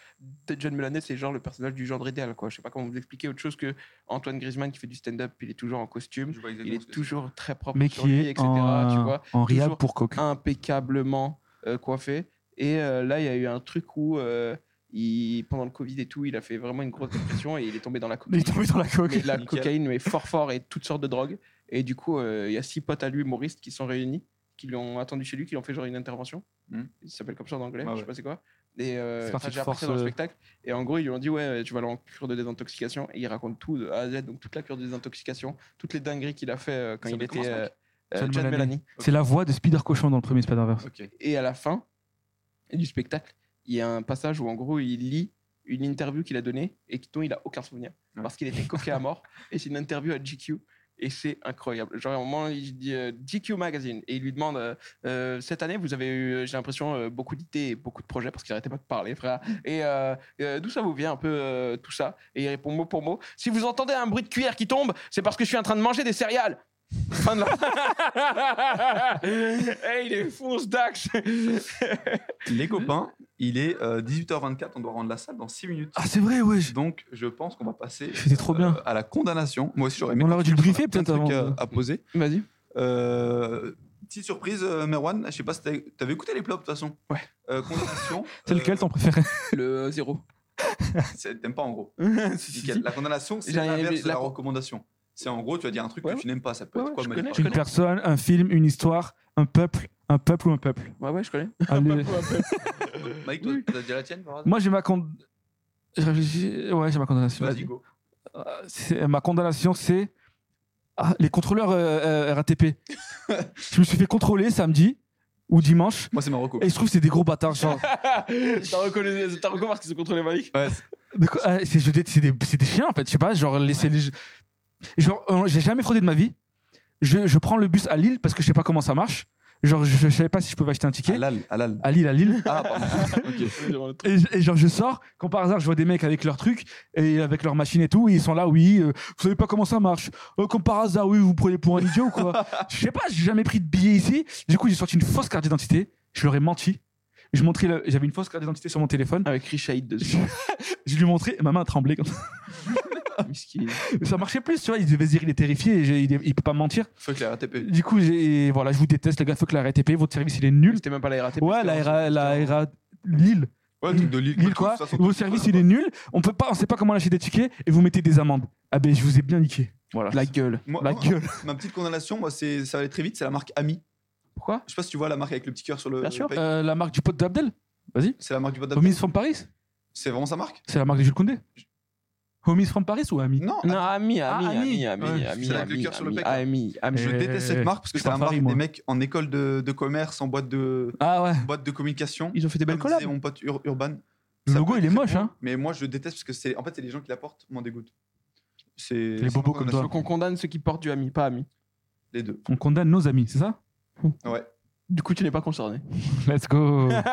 De- John Mulaney, c'est genre le personnage du genre idéal, quoi. Je sais pas comment vous expliquer autre chose que Antoine Griezmann qui fait du stand-up, il est toujours en costume,
Je vois
il
exactement ce
est
que
toujours très propre
Mais
sur
qui
lui,
est
etc.
en,
Tu vois,
en rehab
toujours
pour coke.
impeccablement euh, coiffé. Et euh, là, il y a eu un truc où euh, il, pendant le Covid et tout, il a fait vraiment une grosse dépression et il est tombé dans la
Il est tombé
cocaïne.
dans la coke.
Mais de la
Nickel.
cocaïne, mais fort fort et toutes sortes de drogues. Et du coup, euh, il y a six potes à lui, humoristes, qui sont réunis, qui lui ont attendu chez lui, qui lui ont fait genre une intervention.
Mhm.
Il s'appelle comme ça en anglais,
Ah
je sais
ouais.
pas c'est quoi. Et euh,
Hmm. C'est parti
enfin,
de
j'ai appris
force,
ça dans le
euh.
spectacle. Et en gros, ils lui ont dit Ouais, tu vas aller en cure de désintoxication. Et il raconte tout de A à Z, donc toute la cure de désintoxixication, toutes les dingueries qu'il a fait euh, quand
Ça
il
s'appelle
était
comment,
euh, euh,
ce mec
John
John
Mulaney.
Melanie.
C'est la voix de Spider Cochon dans le premier Spider-Verse.
Ok.
Et à la fin du spectacle, il y a un passage où en gros il lit une interview qu'il a donnée et qui dont il a aucun souvenir
Ouais.
parce qu'il était coqué à mort et c'est une interview à GQ et c'est incroyable. Genre à un moment il dit euh, GQ magazine et il lui demande euh, Euh, cette année vous avez eu euh, j'ai l'impression euh, beaucoup d'idées et beaucoup de projets parce qu'il arrêtait pas de parler frère et euh, euh, d'où ça vous vient un peu euh, tout ça et il répond mot pour mot si vous entendez un bruit de cuillère qui tombe c'est parce que je suis en train de manger des céréales Fin de la- hey, il est fonce Dax
Les copains, il est euh, 18h24, on doit rendre la salle dans 6 minutes.
Ah, c'est vrai, ouais. je-
Donc je pense qu'on va passer
C'était trop
euh,
bien.
à la condamnation. Moi aussi j'aurais aimé.
On aurait dû le briefer
plein de
peut-être avant.
trucs
de-
à, à poser.
Vas-y.
Euh, petite surprise, euh, Merwan, je sais pas si t'as- t'avais écouté les plops de toute façon.
Ouais.
Euh, condamnation.
C'est lequel
euh,
ton préféré
Le euh, zéro.
c'est- T'aimes pas en gros.
Si, si,
Nickel.
si.
La condamnation, c'est
J'ai aimé
l'inverse de
la
la
con-
recommandation. C'est en gros, tu vas dire un truc
Ouais,
que tu n'aimes pas. Ça peut
ouais,
être quoi,
je
mais-
connais,
Une personne, un film, une histoire, un peuple, un peuple ou un peuple.
Ouais, ouais, je connais.
Allez.
Mike, toi, t'as déjà la tienne par hasard
Moi, j'ai ma con... je réfléchis- Ouais, j'ai ma condamnation.
Vas-y, go.
Euh, c'est- Ma condamnation, c'est ah, les contrôleurs euh, euh, RATP. je me suis fait contrôler samedi ou dimanche.
Moi, c'est Marocco.
Et il se trouve, c'est des gros bâtards. Genre,
t'as reconnu, t'as reconnu parce qu'ils ont contrôlé Malik
Ouais, c'est-
De quoi- ah, c'est je dé- c'est des, c'est des chiens en fait, je sais pas, genre laisser les. Genre, euh, j'ai jamais fraudé de ma vie. Je, je prends le bus à Lille parce que je sais pas comment ça marche. Genre, je, je savais pas si je pouvais acheter un ticket.
Halal, halal.
À Lille, à Lille.
Ah, pardon. Ok.
Et, je- et genre, je sors, quand par hasard, je vois des mecs avec leurs trucs et avec leurs machines et tout, et ils sont là, oui, euh, vous savez pas comment ça marche. Euh, comme par hasard, oui, vous vous prenez pour un idiot ou quoi. Je sais pas, j'ai jamais pris de billet ici. Du coup, j'ai sorti une fausse carte d'identité. Je leur ai menti. Je montrais, le- j'avais une fausse carte d'identité sur mon téléphone.
Avec Richard dessus.
Je lui montrais, ma main a tremblé comme ça.
Miskin.
Ça marchait plus, tu vois. Il devait se dire, il est terrifié, et j'ai- il, est- il peut pas mentir.
Fuck la RATP.
Du coup, j'ai- voilà, je vous déteste, les gars, faut que la RATP, votre service, il est nul.
C'était même pas la RATP.
Ouais, la RA, la RA Lille.
Ouais, le truc de Lille.
Lille,
tout
quoi.
ça, ça,
Votre
ça,
service,
ça,
il est nul. On peut pas, on sait pas comment lâcher des tickets et vous mettez des amendes. Ah ben, je vous ai bien niqué. Voilà.
La gueule.
Moi,
La
moi,
gueule.
Ma petite condamnation, moi, c'est ça va aller très vite, c'est la marque Ami.
Pourquoi
Je sais pas si tu vois la marque avec le petit cœur sur le.
Bien sûr.
le pack.
Euh, la marque du pote d'Abdel.
C'est la marque du Vodafone.
Homies from Paris.
C'est vraiment sa marque
C'est la marque de Jules Condé. Homies from Paris ou Ami
Non.
Non, ami, ami,
Ah,
ami,
ami.
ami,
Ouais,
ami,
c'est
ami,
avec le
ami,
cœur sur le
ami,
bec, là.
ami, ami.
Je
Euh,
déteste cette marque parce que
je
c'est la
t'en
marque
parie,
des
moi.
mecs en école de, de commerce, en boîte de,
Ah ouais.
boîte de communication.
Ils ont fait des belles
Comme
collabs.
disait mon pote Ur- Urban.
Le
Ça
logo,
peut
il est
être très
moche,
bon,
hein.
Mais moi, je déteste parce que c'est. En fait, c'est les gens qui la portent m'en dégoûtent. C'est. c'est
Les bobos
ma
comme
condamnation.
toi.
Donc on condamne ceux qui portent du ami, pas ami.
Les deux.
On condamne nos amis, c'est ça
Du coup, tu n'es pas concerné.
Let's go.
Toi,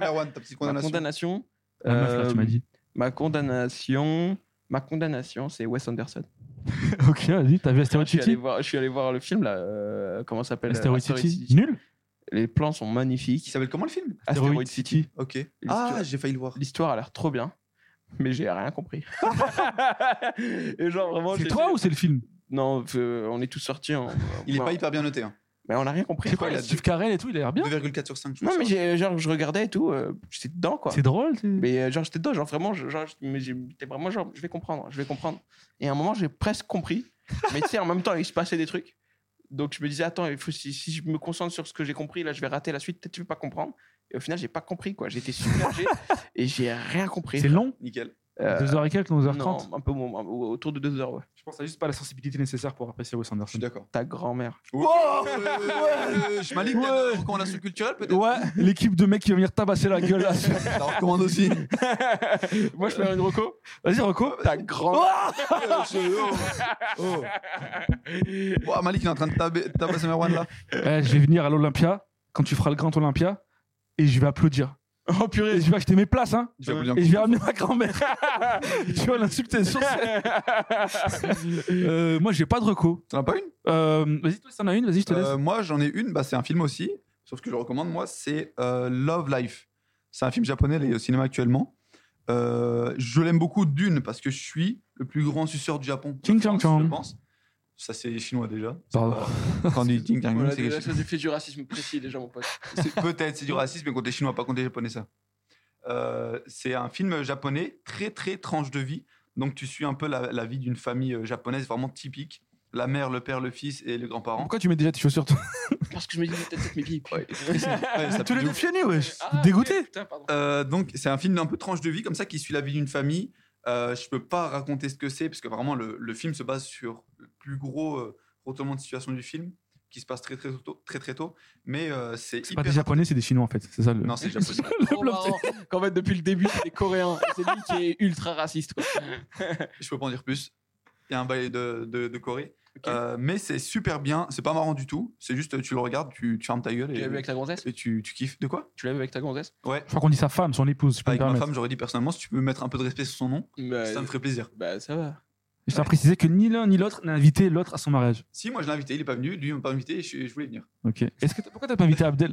Merwan, ta petite
Ma
condamnation.
condamnation.
La meuf, là,
euh,
tu m'as dit.
Ma condamnation. Ma condamnation, c'est Wes Anderson.
ok, vas-y, t'as vu Asteroid
Je suis, allé
City
voir, je suis allé voir le film là. euh, comment ça s'appelle
Asteroid
Asteroid
City. Nul
Les plans sont
Qui
magnifiques.
s'appelle comment le film
Asteroid City.
Ok.
l'histoire-
Ah, j'ai failli le voir.
L'histoire a l'air trop bien, mais j'ai rien compris. Et genre vraiment.
C'est
j'ai-
toi ou c'est le film
Non, euh, on est tous sortis. en-
Il est
en-
pas hyper bien noté. hein.
Mais on a rien compris.
C'est quoi,
il a
Steve Carell et tout, il a l'air bien
2,4 sur 5. je
Non,
pense.
mais j'ai- genre, je regardais et tout, euh, j'étais dedans, quoi.
C'est drôle. c'est-
Mais euh, genre, j'étais dedans, genre vraiment, je- genre, je- mais j'étais vraiment genre, je vais comprendre, je vais comprendre. Et à un moment, j'ai presque compris. Mais tu sais, en même temps, il se passait des trucs. Donc je me disais, attends, il faut, si, si je me concentre sur ce que j'ai compris, là, je vais rater la suite, peut-être je vais pas comprendre. Et au final, j'ai pas compris, quoi. J'étais submergé et j'ai rien compris.
C'est long
Nickel.
Euh,
2h et quelques, 11h30.
non, un peu moins, un- autour de deux heures, ouais.
Je pense que t'as juste pas la sensibilité nécessaire pour apprécier Wes
Je suis
Anderson.
d'accord.
Ta grand-mère.
Wow Je m'aligne
Ouais.
une recommandation culturelle peut-être
Ouais, l'équipe de mecs qui va venir tabasser la gueule. là.
Je la recommande aussi.
Moi, je fais une reco.
Vas-y, Rocco.
Ta grand-mère.
Oh. Wow, Malik il est en train de taber- tabasser Merwan là.
Eh, je vais venir à l'Olympia quand tu feras le grand Olympia et je vais applaudir.
Oh purée.
Et je vais acheter mes places, hein.
Je vais vous dire-
Et je vais amener ma grand-mère. tu vas l'insulter sur scène. Euh, moi, j'ai pas de reco.
T'en as pas une
Euh, vas-y, toi, si t'en as une, vas-y, je te laisse.
Euh, Moi j'en ai une, bah, c'est un film aussi, sauf que je recommande moi, c'est euh, Love Life. C'est un film japonais, il est au cinéma actuellement. Euh, je l'aime beaucoup d'une parce que je suis le plus grand suceur du Japon.
Ching
Je
chang
pense,
chang.
Je pense. Ça c'est chinois déjà. C'est
Pardon.
pas- Quand on dit ching chang,
Voilà,
c'est
déjà,
quelque
ça, j'ai fait du racisme précis, déjà, mon pote.
C'est- Peut-être, c'est du racisme, mais contre les Chinois, pas contre les Japonais, ça. Euh, c'est un film japonais, très, très tranche de vie. Donc, tu suis un peu la, la vie d'une famille euh, japonaise vraiment typique. La mère, le père, le fils et les grands-parents.
Pourquoi tu mets déjà tes chaussures, toi
Parce que je me dis, peut-être cette mes pieds.
Ouais, ça pue de ouf.
pieds nus, wesh.
Ah,
Dégoûté.
putain, pardon.
Euh, donc, c'est un film un peu tranche de vie, comme ça, qui suit la vie d'une famille. Euh, je peux pas raconter ce que c'est, parce que vraiment, le, le film se base sur le plus gros euh, retournement de situation du film, qui se passe très, très tôt. Très, très tôt. Mais euh, c'est
C'est pas des
hyper...
japonais, c'est des chinois en fait. C'est ça le.
Non, c'est japonais.
Trop marrant qu'en fait, depuis le début, c'est des Coréens. C'est lui qui est ultra raciste. Quoi.
Je peux pas en dire plus. Il y a un bail de, de, de Corée. Euh, mais c'est super bien. C'est pas marrant du tout. C'est juste, tu le regardes, tu, tu fermes ta gueule
Tu l'as vu
et,
avec ta gonzesse
et tu, tu kiffes. De quoi
Tu l'as vu avec ta gonzesse
Ouais.
Je crois qu'on dit sa femme, son épouse. Je peux
Avec
me
ma
permettre.
femme, j'aurais dit personnellement, si tu peux mettre un peu de respect sur son nom, ça me ferait plaisir.
Bah, ça va.
Je tiens à préciser que ni l'un ni l'autre n'a invité l'autre à son mariage.
Si, moi je l'ai invité, il est pas venu. Lui, il m'a pas invité et je, je voulais venir.
Ok. Est-ce que t'as- pourquoi t'as pas invité Abdel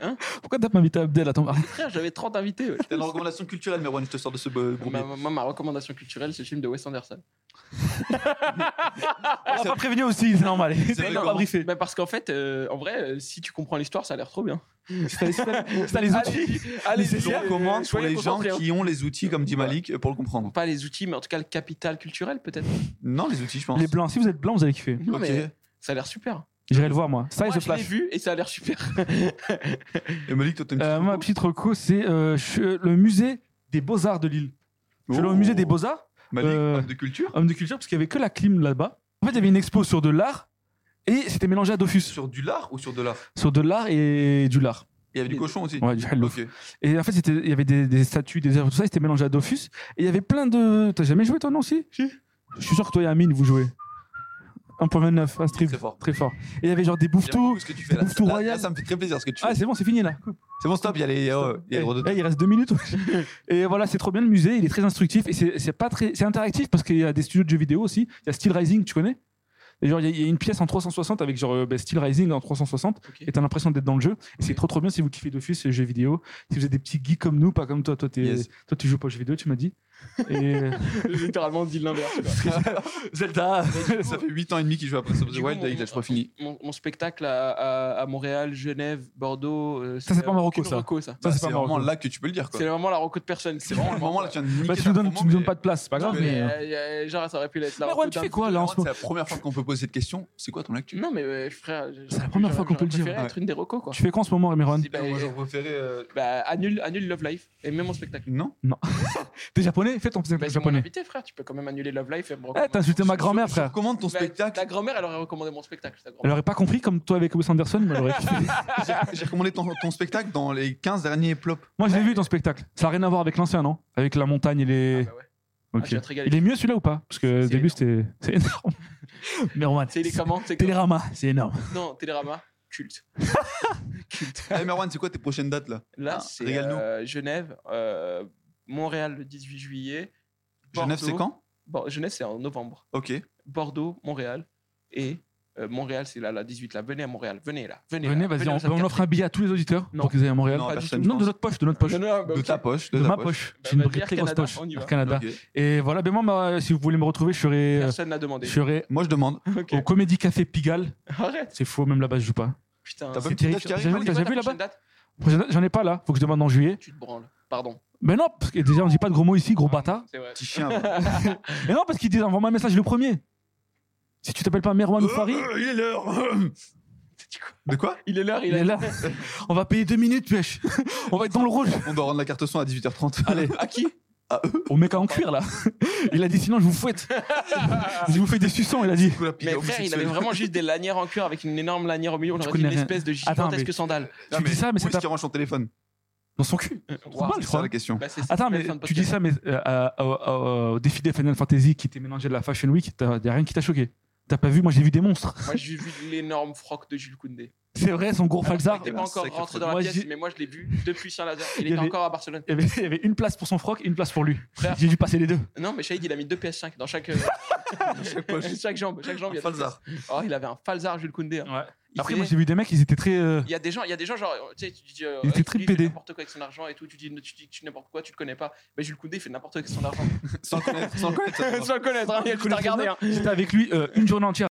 Hein
Pourquoi t'as pas invité Abdel à ton mariage
Frère, j'avais 30 invités. ouais.
T'as une recommandation culturelle, Merwan, je te sors de ce euh, bo-
Ma,
bourbier.
ma- ma recommandation culturelle, c'est le film de Wes Anderson. Ah,
On l'a pas Ah, prévenu aussi, c'est normal.
C'est
On l'a pas
rigolo.
briefé.
Bah, parce qu'en fait, euh, en vrai, euh, si tu comprends l'histoire, ça a l'air trop bien.
Si t'as si t'as- si t'as Ah, les outils.
Allez,
Je le recommande pour
soyez
les gens
concentrés, hein.
qui ont les outils, comme dit
Ouais.
Malik, euh, pour le comprendre.
Pas les outils, mais en tout cas le capital culturel peut-être.
Non, les outils, je pense.
Les blancs, si vous êtes blancs, vous allez kiffer.
Non,
Ok.
mais ça a l'air super.
J'irai le voir, moi. Ça et
Moi,
The
je l'ai
Flash.
vu et ça a l'air super.
Et Malik, toi, t'as une
Euh,
petite
moi, ma
reco
petite reco, c'est euh, je suis, euh, le musée des Beaux-Arts de Lille. Je suis allé au
Oh.
musée des Beaux-Arts,
Malik,
euh,
homme de culture
homme de culture, parce qu'il y avait que la clim là-bas. En fait, il y avait une expo sur de l'art et c'était mélangé à Dofus.
Sur du lard ou sur de l'art
Sur de l'art et du lard.
Il y avait du
Et-
cochon aussi.
Ouais, du hallouf.
Ok.
Et en fait, c'était- il y avait des, des statues, des œuvres, tout ça, et c'était mélangé à Dofus. Et il y avait plein de. T'as jamais joué toi, non Si Je suis sûr que toi et Amine, vous jouez. 1.29, un strip.
Très fort.
Très fort. Et il y avait genre des
J'aime
bouffetous.
beaucoup ce que tu fais là.
Bouffe tout
Là-
royal.
là, ça me fait très plaisir ce que tu
Ah,
fais.
c'est bon, c'est fini là.
C'est bon, stop, il y a les. euh, il y a les
Eh,
redondances.
il reste deux minutes. et voilà, c'est trop bien le musée. Il est très instructif et c'est c'est pas très, c'est interactif parce qu'il y a des studios de jeux vidéo aussi. Il y a Steel Rising, tu connais Et genre, il y, a- il y a une pièce en 360 avec genre euh, ben, Steel Rising en 360
Ok.
et t'as l'impression d'être dans le jeu. Et c'est trop trop bien si vous kiffez Dofus et les jeux vidéo. Si vous êtes des petits geeks comme nous, pas comme toi, toi, t'es-
Yes.
toi tu joues pas aux jeux vidéo, tu m'as dit. Et
J'ai littéralement dit l'inverse. quoi.
Zelda. Bah,
Ça fait 8 ans et demi qu'il joue après Breath of the
Du coup,
Wild,
mon-
il a je crois fini.
Mon, mon spectacle à, à- à Montréal, Genève, Bordeaux. euh,
Ça, c'est pas
euh,
Marocco,
aucune
ça.
reco, ça.
Ça,
Bah,
c'est
C'est
pas
vraiment
marrant.
là que tu peux le dire. quoi.
C'est vraiment la reco de personne.
C'est vraiment le moment là, tu viens de niquer
Bah, tu
ta
nous donnes,
promo,
tu nous donnes
mais-
pas de place, c'est pas
Non,
grave,
mais,
mais. euh,
Euh, genre, ça aurait pu être la
Mais
reco
Erwan, tu
d'un-
fais quoi là en ce
C'est
moment
la première fois qu'on peut poser cette question. C'est quoi ton actu
Non, mais euh, frère, je-
C'est la première fois qu'on peut le dire.
j'aurais préféré être une des recos, quoi.
Tu fais quoi en ce moment, Emeron
bah,
Moi, j'aurais préféré. euh,
Bah, annule, annule Love Life et même mon spectacle.
Non
T'es japonais Fais ton petit
Bah, c'est mon
japonais.
invité, frère. Tu peux quand même annuler Love Life et me
Eh,
recommander.
T'as insulté ma
Je-
grand-mère,
je
frère.
Recommande ton
La-
spectacle.
Ta grand-mère, elle aurait recommandé mon spectacle. ta grand-mère.
Elle aurait pas compris comme toi avec Wes Anderson, moi j'aurais kiffé.
J'ai recommandé ton, ton spectacle dans les 15 derniers plops.
Moi je l'ai vu ton spectacle. Ça n'a rien à voir avec l'ancien, non Avec la montagne et les.
Ah, bah ouais.
Ok.
Ah, tu vas te régaler.
Il est mieux celui-là ou pas Parce que
C'est
au début c'était. C'est énorme. Mais Roman,
C'est il est comment C'est comme-
Télérama, c'est énorme.
Non, Télérama, culte. culte.
Eh, Merwan, c'est quoi tes prochaines dates là
Là,
Ah,
c'est
régale-nous.
euh, Genève, euh, Montréal le 18 juillet.
Genève, c'est
Bordeaux-
quand
Bon, Genève, c'est en novembre.
Ok.
Bordeaux, Montréal et euh, Montréal, c'est là, la 18. Là, venez à Montréal, venez là, venez. là,
Venez, vas-y, on,
au
on
54.
offre un billet à tous les auditeurs
Non.
pour qu'ils aillent à Montréal.
Non,
pas du
personne.
Non,
je
de
pense.
notre poche, de notre poche.
Non, non, bah,
De
ok.
ta poche.
De
ta
ma poche.
Bah,
J'ai une
vas-y, Air
très grosse
Canada,
poche.
on y va.
Air Canada.
Ok.
Et voilà, ben moi, moi, si vous voulez me retrouver, je serai,
Personne n'a demandé.
euh, je serai
Moi, je demande.
Ok. Bah,
au Comédie Café Pigalle.
Arrête, C'est-
C'est faux, même là-bas je joue pas.
putain. C'est
T'as pas
C'est
une petite
terrible.
date qui arrive
J'ai-
Malik
t'as
quoi
jamais vu
ta
là-bas
prochaine date
J'en ai pas là, faut que je demande en juillet.
Tu te branles. Pardon.
Mais non, parce que déjà on dit pas de gros mots ici, gros bâtard.
C'est vrai.
Petit chien. va.
Mais non, parce qu'il dit envoie-moi un message le premier. Si tu t'appelles pas Merwan ou Farid,
Euh, Il est l'heure.
T'as dit quoi
De quoi
Il est l'heure, il
il est
est
là. On va payer deux minutes, pêche. On va être dans le rouge.
On doit rendre la carte son à 18h30.
Allez,
Ah, À qui
au mec en cuir là. Il a dit sinon je vous fouette. Je vous fais des suçons, il a dit.
Du coup, la
Mais
pile
frère, il
homosexuelle.
avait vraiment juste des lanières en cuir avec une énorme lanière au milieu. On
Je
aurait dit une
connais rien.
espèce de
Attends,
gigantesque
mais-
sandale.
Non,
tu dis ça, mais
Ah, où
c'est
est-ce
pas-
qu'il range son téléphone
Dans son cul.
Waouh.
mal, je
C'est ça
crois.
la question.
Bah, c'est-
Attends,
c'est
mais
la fin de
tu
podcast.
dis ça, mais euh, à- à- à- au défi des Final Fantasy qui était mélangé de la Fashion Week, t'as y a rien qui t'a choqué. T'as pas vu, moi j'ai vu des monstres.
Moi, j'ai vu l'énorme froc de Jules Koundé.
C'est vrai, son gros
Je crois
falzar.
que t'es
Ah,
pas
un
encore
sacré
rentré
truc.
dans la
Moi,
pièce,
j'ai-
mais moi je l'ai vu depuis Saint-Lazare. Il
Il y
était
avait-
encore à Barcelone.
Il y, avait, il y avait une place pour son froc et une place pour lui.
Frère.
J'ai dû passer les deux.
Non, mais Shahid, il a mis deux PS5 dans chaque, euh,
Chaque poche.
chaque jambe. Chaque jambe il y a deux
Falzar.
PS5. Oh, il avait un falzar, Jules Koundé. hein. Il
Après,
faisait-
moi j'ai vu des mecs, ils étaient très. euh,
il y a des gens, il y a des gens genre, euh, tu sais, tu dis, euh,
Il était
ouais,
très
lui, il fait
pédé.
n'importe quoi avec son argent et tout, tu dis, tu dis, que tu n'importe quoi, tu le connais pas. Mais Jules Koundé, il fait n'importe quoi avec son argent.
Sans le connaître. Sans le connaître. ça.
Sans le connaître, hein, il t'a regardé. hein.
J'étais avec lui euh, une journée entière.